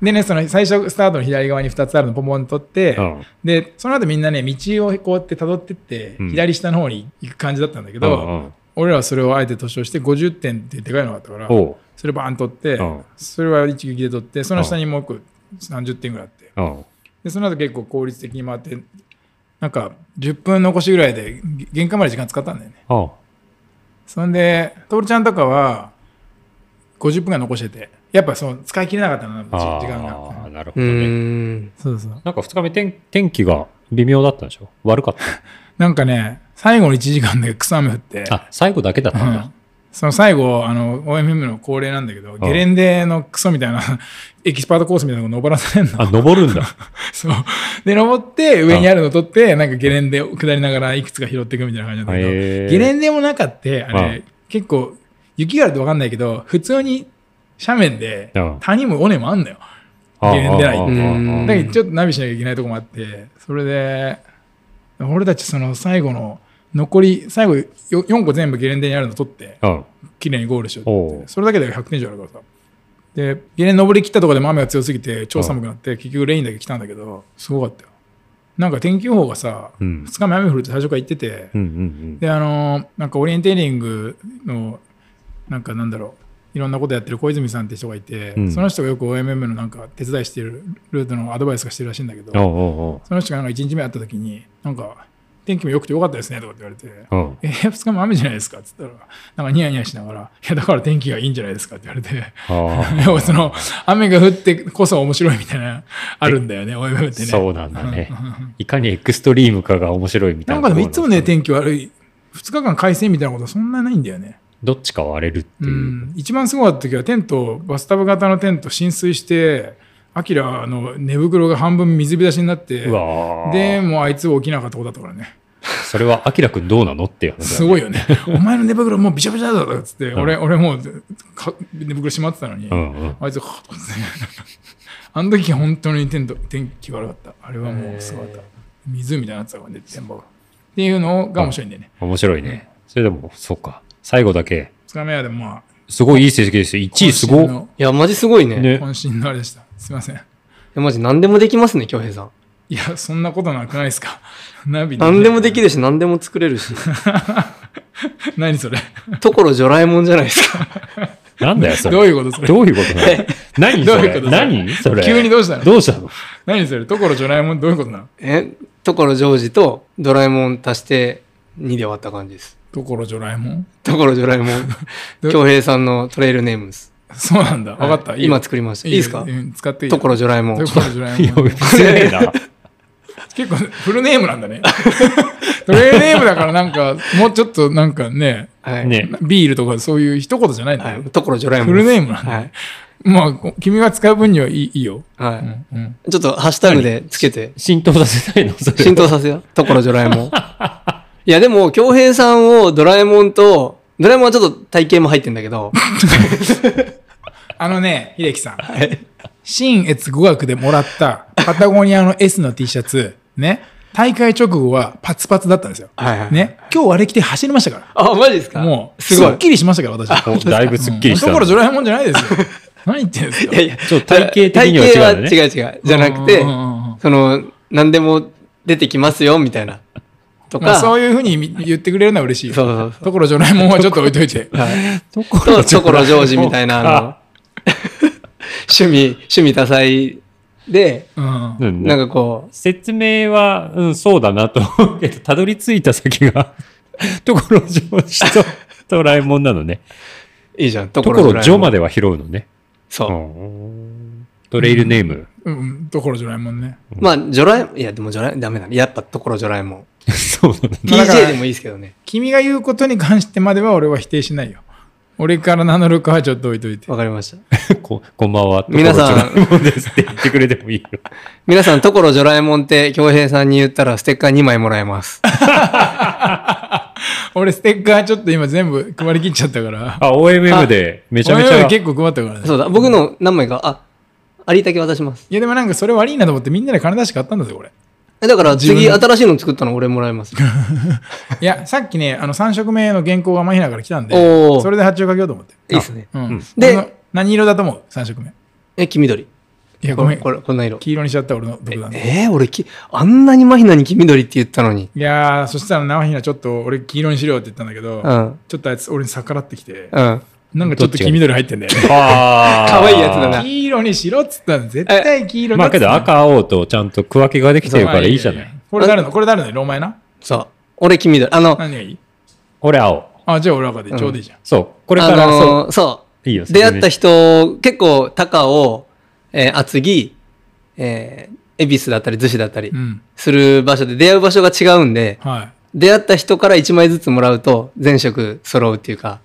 でね、その最初、スタートの左側に2つあるのポンポン取って、うんで、その後みんなね、道をこうやって辿ってって、うん左下の方に行く感じだったんだけうど、んうん。俺らはそれをあえて図書して50点ってでかいのがあったから、おう。それバーン取って、うんそれは一撃で取って、その下にもう一個30点ぐらいあって、うん。でその後結構効率的に回って、なんか10分残しぐらいで限界まで時間使ったんだよね。あそんで、徹ちゃんとかは、50分が残してて、やっぱその使い切れなかったの、時あ間ーが。なるほうどね。ーん。そうそう。なんか2日目天、天気が微妙だったんでしょ悪かった。なんかね、最後の1時間だけ草雨降って、 あ、最後だけだっうたんだん。その最後、あの、OMM の恒例なんだけど、ゲレンデのクソみたいな、エキスパートコースみたいなのが登らされるの。あ、登るんだ。そう。で、登って、上にあるの取って、なんかゲレンデを下りながらいくつか拾っていくみたいな感じなんだけど、へーゲレンデも中って、あうんれ、結構、雪があると分かんないけど、普通に斜面でうん、谷も尾根もあんだよ。 ゲレンデないうんうんだけど、ちょっとナビしなきゃいけないとこもあって、それで、俺たちその最後の、残り、最後4個全部ゲレンデにあるの取って、うん。綺麗にゴールしようと思っおうて、それだけで100点以上あるからさ。で、ゲレン登り切ったところでも雨が強すぎて、超寒くなって、結局レインだけ来たんだけど、すごかったよ。なんか天気予報がさ、う2ん日目雨降るって最初から言っててう、んで、あのーなんかオリエンテーリングの、なんかなんだろう、いろんなことやってる小泉さんって人がいて、うんその人がよく OMM のなんか手伝いしてるルートのアドバイスがしてるらしいんだけどうん。お、うおうその人がなんか1日目会った時に、なんか、天気も良くて良かったですねとかって言われて、おう。うん。えー、2日も雨じゃないですかって言ったら、なんかニヤニヤしながら、いや、だから天気がいいんじゃないですかって言 われて、あでもその、雨が降ってこそ面白いみたいな、あるんだよね、OMM っあ、てね。そうなんだねうんうんうん。いかにエクストリームかが面白いみたいなな。んかでもいつもね、、天気悪い、2日間快晴みたいなことそんなないんだよね。どっちか割れるってういう。ん、一番すごかった時はテントバスタブ型のテント浸水してアキラの寝袋が半分水浸しになってうわーでもうあいつ起きなかったことだったからねそれは、あきらくんどうなのっていう話すだね。ごいよねお前の寝袋もうびしゃびしゃだぞっつって、ん俺俺もうか寝袋しまってたのに、うんうん。あいつがはっと思ってあの時本当にテント天気悪かったあれはもうすごかった湖みたいになってたからね天場がっていうのが面白いんだよね、面白いね。それでも、そうか。最後だけ、 2日目はでもまあすごいいい成績ですよ。1位すご渾い身。のいや、マジすごいね。ね渾身のあれでしたすいませんいやマジ何でもできますね、京平さん。いや、そんなことなくないですか。 ナビ何でもでる。きるし、何でも作れる し。何それ。ところジョラえもんじゃないですか。なんだよ、そどうれ。いうことそれ。どういうことなの何そどういうれことそれ何それ急にどうしたのどうした の何それ。ところジョラえもんどういうことなのえところジョージとドラえもん足して2で割った感じです。ところジョラえもんところジョラえもん。 ど京平さんのトレイルネームです。そうなんだ。わかった。はいいいよ今作りました。いいですかうん使っていいよ。ところジョラえもん。ところジョラいえや、もん。別にねえな。結構、フルネームなんだね。トレーネームだからなんか、もうちょっとなんかね、はい。ねビールとかそういう一言じゃないんだはよい。。ところジョラえもん。フルネームなんだ。はい。まあ、こ君が使う分にはいいいいよ。はうい。んうんちょっとハッシュタグでつけて、浸透させたいのそ れ。浸透させよう。ところジョラえ もん。いや、でも、京平さんをドラえもんと、ドラえもんはちょっと体型も入ってんだけど、あのね、秀樹さん。新越語学でもらったパタゴニアの S の T シャツ、ね。大会直後はパツパツだったんですよ。はいはいね。今日あれ着て走りましたか。あ、マジですからもう、すすごいっ。きりしましたから、私。おだいぶすっきりしたうんの。ところジョラえもんじゃないですよ。何言ってんですかいやいや、ちょっと体型的には違うんだね体型は違う違う。じゃなくてうんうんうんうん、その、何でも出てきますよ、みたいな。とまあ、か、そういうふうにみ言ってくれるのは嬉しいよ。そうそうそうところジョラえもんはちょっと置いといて。はいとこと、ところジョージみたいな、あの、趣味、趣味多彩で、うんう。んなんかこう、説明は、うん、そうだなと思うけど、たどり着いた先が、 ところジョージとドラえもんなのね。いいじゃん、 ととこころろジョまで。では拾うのね。うそんトレイルネー ム。うんうん。ところジョラえもんね。う。まあ、ジョラえ、いや、でもジョラえ、ダメだね。やっぱところジョラえもん。そうなのね。まあだから PJ でもいいですけどね。君が言うことに関してまでは俺は否定しないよ。俺から名乗るかはちょっと置いといて。わかりました。ここんばんは。皆さんところジョラえもんですって言ってくれてもいいよ。 皆さん、ところジョラえもんって、京平さんに言ったらステッカー2枚もらえ ます。俺ステッカーちょっと今全部配り切っちゃったから。あ、OMM でめちゃめち俺ゃは。結構配ったからね。そうだ、僕の何枚か、あ、ありだけ渡します。いやでもなんかそれ悪いなと思ってみんなで金出して買ったんですよ、これ。えだから自次、分新しいの作ったの俺もらえ ます。いや、さっきね、あの3色目の原稿がマヒナから来たんでおー、それで発注かけようと思って。いいっすね。うん。であの、何色だと思う ?3 色目。え、黄緑。いや、こごめれ、ん。これ、こんな色。黄色にしちゃった俺の独断で。えー、俺き、あんなにマヒナに黄緑って言ったのに。いやー、そしたら生ひなちょっと俺黄色にしろよって言ったんだけど、うんちょっとあいつ俺に逆らってきて、うん。なんかちょっと黄緑入ってんだよね。あー可愛いやつだな黄色にしろっつったの絶対黄色まだあっつけったどの赤青とちゃんと区分けができてるからいいじゃなまあい。これ誰のこれ誰のローマやなそう。俺黄緑。あの、何がいい俺青。あ、じゃあ俺赤でちょうどいいじゃん。そう。これかあら、のそ。ーそういいよ。う。出会った人。人、結構、高尾、えー厚木、えー恵比寿だったり、逗子だったりう、ん。する場所で出会う場所が違うんで、はい。出会った人から1枚ずつもらうと全色揃うっていうか、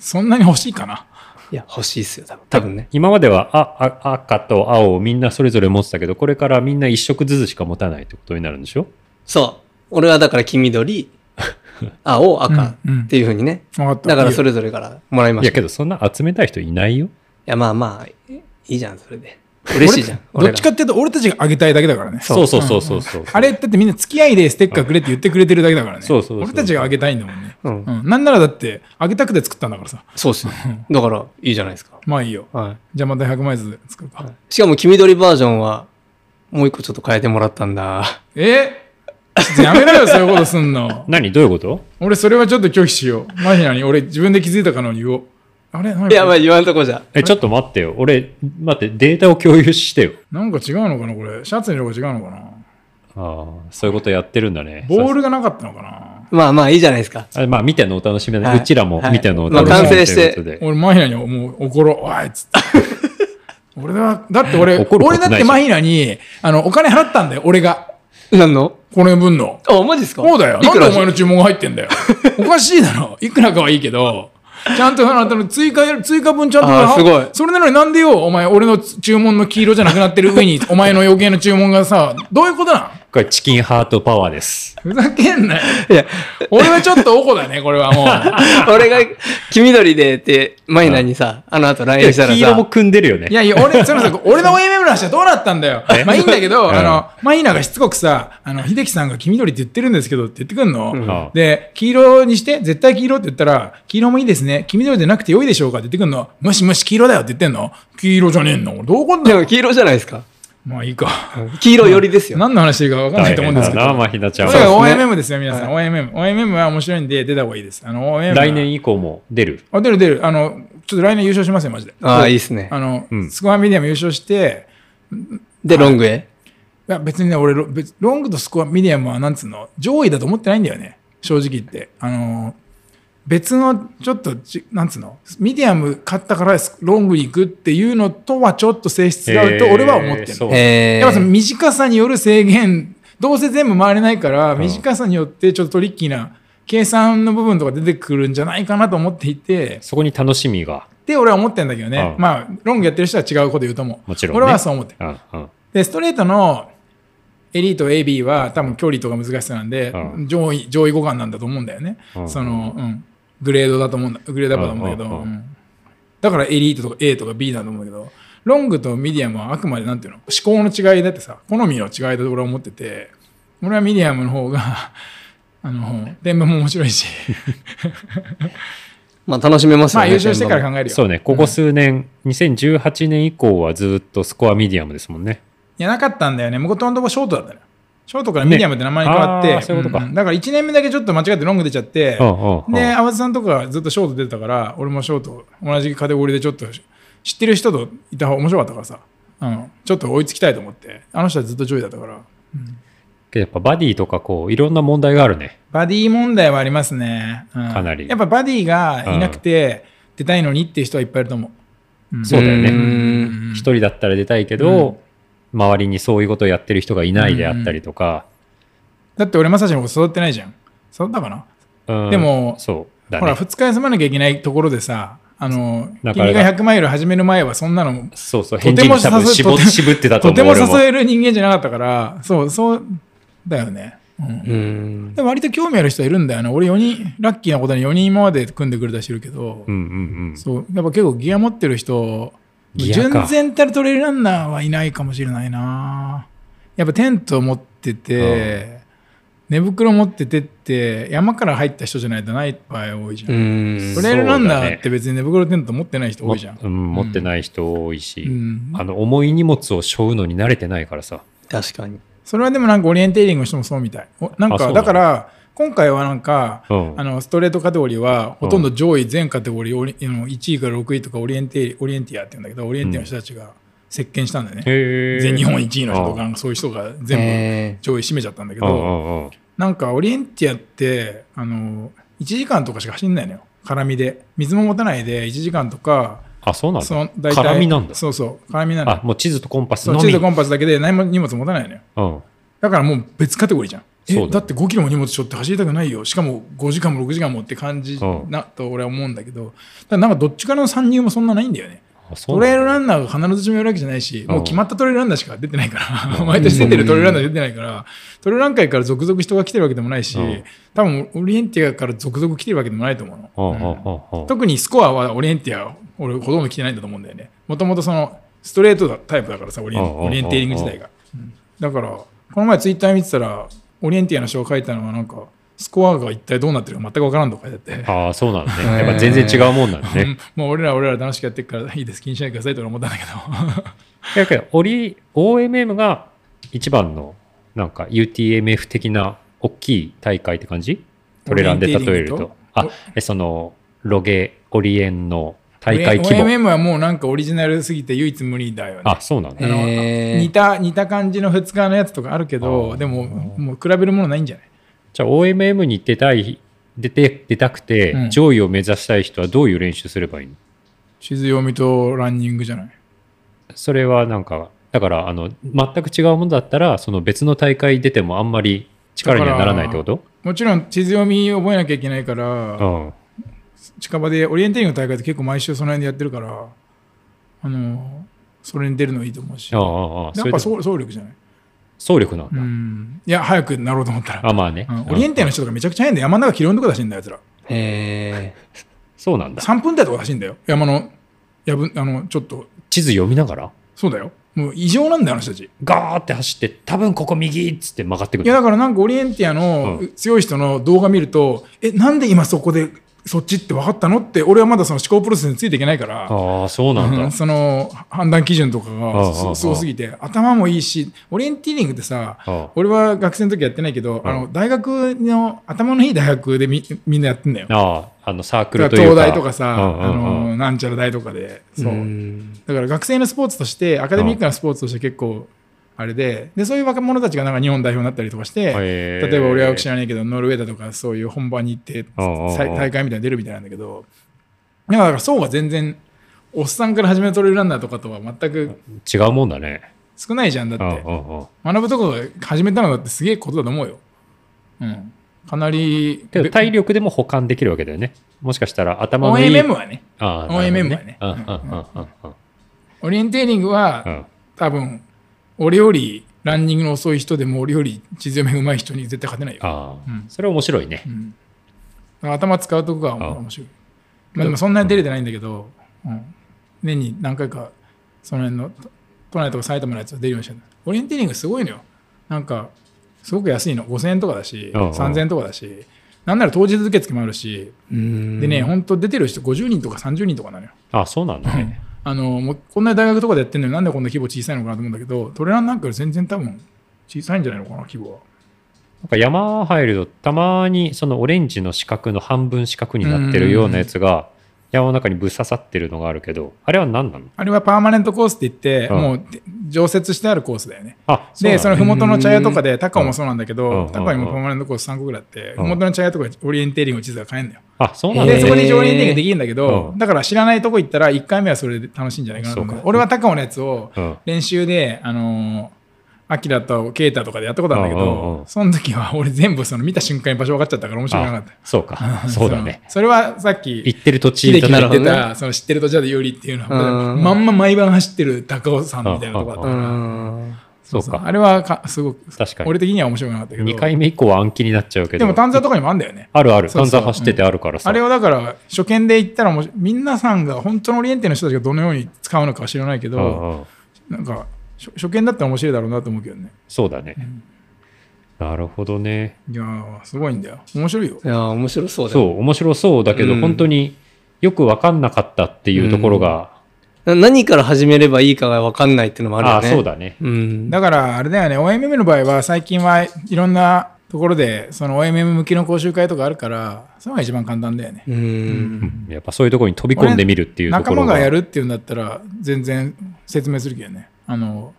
そんなに欲しいかないや、欲しいっすよ、多分多分ね。今まではああ赤と青をみんなそれぞれ持ってたけどこれからみんな一色ずつしか持たないってことになるんでしょそう。俺はだから黄 緑、青、赤うんうんっていう風にね。分かった。だからそれ。れぞれからもらいまいしやた。けいどそんな集めたい人いないよや、まあまあ、いいじゃん、それで。嬉しいじゃん。ど俺っちかっていうと、俺たちがあげたいだけだからね。そうそうそうそうそうあれだってみんな付き合いでステッカーくれって言ってくれてるだけだからね。そうそうそう俺たちがあげたいんだもんね。ら。うん。うん。なんならだって、あげたくて作ったんだからさ。そうっすよ。だから、いいじゃないですか。まあいいよ。はい。じゃあまた100枚ずつ作るか。しかも黄緑バージョンは、もう一個ちょっと変えてもらったんだ。えちょっとやめろよ、そういうことすんの。何どういうこと俺それはちょっと拒否しよう。マヒナに俺自分で気づいたかのように言おう。あれな んかいや、まあ言わんとこじゃ。えちょっと待ってよ俺待ってデータを共有してよなんか違うのかなこれ。シャツの色が違うのかなああそういうことやってるんだねボールルがなかったのかなまあまあいいじゃないですか。あまあ見てのお楽しみだね、はいうちらもはい見てのお楽しみまあと完成いうことで、俺マヒナにもう怒ろう。おいっ つって。俺は、だって俺、怒ること俺ないじゃだんってマヒナに、あの、お金払ったんだよ、俺が。なんのこの分の。あ、マジっすかそうだよ。いなんくでらお前の注文が入ってんだ よ。おかしいだろ。いくらかはいいけど、ちゃんとあなたの追加や、追加分ちゃんとあーすごいそれなのになんでよ、お前、俺の注文の黄色じゃなくなってる上に、お前の余計な注文がさ、どういうことなんこれチキンハートパワーですふざけんなよ。いや、俺はちょっとおこだね、これはもう。 俺が黄緑でって、マイナにさ、あの後い LINE やしたらさ、黄色も組んでるよねいやいや、俺、そのさ、俺の OMM の話はどうなったんだよ。まあいいんだけど、うんあの、マイナがしつこくさ、あの、秀樹さんが黄緑って言ってるんですけどって言ってくんの。うんで、黄色にして、絶対黄色って言ったら、黄色もいいですね。黄緑でなくて良いでしょうかって言ってくんの。もしもし黄色だよって言ってんの。黄色じゃねえんの。俺どうこんだでよ。も黄色じゃないですか。まあいいか。黄色よりですよ。何の話してるか分かんないと思うんですけ大変だなど。まひなちゃんそはれがそうですね OMM ですよ、皆さん。OMM。OMM は面白いんで出た方がいいです。あの、OMM。来年以降も出るあ、出る出る。あの、ちょっと来年優勝しますよ、マジで。ああ、いいっすねあ。の、うんスコアミディアム優勝して、で、ロングへ。いや別にね、俺ロ、別ロングとスコアミディアムは、なんつうの、上位だと思ってないんだよね、正直言って。あのー、別の、ちょっとじ、なんつうの、ミディアム買ったからスロングに行くっていうのとはちょっと性質があると、へー俺は思ってる、そうえー、やっぱその短さによる制限、どうせ全部回れないから、ん短さによってちょっとトリッキーな計算の部分とか出てくるんじゃないかなと思っていて、そこに楽しみがで、俺は思ってんだけどね、うんまあ、ロングやってる人は違うこと言うと思う。もちろんね俺はそう思ってるうんうんで、ストレートのエリート AB は多分距離とか難しさなんで、うん上位、上位互換なんだと思うんだよね。うんその、うん。グレードだと思うんだ、グレードアップだと思うんだけど、うんうんだからエリートとか A とか B だと思うんだけど、ロングとミディアムはあくまでなんていうの思考の違いだってさ、好みの違いだと俺は思ってて、俺はミディアムの方が、あの、天文も面白いし、まあ楽しめますよまね。あ優勝してから考考えるよ。そうねここ数年、2018年以降はずっとスコアミディアムですもんねいや、なかったんだよね。向こうのとこショートだったのよ。ショートからミディアムって名前に変わっねあて、ーそういうことかんんだから1年目だけちょっと間違ってロング出ちゃって、うんうんうんで、淡路さんとかがずっとショート出てたから、俺もショート、同じカテゴリーでちょっと知ってる人といた方が面白かったからさ、うん、ちょっと追いつきたいと思って、あの人はずっと上位だったから。けどやっぱバディとかこういろんな問題があるねバディ問題はありますね。うんかなりやっぱバディがいなくて、出たいのにっていう人はいっぱいいると思う。そうだよねね。一人だったら出たいけど、周りにそういうことをやってる人がいないであったりとか、だって俺、まさしのこと育ってないじゃん。育ったかなうんでもそうだほら、ね2日休まなきゃいけないところでさ、あの、なかな君かが100マイル始める前はそんなの、そうそうと返て事もに多分誘う絞とて渋ってたとと思てうも俺も誘える人間じゃなかったから、そう、そう、だよね。うんうん。でも割と興味ある人はいるんだよな。俺4人、ラッキーなことに4人今まで組んでくれた人いるけど、うんうんうんそう、やっぱ結構ギア持ってる人、ギアか純然たるトレイルランナーはいないかもしれないな。やっぱテント持ってて、寝袋持っててって、山から入った人じゃないとない場合多いじゃん。うんトレイルランナーって別に寝袋テント持ってない人多いじゃん。もうん、持ってない人多いし、うんあの重い荷物を背負うのに慣れてないからさ確かに。それはでもなんかオリエンテーリングの人もそうみたい。おなんあそうかなだのから今回はなんか、うんあのストレートカテゴリーはほとんど上位全カテゴリー、オリあの1位から6位とかオリエンテオリエンティアって言うんだけどオリエンティアの人たちが席巻したんだよね。へ全日本1位の人とかあなんかそういう人が全え部上位占めちゃったんだけあああどああなんかオリエンティアってあの1時間とかしか走んないのよ絡みで水も持たないで1時間とかあそうなんだその大体絡みなんだそうそう絡みな のよあもう地図とコンパスそのうみ地図とコンパスだけで何も荷物持たないのようんだからもう別カテゴリーじゃんえそうだだって5キロも荷物背負って走りたくないよしかも5時間も6時間もって感じうんなと俺は思うんだけどただなんかどっちからの参入もそんなないんだよねあそトうなレイんだルランナーが必ずしもやるわけじゃないしうんもう決まったトレイルランナーしか出てないからうん毎年出てるトレイルランナー出てないからトレイルランナー界から続々人が来てるわけでもないしうん多分オリエンティアから続々来てるわけでもないと思うの。うんうんうんうんうん特にスコアはオリエンティア、俺ほとんど来てないんだと思うんだよね。もともとそのストレートタイプだからさ、オリエンうんうんうんうんオリエンテーリング自体が。うんだから、この前ツイッター見てたら、オリエンティアの人が書いたのはなんか、スコアが一体どうなってるか全く分からんとかやって。ああそうなんだねやっぱ全然違うもんなんだうねんもう俺ら俺ら楽しくやってるからいいです気にしないでくださいと俺思ったんだけどだけどオリ OMM が一番のなんか UTMF 的な大きい大会って感じトレランで例えるオリエンテーリングとと。あお、えそのロゲオリエンの大会規 OMM 模。はもうなんかオリジナルすぎて唯一無二だよねあ、そうなんあだ。のへー似た似た感じの2日のやつとかあるけあどーでももう比べるものないんじゃないじゃあ OMM に出たい、出て、出たくうてん上位を目指したい人はどういう練習すればいいの地図読みとランニングじゃないそれはなんか、だからあの、全く違うものだったら、その別の大会出てもあんまり力にはならないってこともちろん地図読み覚えなきゃいけないから、うん。近場でオリエンテーリングの大会って結構毎週その辺でやってるからあのそれに出るのいいと思うしああ、やああ、そっれぱで総総力じゃない、総力なんうだ。ん、いや早くなろうと思ったら、あ、まあねうん。オリエンテーリングの人とかめちゃくちゃ変で山の中広いとこ出してんだよやつらへそうなんだ。 3分台とか走るんだよ山のやぶあのちょっと地図読みながらそうだよもう異常なんだよあの人たちガーって走って多分ここ右っつって曲がってくいやるだからなんかオリエンティアの強い人の動画見ると、えなんで今そこでそっちって分かったのって俺はまだその思考プロセスについていけないからああそうなんだ、 うんその判断基準とかああがあすあすごすぎて頭もいいしオリエンティリングってさあ俺は学生の時やってないけどうんあの大学の頭のいい大学でみみんなやってんだよあああのサークルだとかいらうか東大とかさうんあうんうんのなんちゃら大とかでえ。そううんだから学生のスポーツとしてアカデミックなスポーツとして結構あれででそういう若者たちがなんか日本代表になったりとかしてへー例えば俺はよく知らないけどノルウェーだとかそういう本番に行ってうんうんうんさい大会みたいに出るみたいなんだけどだから層が全然おっさんから始めるトレイルランナーとかとは全く違うもんだね少ないじゃんだっうんてうんうん学ぶとこが始めたのだってすげえことだと思うよ。うん、かなりけど体力でも補完できるわけだよねもしかしたら頭のいい OMM はねああなるほど OMM はねうんうんうんうんオリエンテーリングはうんうん多分俺よりランニングの遅い人でも俺より地図読みが上手い人に絶対勝てないよ。ああ、うんそれ面白いねうん、頭使うとこがあ面白い。まあ、でもそんなに出れてないんだけど、うん年に何回かその辺の都都内とか埼玉のやつは出るようにしてるオリエンテーリングすごいのよ。なんかすごく安いの5000円とかだしああ3000円とかだしなんなら当日受付もあるしうん でね、本当出てる人50人とか30人とかなのよ。ああそうなんだねあのもうこんなに大学とかでやってるのになんでこんな規模小さいのかなと思うんだけどトレランなんかより全然多分小さいんじゃないのかな規模は。なんか山入るとたまにそのオレンジの四角の半分四角になってるようなやつが山の中にぶっ刺さってるのがあるけどあれは何なのあれはパーマネントコースって言って、うんもうて常設してあるコースだよね。あうで、なんそだの麓の茶屋とかで、高尾もそうなんだけうんどう、ん高尾にもパーマネントコース3個ぐらいあって、うん麓の茶屋とかでオリエンテーリングの地図が買えんだよ。あそうなんだで、へーそこで一応オリエンテーリングできるんだけどう、んだから知らないとこ行ったら、1回目はそれで楽しいんじゃないかなと思そうう。か俺は高尾のやつをうん練習で、あのー、アキラとケイタとかでやったことあるんだけうんうんうどん、その時は俺全部その見た瞬間に場所分かっちゃったから面白くなかったよあ。そうか そうだね そのそれはさっき、行ってる途秀中樹だがか言らってた、その知ってる土地だと有利っていうのは、うんまんま毎晩走ってる高尾さんみたいなとこだったうかんら、ん。そうそうかあれはかすごく、確かに俺的には面白くなかったけど、 2回目以降は暗記になっちゃうけでども丹沢とかにもあんだよね。あるあるそう丹そう沢走っててあるからさあれはだから、初見で行ったらもう、みんなさんが本当のオリエンテの人たちがどのように使うのかは知らないけうんど、うんなんか、初初見だったら面白いだろうなと思うけどね。そうだねなるほどねいやー、すごいんだよ。面白いよい。やー、面白そうだそよう面白そうだけどうん本当によく分かんなかったっていうところがな何から始めればいいかが分かんないっていうのもあるあよあね。そう。だねうん。だから、あれだよね、OMM の場合は、最近はいろんなところで、その OMM 向きの講習会とかあるから、それが一番簡単だよね。うん。うんやっぱそういうところに飛び込んでみるっていうとこ仲ろ間ががやるっていうんだったら全然説明するけどねあの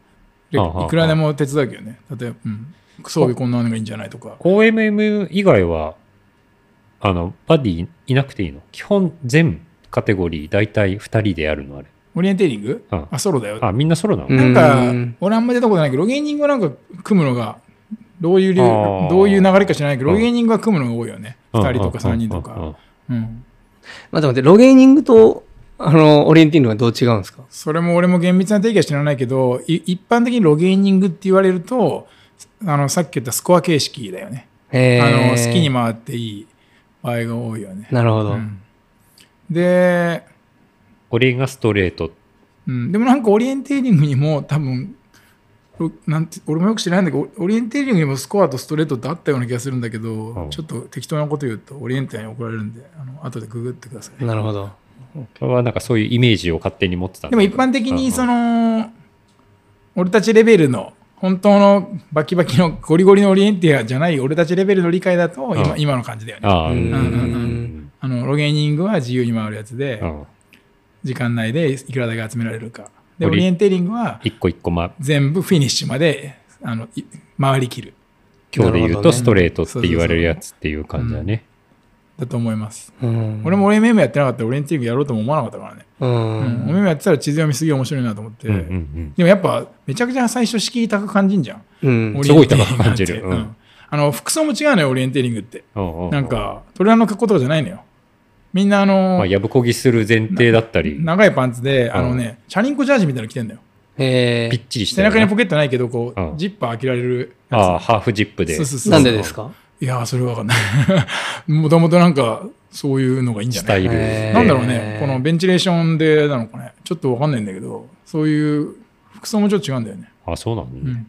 でああああいくらでも手伝うけどね例えば、うん、装備こんなのがいいんじゃないとか OMM 以外はあのバディいなくていいの基本全カテゴリー大体2人でやるのあれオリエンテーリング、うんあソロだよあみんなソロなのうんなんかうん俺あんま出たことないけどロゲーニングはなんか組むのがどういう理由あーどういう流れか知らないけど、うんロゲーニングは組むのが多いよね。うん2人とか3人とうんうんうんか。うん。まあでも待って、ロゲーニングと、あの、オリエンティングはどう違うんですかそれも俺も厳密な定義は知らないけど、い一般的にロゲーニングって言われると、あの、さっき言ったスコア形式だよね。へあの、ー好きに回っていい場合が多いよね。なるほど。うんで、これがストレート。うん、でもなんかオリエンテーリングにも多分ろなんて俺もよく知らないんだけどオリエンテーリングにもスコアとストレートってあったような気がするんだけど、うんちょっと適当なこと言うとオリエンテーに怒られるんであの後でググってください、なるほど。これはなんかそういうイメージを勝手に持ってたんでだもけ一ど般的うんうにんその俺たちレベルの本当のバキバキのゴリゴリのオリエンテーじゃない俺たちレベルの理解だと今,、うん今の感じだよねあああ、うんうんうんうんうんのロゲーニングは自由に回るやつで、うん時間内でいくらだけ集められるかでオオリリエンテーリングは一個一個、ま、全部フィニッシュまであのい回りきる今日で言うとストレートっなるほどてね言われるやつっていう感じだね。だと思います、うん俺も、俺 MM やってなかったら俺のティーグやろうとも思わなかったからね、う。うんん、俺 MM やってたら地図読みすげえ面白いなと思って、うんうんでもやっぱめちゃくちゃ最初敷居高く感じんじゃん、うんオリすエンごいテーリング高く感じるなんてうんうんあの服装も違うのよオリエンテーリングってうんううなん、かトレーナーの格好とかじゃないのよみんなあの、まあ、やぶこぎする前提だったり、長いパンツでんあのねチャリンコジャージみたいなの着てんだよへぴっーちりして背るよ中ね、にポケットないけどこう、うんジッパー開けられるやつああ、ハーフジップで。そうそうそうなんでですかいやーそれはわかんない もともとなんかそういうのがいいんじゃスなタいイルで。へーなんだろうえね、ーこのベンチレーションでなのかね、ちょっとわかんないんだけど、そういう服装もちょっと違うんだよね。あ、そうなんうだね。ん。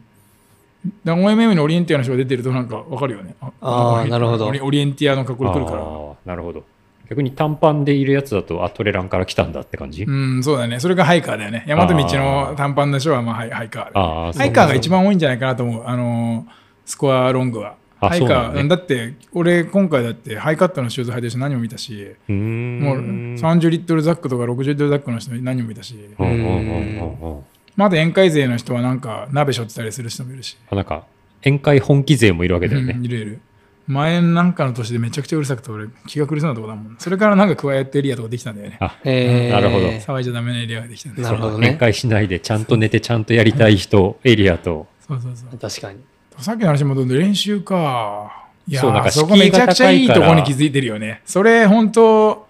だから OMM のオリエンティアの人が出てるとなんかわかるよね。ああーオリなるほどオリオリエンティアの格好で来るから。ああ、なるほど。逆に短パンでいるやつだと、あ、トレランから来たんだって感じ、うん、そうだね。それがハイカーだよね。山道あーの短パンの人はまあハイハイカーだよねああ、ハイカーが一番多いんじゃないかなと思う、あのースコアロングは。あハイそカうなんー、だねだって、俺、今回だって、ハイカットのシューズ履いてる人何も見たし、うーん。もううん30リットルザックとか60リットルザックの人何も見たし、うんうんうんうん。まだ宴会勢の人はなんか鍋しょってたりする人もいるし、あなんか、宴会本気勢もいるわけだよね。うんいるいる前なんかの年でめちゃくちゃうるさくて俺気が狂いそうなとこだもんそれからなんか加えてエリアとかできたんだよねあ、へーなるほど騒いじゃダメなエリアができたんだなるほど宴ね。会しないで、ちゃんと寝て、ちゃんとやりたい人、エリアと。そうそうそう確かに。さっきの話に戻ると練習かいやそうなんーかそこめちゃくちゃいいとこに気づいてるよねそれ本当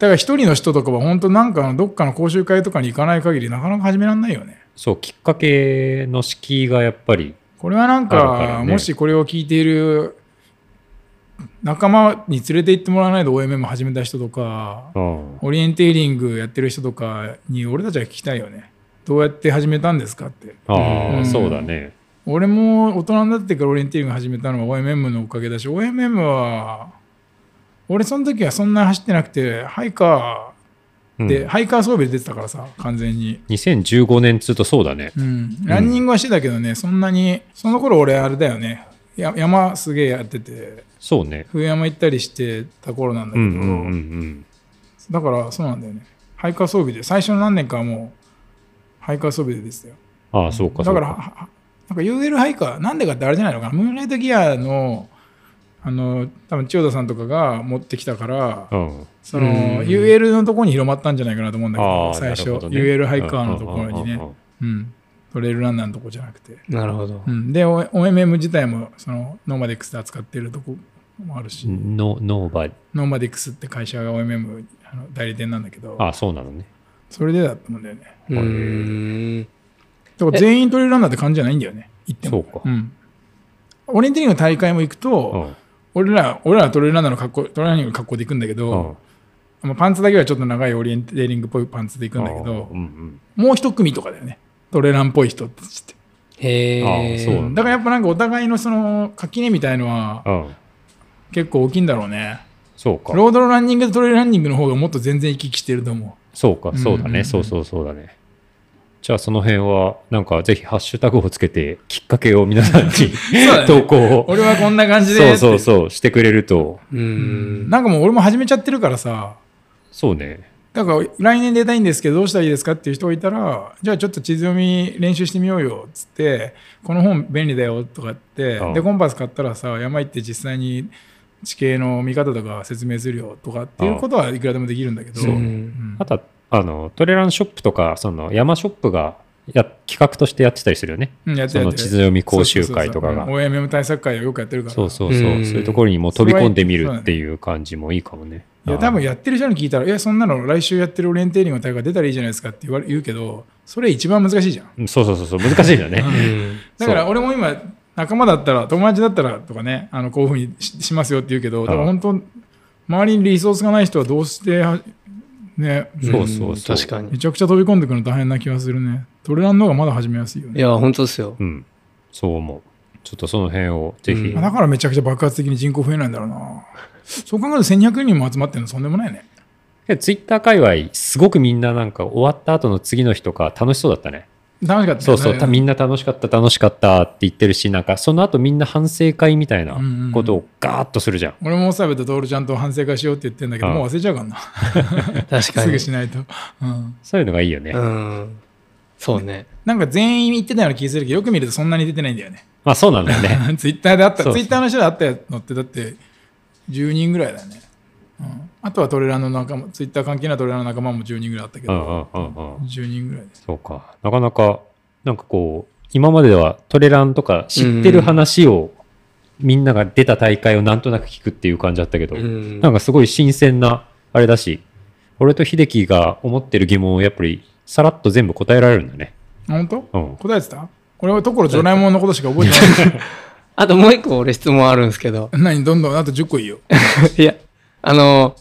だから一人の人とかは本当なんかのどっかの講習会とかに行かない限りなかなか始めらんないよねそう、きっかけの敷居がやっぱり、これはあなんるかか、らねもしこれを聞いている仲間に連れて行ってもらわないと OMM 始めた人とか、うん。オリエンテーリングやってる人とかに俺たちは聞きたいよね。どうやって始めたんですかって。ああ、うんそうだね。俺も大人になってからオリエンテーリング始めたのは OMM のおかげだし、OMM は、俺その時はそんな走ってなくて、ハイカうんーで、ハイカー装備で出てたからさ、完全に。 2015年っつうとそうだね。うん、ランニングはしてたけどね、そんなに、その頃俺あれだよね、や山すげえやってて、そうね。冬山行ったりしてた頃なんだうけど、んうんうんうん。だからそうなんだよね、ハイカー装備で、最初の何年かはもう、ハイカー装備でですよ。ああ、そうか、そだうかか。ら、ははなんか UL ハイカー、なんでかってあれじゃないのかな、ムーンライトギアの、あの、多分千代田さんとかが持ってきたから、うん。そのうん UL のところに広まったんじゃないかなと思うんだけあど、あ、最初、なるほどね UL ハイカーのところにうんうんうんうねん、うん、トレイルランナーのとこじゃなくて。なるほどう。ん、で、O- OMM 自体もそのノーマデックスで扱ってるとこもあるし、ノノーバーノーマデックスって会社が OMM あの代理店なんだけど、ああそうなのねそれでだったもんだよね。うーん。だから全員トレイルランナーって感じじゃないんだよね、行っても。そうかんオリエンテリングの大会も行くうと、ん俺ら、俺らはトレイルランナーの格好、トレイルランニングの格好で行くんだけうんど、まあパンツだけはちょっと長いオリエンテリングっぽいパンツで行くんだけどう、んもう一組とかだよね。トレランっぽい人って知って。へあそうえ。なんだからやっぱなんかお互いのその垣根みたいのはうんうん結構大きいんだろうね。そうかロードのランニングとトレイルランニングの方がもっと全然行き来してると思そうかそうだうんうんうねんそうそうそうだねじゃあその辺はなんかぜひハッシュタグをつけてきっかけを皆さ んにだね投稿う。を俺はこんな感じでそうそうう。そうしてくれるとうーん。なんかもう俺も始めちゃってるからさ、そうねだから来年出たいんですけどどうしたらいいですかっていう人がいたら、じゃあちょっと地図読み練習してみようよっつって、この本便利だよとかってうん、で、コンパス買ったらさ、山行って実際に地形の見方とか説明するよとかっていうことはいくらでもできるんだけど、そううんうんあとはあのトレランショップとかその山ショップがや企画としてやってたりするよね。うん、やってそるのやって地る図読み講習会とかそうそうそうが。うん OMM 対策会をよくやってるから。そうそうそう。そううんいうところにもう飛び込んでみるっていう感じもいいかもね。いや多分やってる人に聞いたら、いや、そんなの来週やってるオリエンテーリングの大会出たらいいじゃないですかって言われ言うけど、それ一番難しいじゃん。うんそうそうそうそう、難しいよね。うんだから俺も今、仲間だったら、友達だったらとかね、あのこういうふうにししますよって言うけど、だから本当、周りにリソースがない人はどうして、はね、そうそうそう。確かにめ。ちゃくちゃ飛び込んでくるの大変な気がするね。トレランの方がまだ始めやすいよいね。や、本当ですよ。うん。そう思う。ちょっとその辺をぜひ。うんまあだからめちゃくちゃ爆発的に人口増えないんだろうな。そう考えると1200人も集まってるの、そんでもないね。ツイッター界隈、すごくみんななんか終わった後の次の日とか楽しそうだったね。楽しかったねそうそう、たんみんな楽しかった、楽しかったって言ってるし、なんかその後みんな反省会みたいなうんうんうんことをガーッとするじゃん。俺も澤部と徹ちゃんと反省会しようって言ってんだけど、うんもう忘れちゃうからな。確か すぐに。しないと。うん。そういうのがいいよね。うん。そうね。なんか全員言ってたような気がするけど、よく見るとそんなに出てないんだよね。まあそうなんだよ ね。ツイッターであった、そうツイッターの人であったのって、だって10人ぐらいだよね。うん。あとはトレランの仲間、ツイッター関係ないトレランの仲間も10人ぐらいあったけうど、んうんうんうん。 10人ぐらいです。そうか。なかなか、なんかこう、今まではトレランとか知ってる話を、みんなが出た大会をなんとなく聞くっていう感じだったけど、うんなんかすごい新鮮な、あれだし、俺と秀樹が思ってる疑問をやっぱりさらっと全部答えられるんだね。あ本当、うん答えてた俺は所ジョラえもんのことしか覚えてない。あともう一個俺質問あるんですけ ど。 何どんどんあと10個いいよ。いや、あの、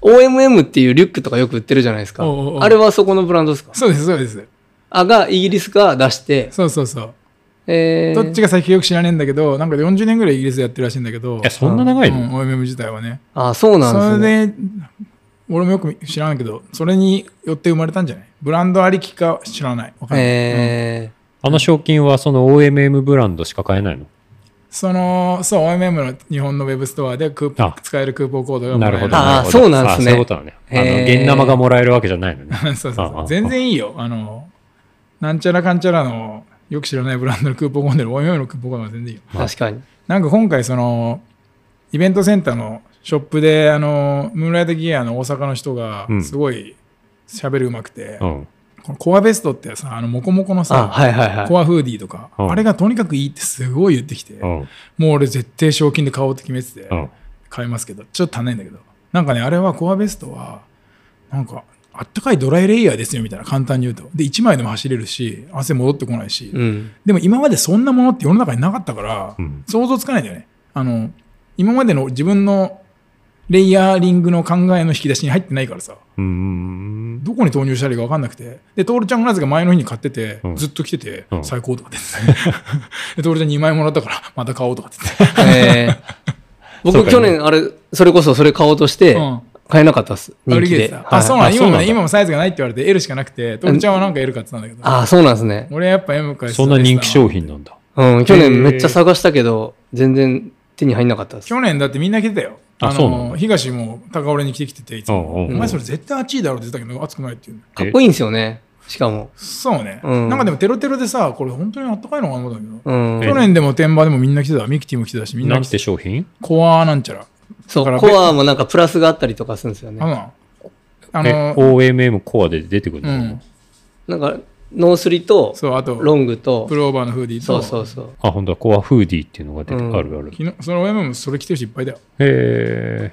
OMM っていうリュックとかよく売ってるじゃないですか。おうおうおうあれはそこのブランドですかそうです、そうです。あ、が、イギリスが出して、そうそうそう。えー、どっちが先かよく知らねえんだけど、なんか40年ぐらいイギリスでやってるらしいんだけど、え、そんな長いの、うん、OMM 自体はね。あ、そうなそんですね。れで、俺もよく知らないけど、それによって生まれたんじゃないブランドありきか知らない。わかんない。うんえあの賞金はその OMM ブランドしか買えないのその、そう、OMM の日本のウェブストアでクーポンあ使えるクーポンコードがもらなるえほど。あなるーほどそうなんですねあそういうことだね。あの、へー現生がもらえるわけじゃないのね。そうそうあそあう。全然いいよ。あの、なんちゃらかんちゃらのよく知らないブランドのクーポンコードより OMM のクーポンコードが全然いいよ。ー、確かに。なんか今回そのイベントセンターのショップであのムーンライトギアの大阪の人がうんすごい喋るうまくて、うん。このコアベストってさあのモコモコのあ、さ、はいはいはい。コアフーディーとか、うんあれがとにかくいいってすごい言ってきて、うもん。う俺絶対賞金で買おうって決めてて、うん。買いますけどちょっと足んないんだけどなんかねあれはコアベストはなんかあったかいドライレイヤーですよみたいな簡単に言うとで1枚でも走れるし汗戻ってこないし、うん。でも今までそんなものって世の中になかったから、うん想像つかないんだよね。あの、今までの自分のレイヤリングの考えの引き出しに入ってないからさ、うーん。どこに投入したらいいか分かんなくて。で、トールちゃんがなぜか前の日に買ってて、うんずっと来てて、うん最高とかって 言って。で、トールちゃん2枚もらったから、また買おうとかって言っえー、 そう僕か去年あれ、それこそそれ買おうとしてうん、買えなかったっす。て。人気売り切れで。てたはいあ、そうなんあ今そうもなんだね、今もサイズがないって言われて L しかなくて、トールちゃんはなんか L 買ってたんだけど。あ、そうなんですね。俺やっぱ M 買ってたそんな人気商品なんだ。うん、去年めっちゃ探したけど、全然手に入んなかったっす。去年だってみんな来てたよ。ああそうなんだの、東も高俺に来てきてて、いつも。うんうんうんお前それ絶対熱いだろって言ってたけど、熱くないって言うの。かっこいいんですよね。しかも。そうね。うんなんかでもテロテロでさ、これ本当にあったかいのかなと思ったけうど。ん。去年でも天場でもみんな来てた。ミキティも来てたし、みんななん来てて商品コアなんちゃら。そう、だからコアもなんかプラスがあったりとかするんですよねあ。の、あえ、の、 OMM コアで出てくるうの、ん。なんか、ノースリと、そう、あと、ロングとプ、ローバーのフーディーそと、うそうそう。あ、本当だ、コアフーディーっていうのが出て、うんあるある。昨日、その OM もそれ来てる人いっぱいだよ。へ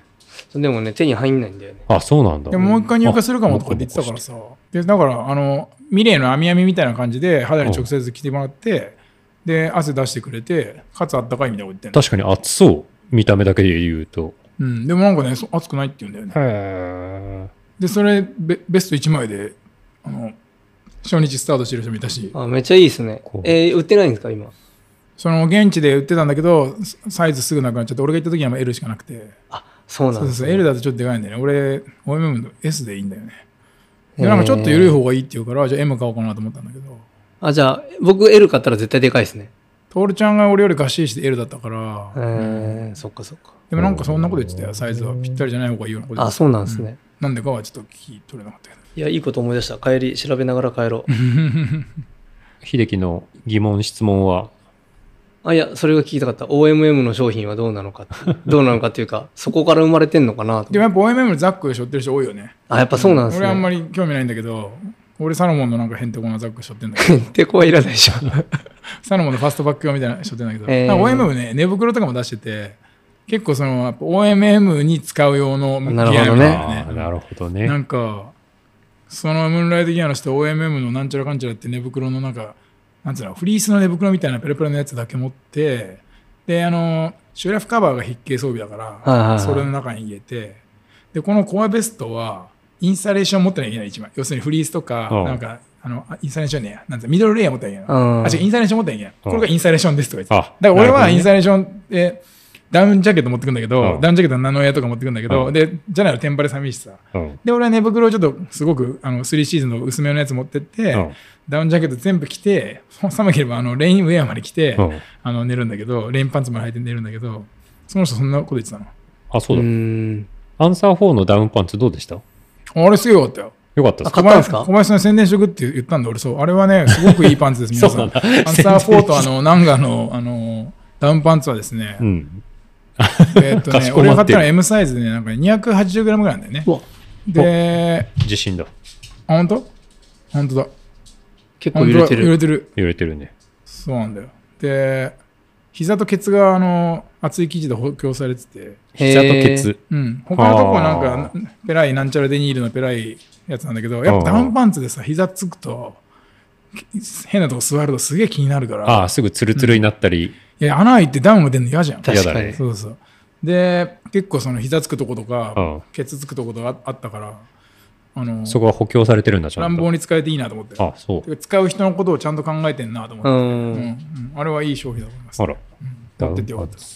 え。でもね、手に入んないんだよね。あ、そうなんだ。でももう一回入荷するかもとかって言ってたからさ。で、だから、あの、ミレーの網網みたいな感じで肌に直接来てもらって、で、汗出してくれて、かつあったかいみたいなこと言ってんの確かに熱そう。見た目だけで言うと。うん。でもなんかね、そ熱くないって言うんだよね。へでそれベベスト1枚であの初日スタートしてる人もいたしあめっちゃいいですねこう。えー売ってないんですか、今。その現地で売ってたんだけどササイズすぐなくなっちゃって俺が行った時にはもう L しかなくてそうなそんでうそうすそうね、 L だとちょっとでかいんだよね俺 OMM の S でいいんだよねでなんかちょっと緩い方がいいって言うからじゃあ M 買おうかなと思ったんだけどあ、じゃあ、僕 L 買ったら絶対でかいですね。徹ちゃんが俺よりがっしりして L だったからえー、そっかそっか。でもなんかそんなこと言ってたよサイズはぴったりじゃない方がいいようなこと言あ、ってそうなんですね。たなんでかはちょっと聞き取れなかったけどいや、いいこと思い出した。帰り、調べながら帰ろう。秀樹の疑問、質問は、 あ、いや、それが聞きたかった。OMM の商品はどうなのか っていう。どうなのかっていうか、そこから生まれてんのかなとで。もやっぱ OMM ザックでしょってる人多いよねあ、やっぱそうなんです俺あんね。まり興味ないんだけど俺サロモンのなんかへんてこなザックしょってんだ けどてこはいらないでしょ。サロモンのファストバック用みたいなしょってんだけど、えーなんか OMM ね寝袋とかも出してて結構そのやっぱ OMM に使う用のなるほどねみたいなあーなるほどねなんかそのムーンライトギアの人 OMM のなんちゃらかんちゃらって寝袋のなんかなんつうのフリースの寝袋みたいなペラペラのやつだけ持ってであのシュラフカバーが筆形装備だから、いはいはいそれの中に入れてでこのコアベストはインスタレーション持ってなきゃいけない一枚要するにフリースとか、うんなんかあのあインスタレーションねえやなんつうのミドルレイヤー持ってなきゃいけなうい、んあ違うインスタレーション持ってなきゃいけない、これがインスタレーションですとか言ってあだから俺なるほどはねインスタレーションでダウンジャケット持ってくんだけど、うんダウンジャケットのナノエアとか持ってくんだけど、うんでじゃないとテンパレ寂しさ、うんで、俺は寝袋をちょっとすごくあの3シーズンの薄めのやつ持ってって、うんダウンジャケット全部着て、 寒ければあのレインウェアまで着て、うんあの寝るんだけど、レインパンツまで履いて寝るんだけど、その人そんなこと言ってたの。あそうだ、ん。アンサー4のダウンパンツどうでしたあれすげえよかったよ。よかったです買かったんですか小林小林さんに宣伝しとくって言ったんで、俺そう。あれはね、すごくいいパンツです、皆さん。 そうなんだアンサー4とあの、ナンガの、あの、ダウンパンツはですね、うんえーっと かしね、こまってる俺が買ったのは M サイズで、ね、なんか 280g ぐらいなんだよね。で、地震だあ、本当？本当だ。結構本揺れ当だて揺る。れてる。揺れてるねそうなんだよ。で、膝とケツがあの厚い生地で補強されてて、へー膝とケツうん、他のとこはなんあか、ペライ、なんちゃらデニールのペライやつなんだけど、やっぱダウンパンツでさ、膝つくと、変なとこ座るとすげえ気になるから、ああすぐツルツルになったり、いや穴開いてダウンが出るの嫌じゃん。嫌確だかねに。そうそう。で、結構その膝つくとことうかん、ケツつくとことがあったから、あの、そこは補強されてるんだちゃん乱と暴に使えていいなと思って。あそうてか使う人のことをちゃんと考えてんなとう思って。うんん。うんあれはいい商品だと思いますあ。ら持ってってよかったダウンパンツ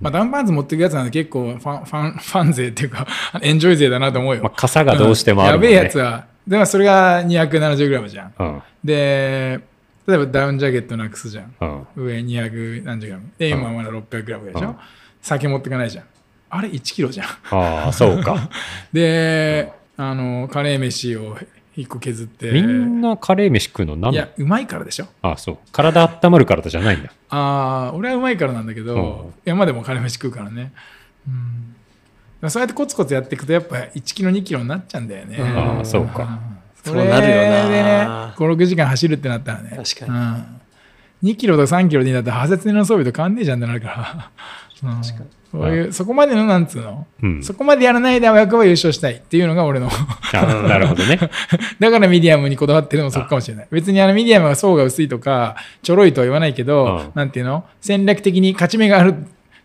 まあ、ダウンパンツ持ってくやつなんで結構ファンファンファン税っていうか エンジョイ税だなと思うよ。まあ傘がどうしてもあるもんねうんやべえやつは。でもそれが 270g じゃん。うんで、例えばダウンジャケットなくすじゃん。うん上200何十 g で、うん今はまだ 600g でしうょん。酒持ってかないじゃん。あれ 1kg じゃん。 ああそうかで、あの、カレー飯を1個削って。みんなカレー飯食うのなんいでや、うまいからでしょ。あそう体温まるからじゃないんだああ、俺はうまいからなんだけうんど、山でも金飯食うからね。うん。だからそうやってコツコツやっていくと、やっぱ1キロ、2キロになっちゃうんだよね。うんああそうかんそうなるよなそれでね、5、6時間走るってなったらね。確かにに。2キロとか3キロでいいんだったら、派絶の装備と変わんねえじゃんってな るから。うんそういう、そこまでの、なんつうの、うんそこまでやらないで青役は優勝したいっていうのが俺の。あなるほど ねだからミディアムにこだわってるのもそこかもしれない。別にあのミディアムは層が薄いとか、ちょろいとは言わないけど、うんなんていうの戦略的に勝ち目がある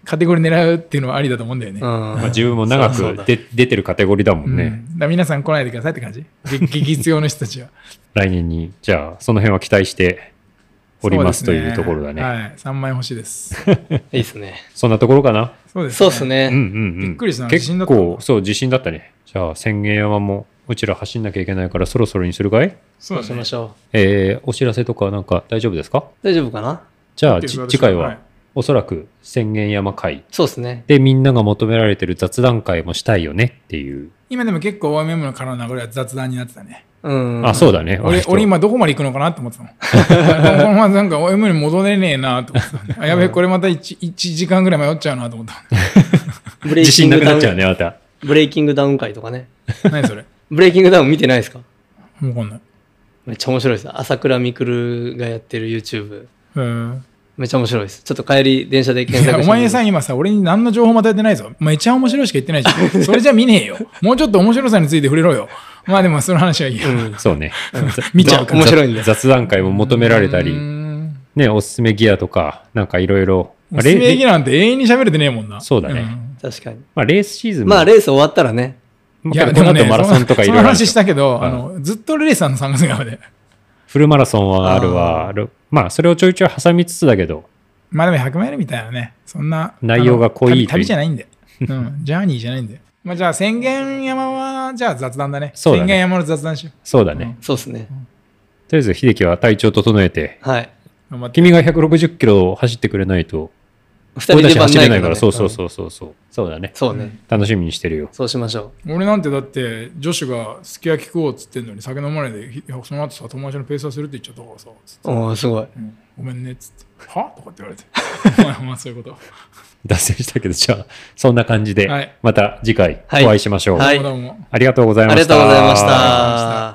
カテゴリー狙うっていうのはありだと思うんだよね。ううんん。まあ、自分も長そうくだで出てるカテゴリーだもんだね、から皆さん来ないでくださいって 感じ。激激必要の人たちは。来年にじゃあその辺は期待しておりますというところだねそはい。3万円欲しいです。いいですね。んなところかなそうです、そうです。ね。うんうんうんびっくりしたな地結震だった構そう地震だったねじゃあ千軒山もうちら走んなきゃいけないからそろそろにするかいそうそだうしねましょえーお知らせとかなんか大丈夫ですかう。大丈夫かなじゃあいいですち私次回は、はいおそらく千軒山会そうですね。でみんなが求められてる雑談会もしたいよねっていう、今でも結構 OMM のからの流れは雑談になってたね。うん。あそうだね俺割、と俺今どこまで行くのかなって思ってたもん。 このままなんか OM に戻れねえなと思ってたねあやべえ、これまた 1, 時間ぐらい迷っちゃうなと思った。ブレイ自キ信ンなグくダなウっンちゃうねまたブレイキングダウン会とかね。何それブレイキングダウン見てないですかもうこんない。めっちゃ面白いです。朝倉未来がやってる YouTube。へえめっちゃ面白いです。ちょっと帰り、電車で検いや索おしてみ前てさ、今さ、俺に何の情報も与えてないぞ。めちゃ面白いしか言ってないじゃん。それじゃ見ねえよ。もうちょっと面白さについて触れろよ。まあでも、その話はいいよ。そうね見ちゃうから面白いんで雑談会も求められたうーりんねおすすめギアとかなんかいろいろおすすめ劇なんて永遠に喋れてねえもんな。そうだねん確かに。まあ、レースシーズンもまあ、レース終わったらね。まあいや、こでのも後ね、マラソンとかいそろのいろあるで話ししょたけど、はいあの、ずっとレイさんの参加する側で。フルマラソンはあるわあろまあそれをちょいちょい挟みつつだけどまあでも100マイルみたいなね、そんな。内容が濃いあのという旅旅じゃないんで。うん、ジャーニーじゃないんで。まあじゃあ、宣言山は、じゃあ雑談だね。そうだね宣言山の雑談しよそうだね、そうですね。とりあえず秀樹は体調整えてはい。う。頑張って。君が160キロを走ってくれないと二俺たち走れないから、ねそうそううん。そうそうそうそうだねそうね。楽しみにしてるよそうしましょ俺なんてだって、女子がすき焼き食おうっつってんのに酒飲まないで、いやその後さ、友達のペースーするって言っちゃったからさ、つっう。ておーすごい。うんごめんねっつって。はとかって言われて。まあまあそういうこと。脱線したけどじゃあそんな感じで、はいまた次回おはい会いしましょう、はいどうもどうも。ありがとうございあまりしがとたうございまし。ありがとうございました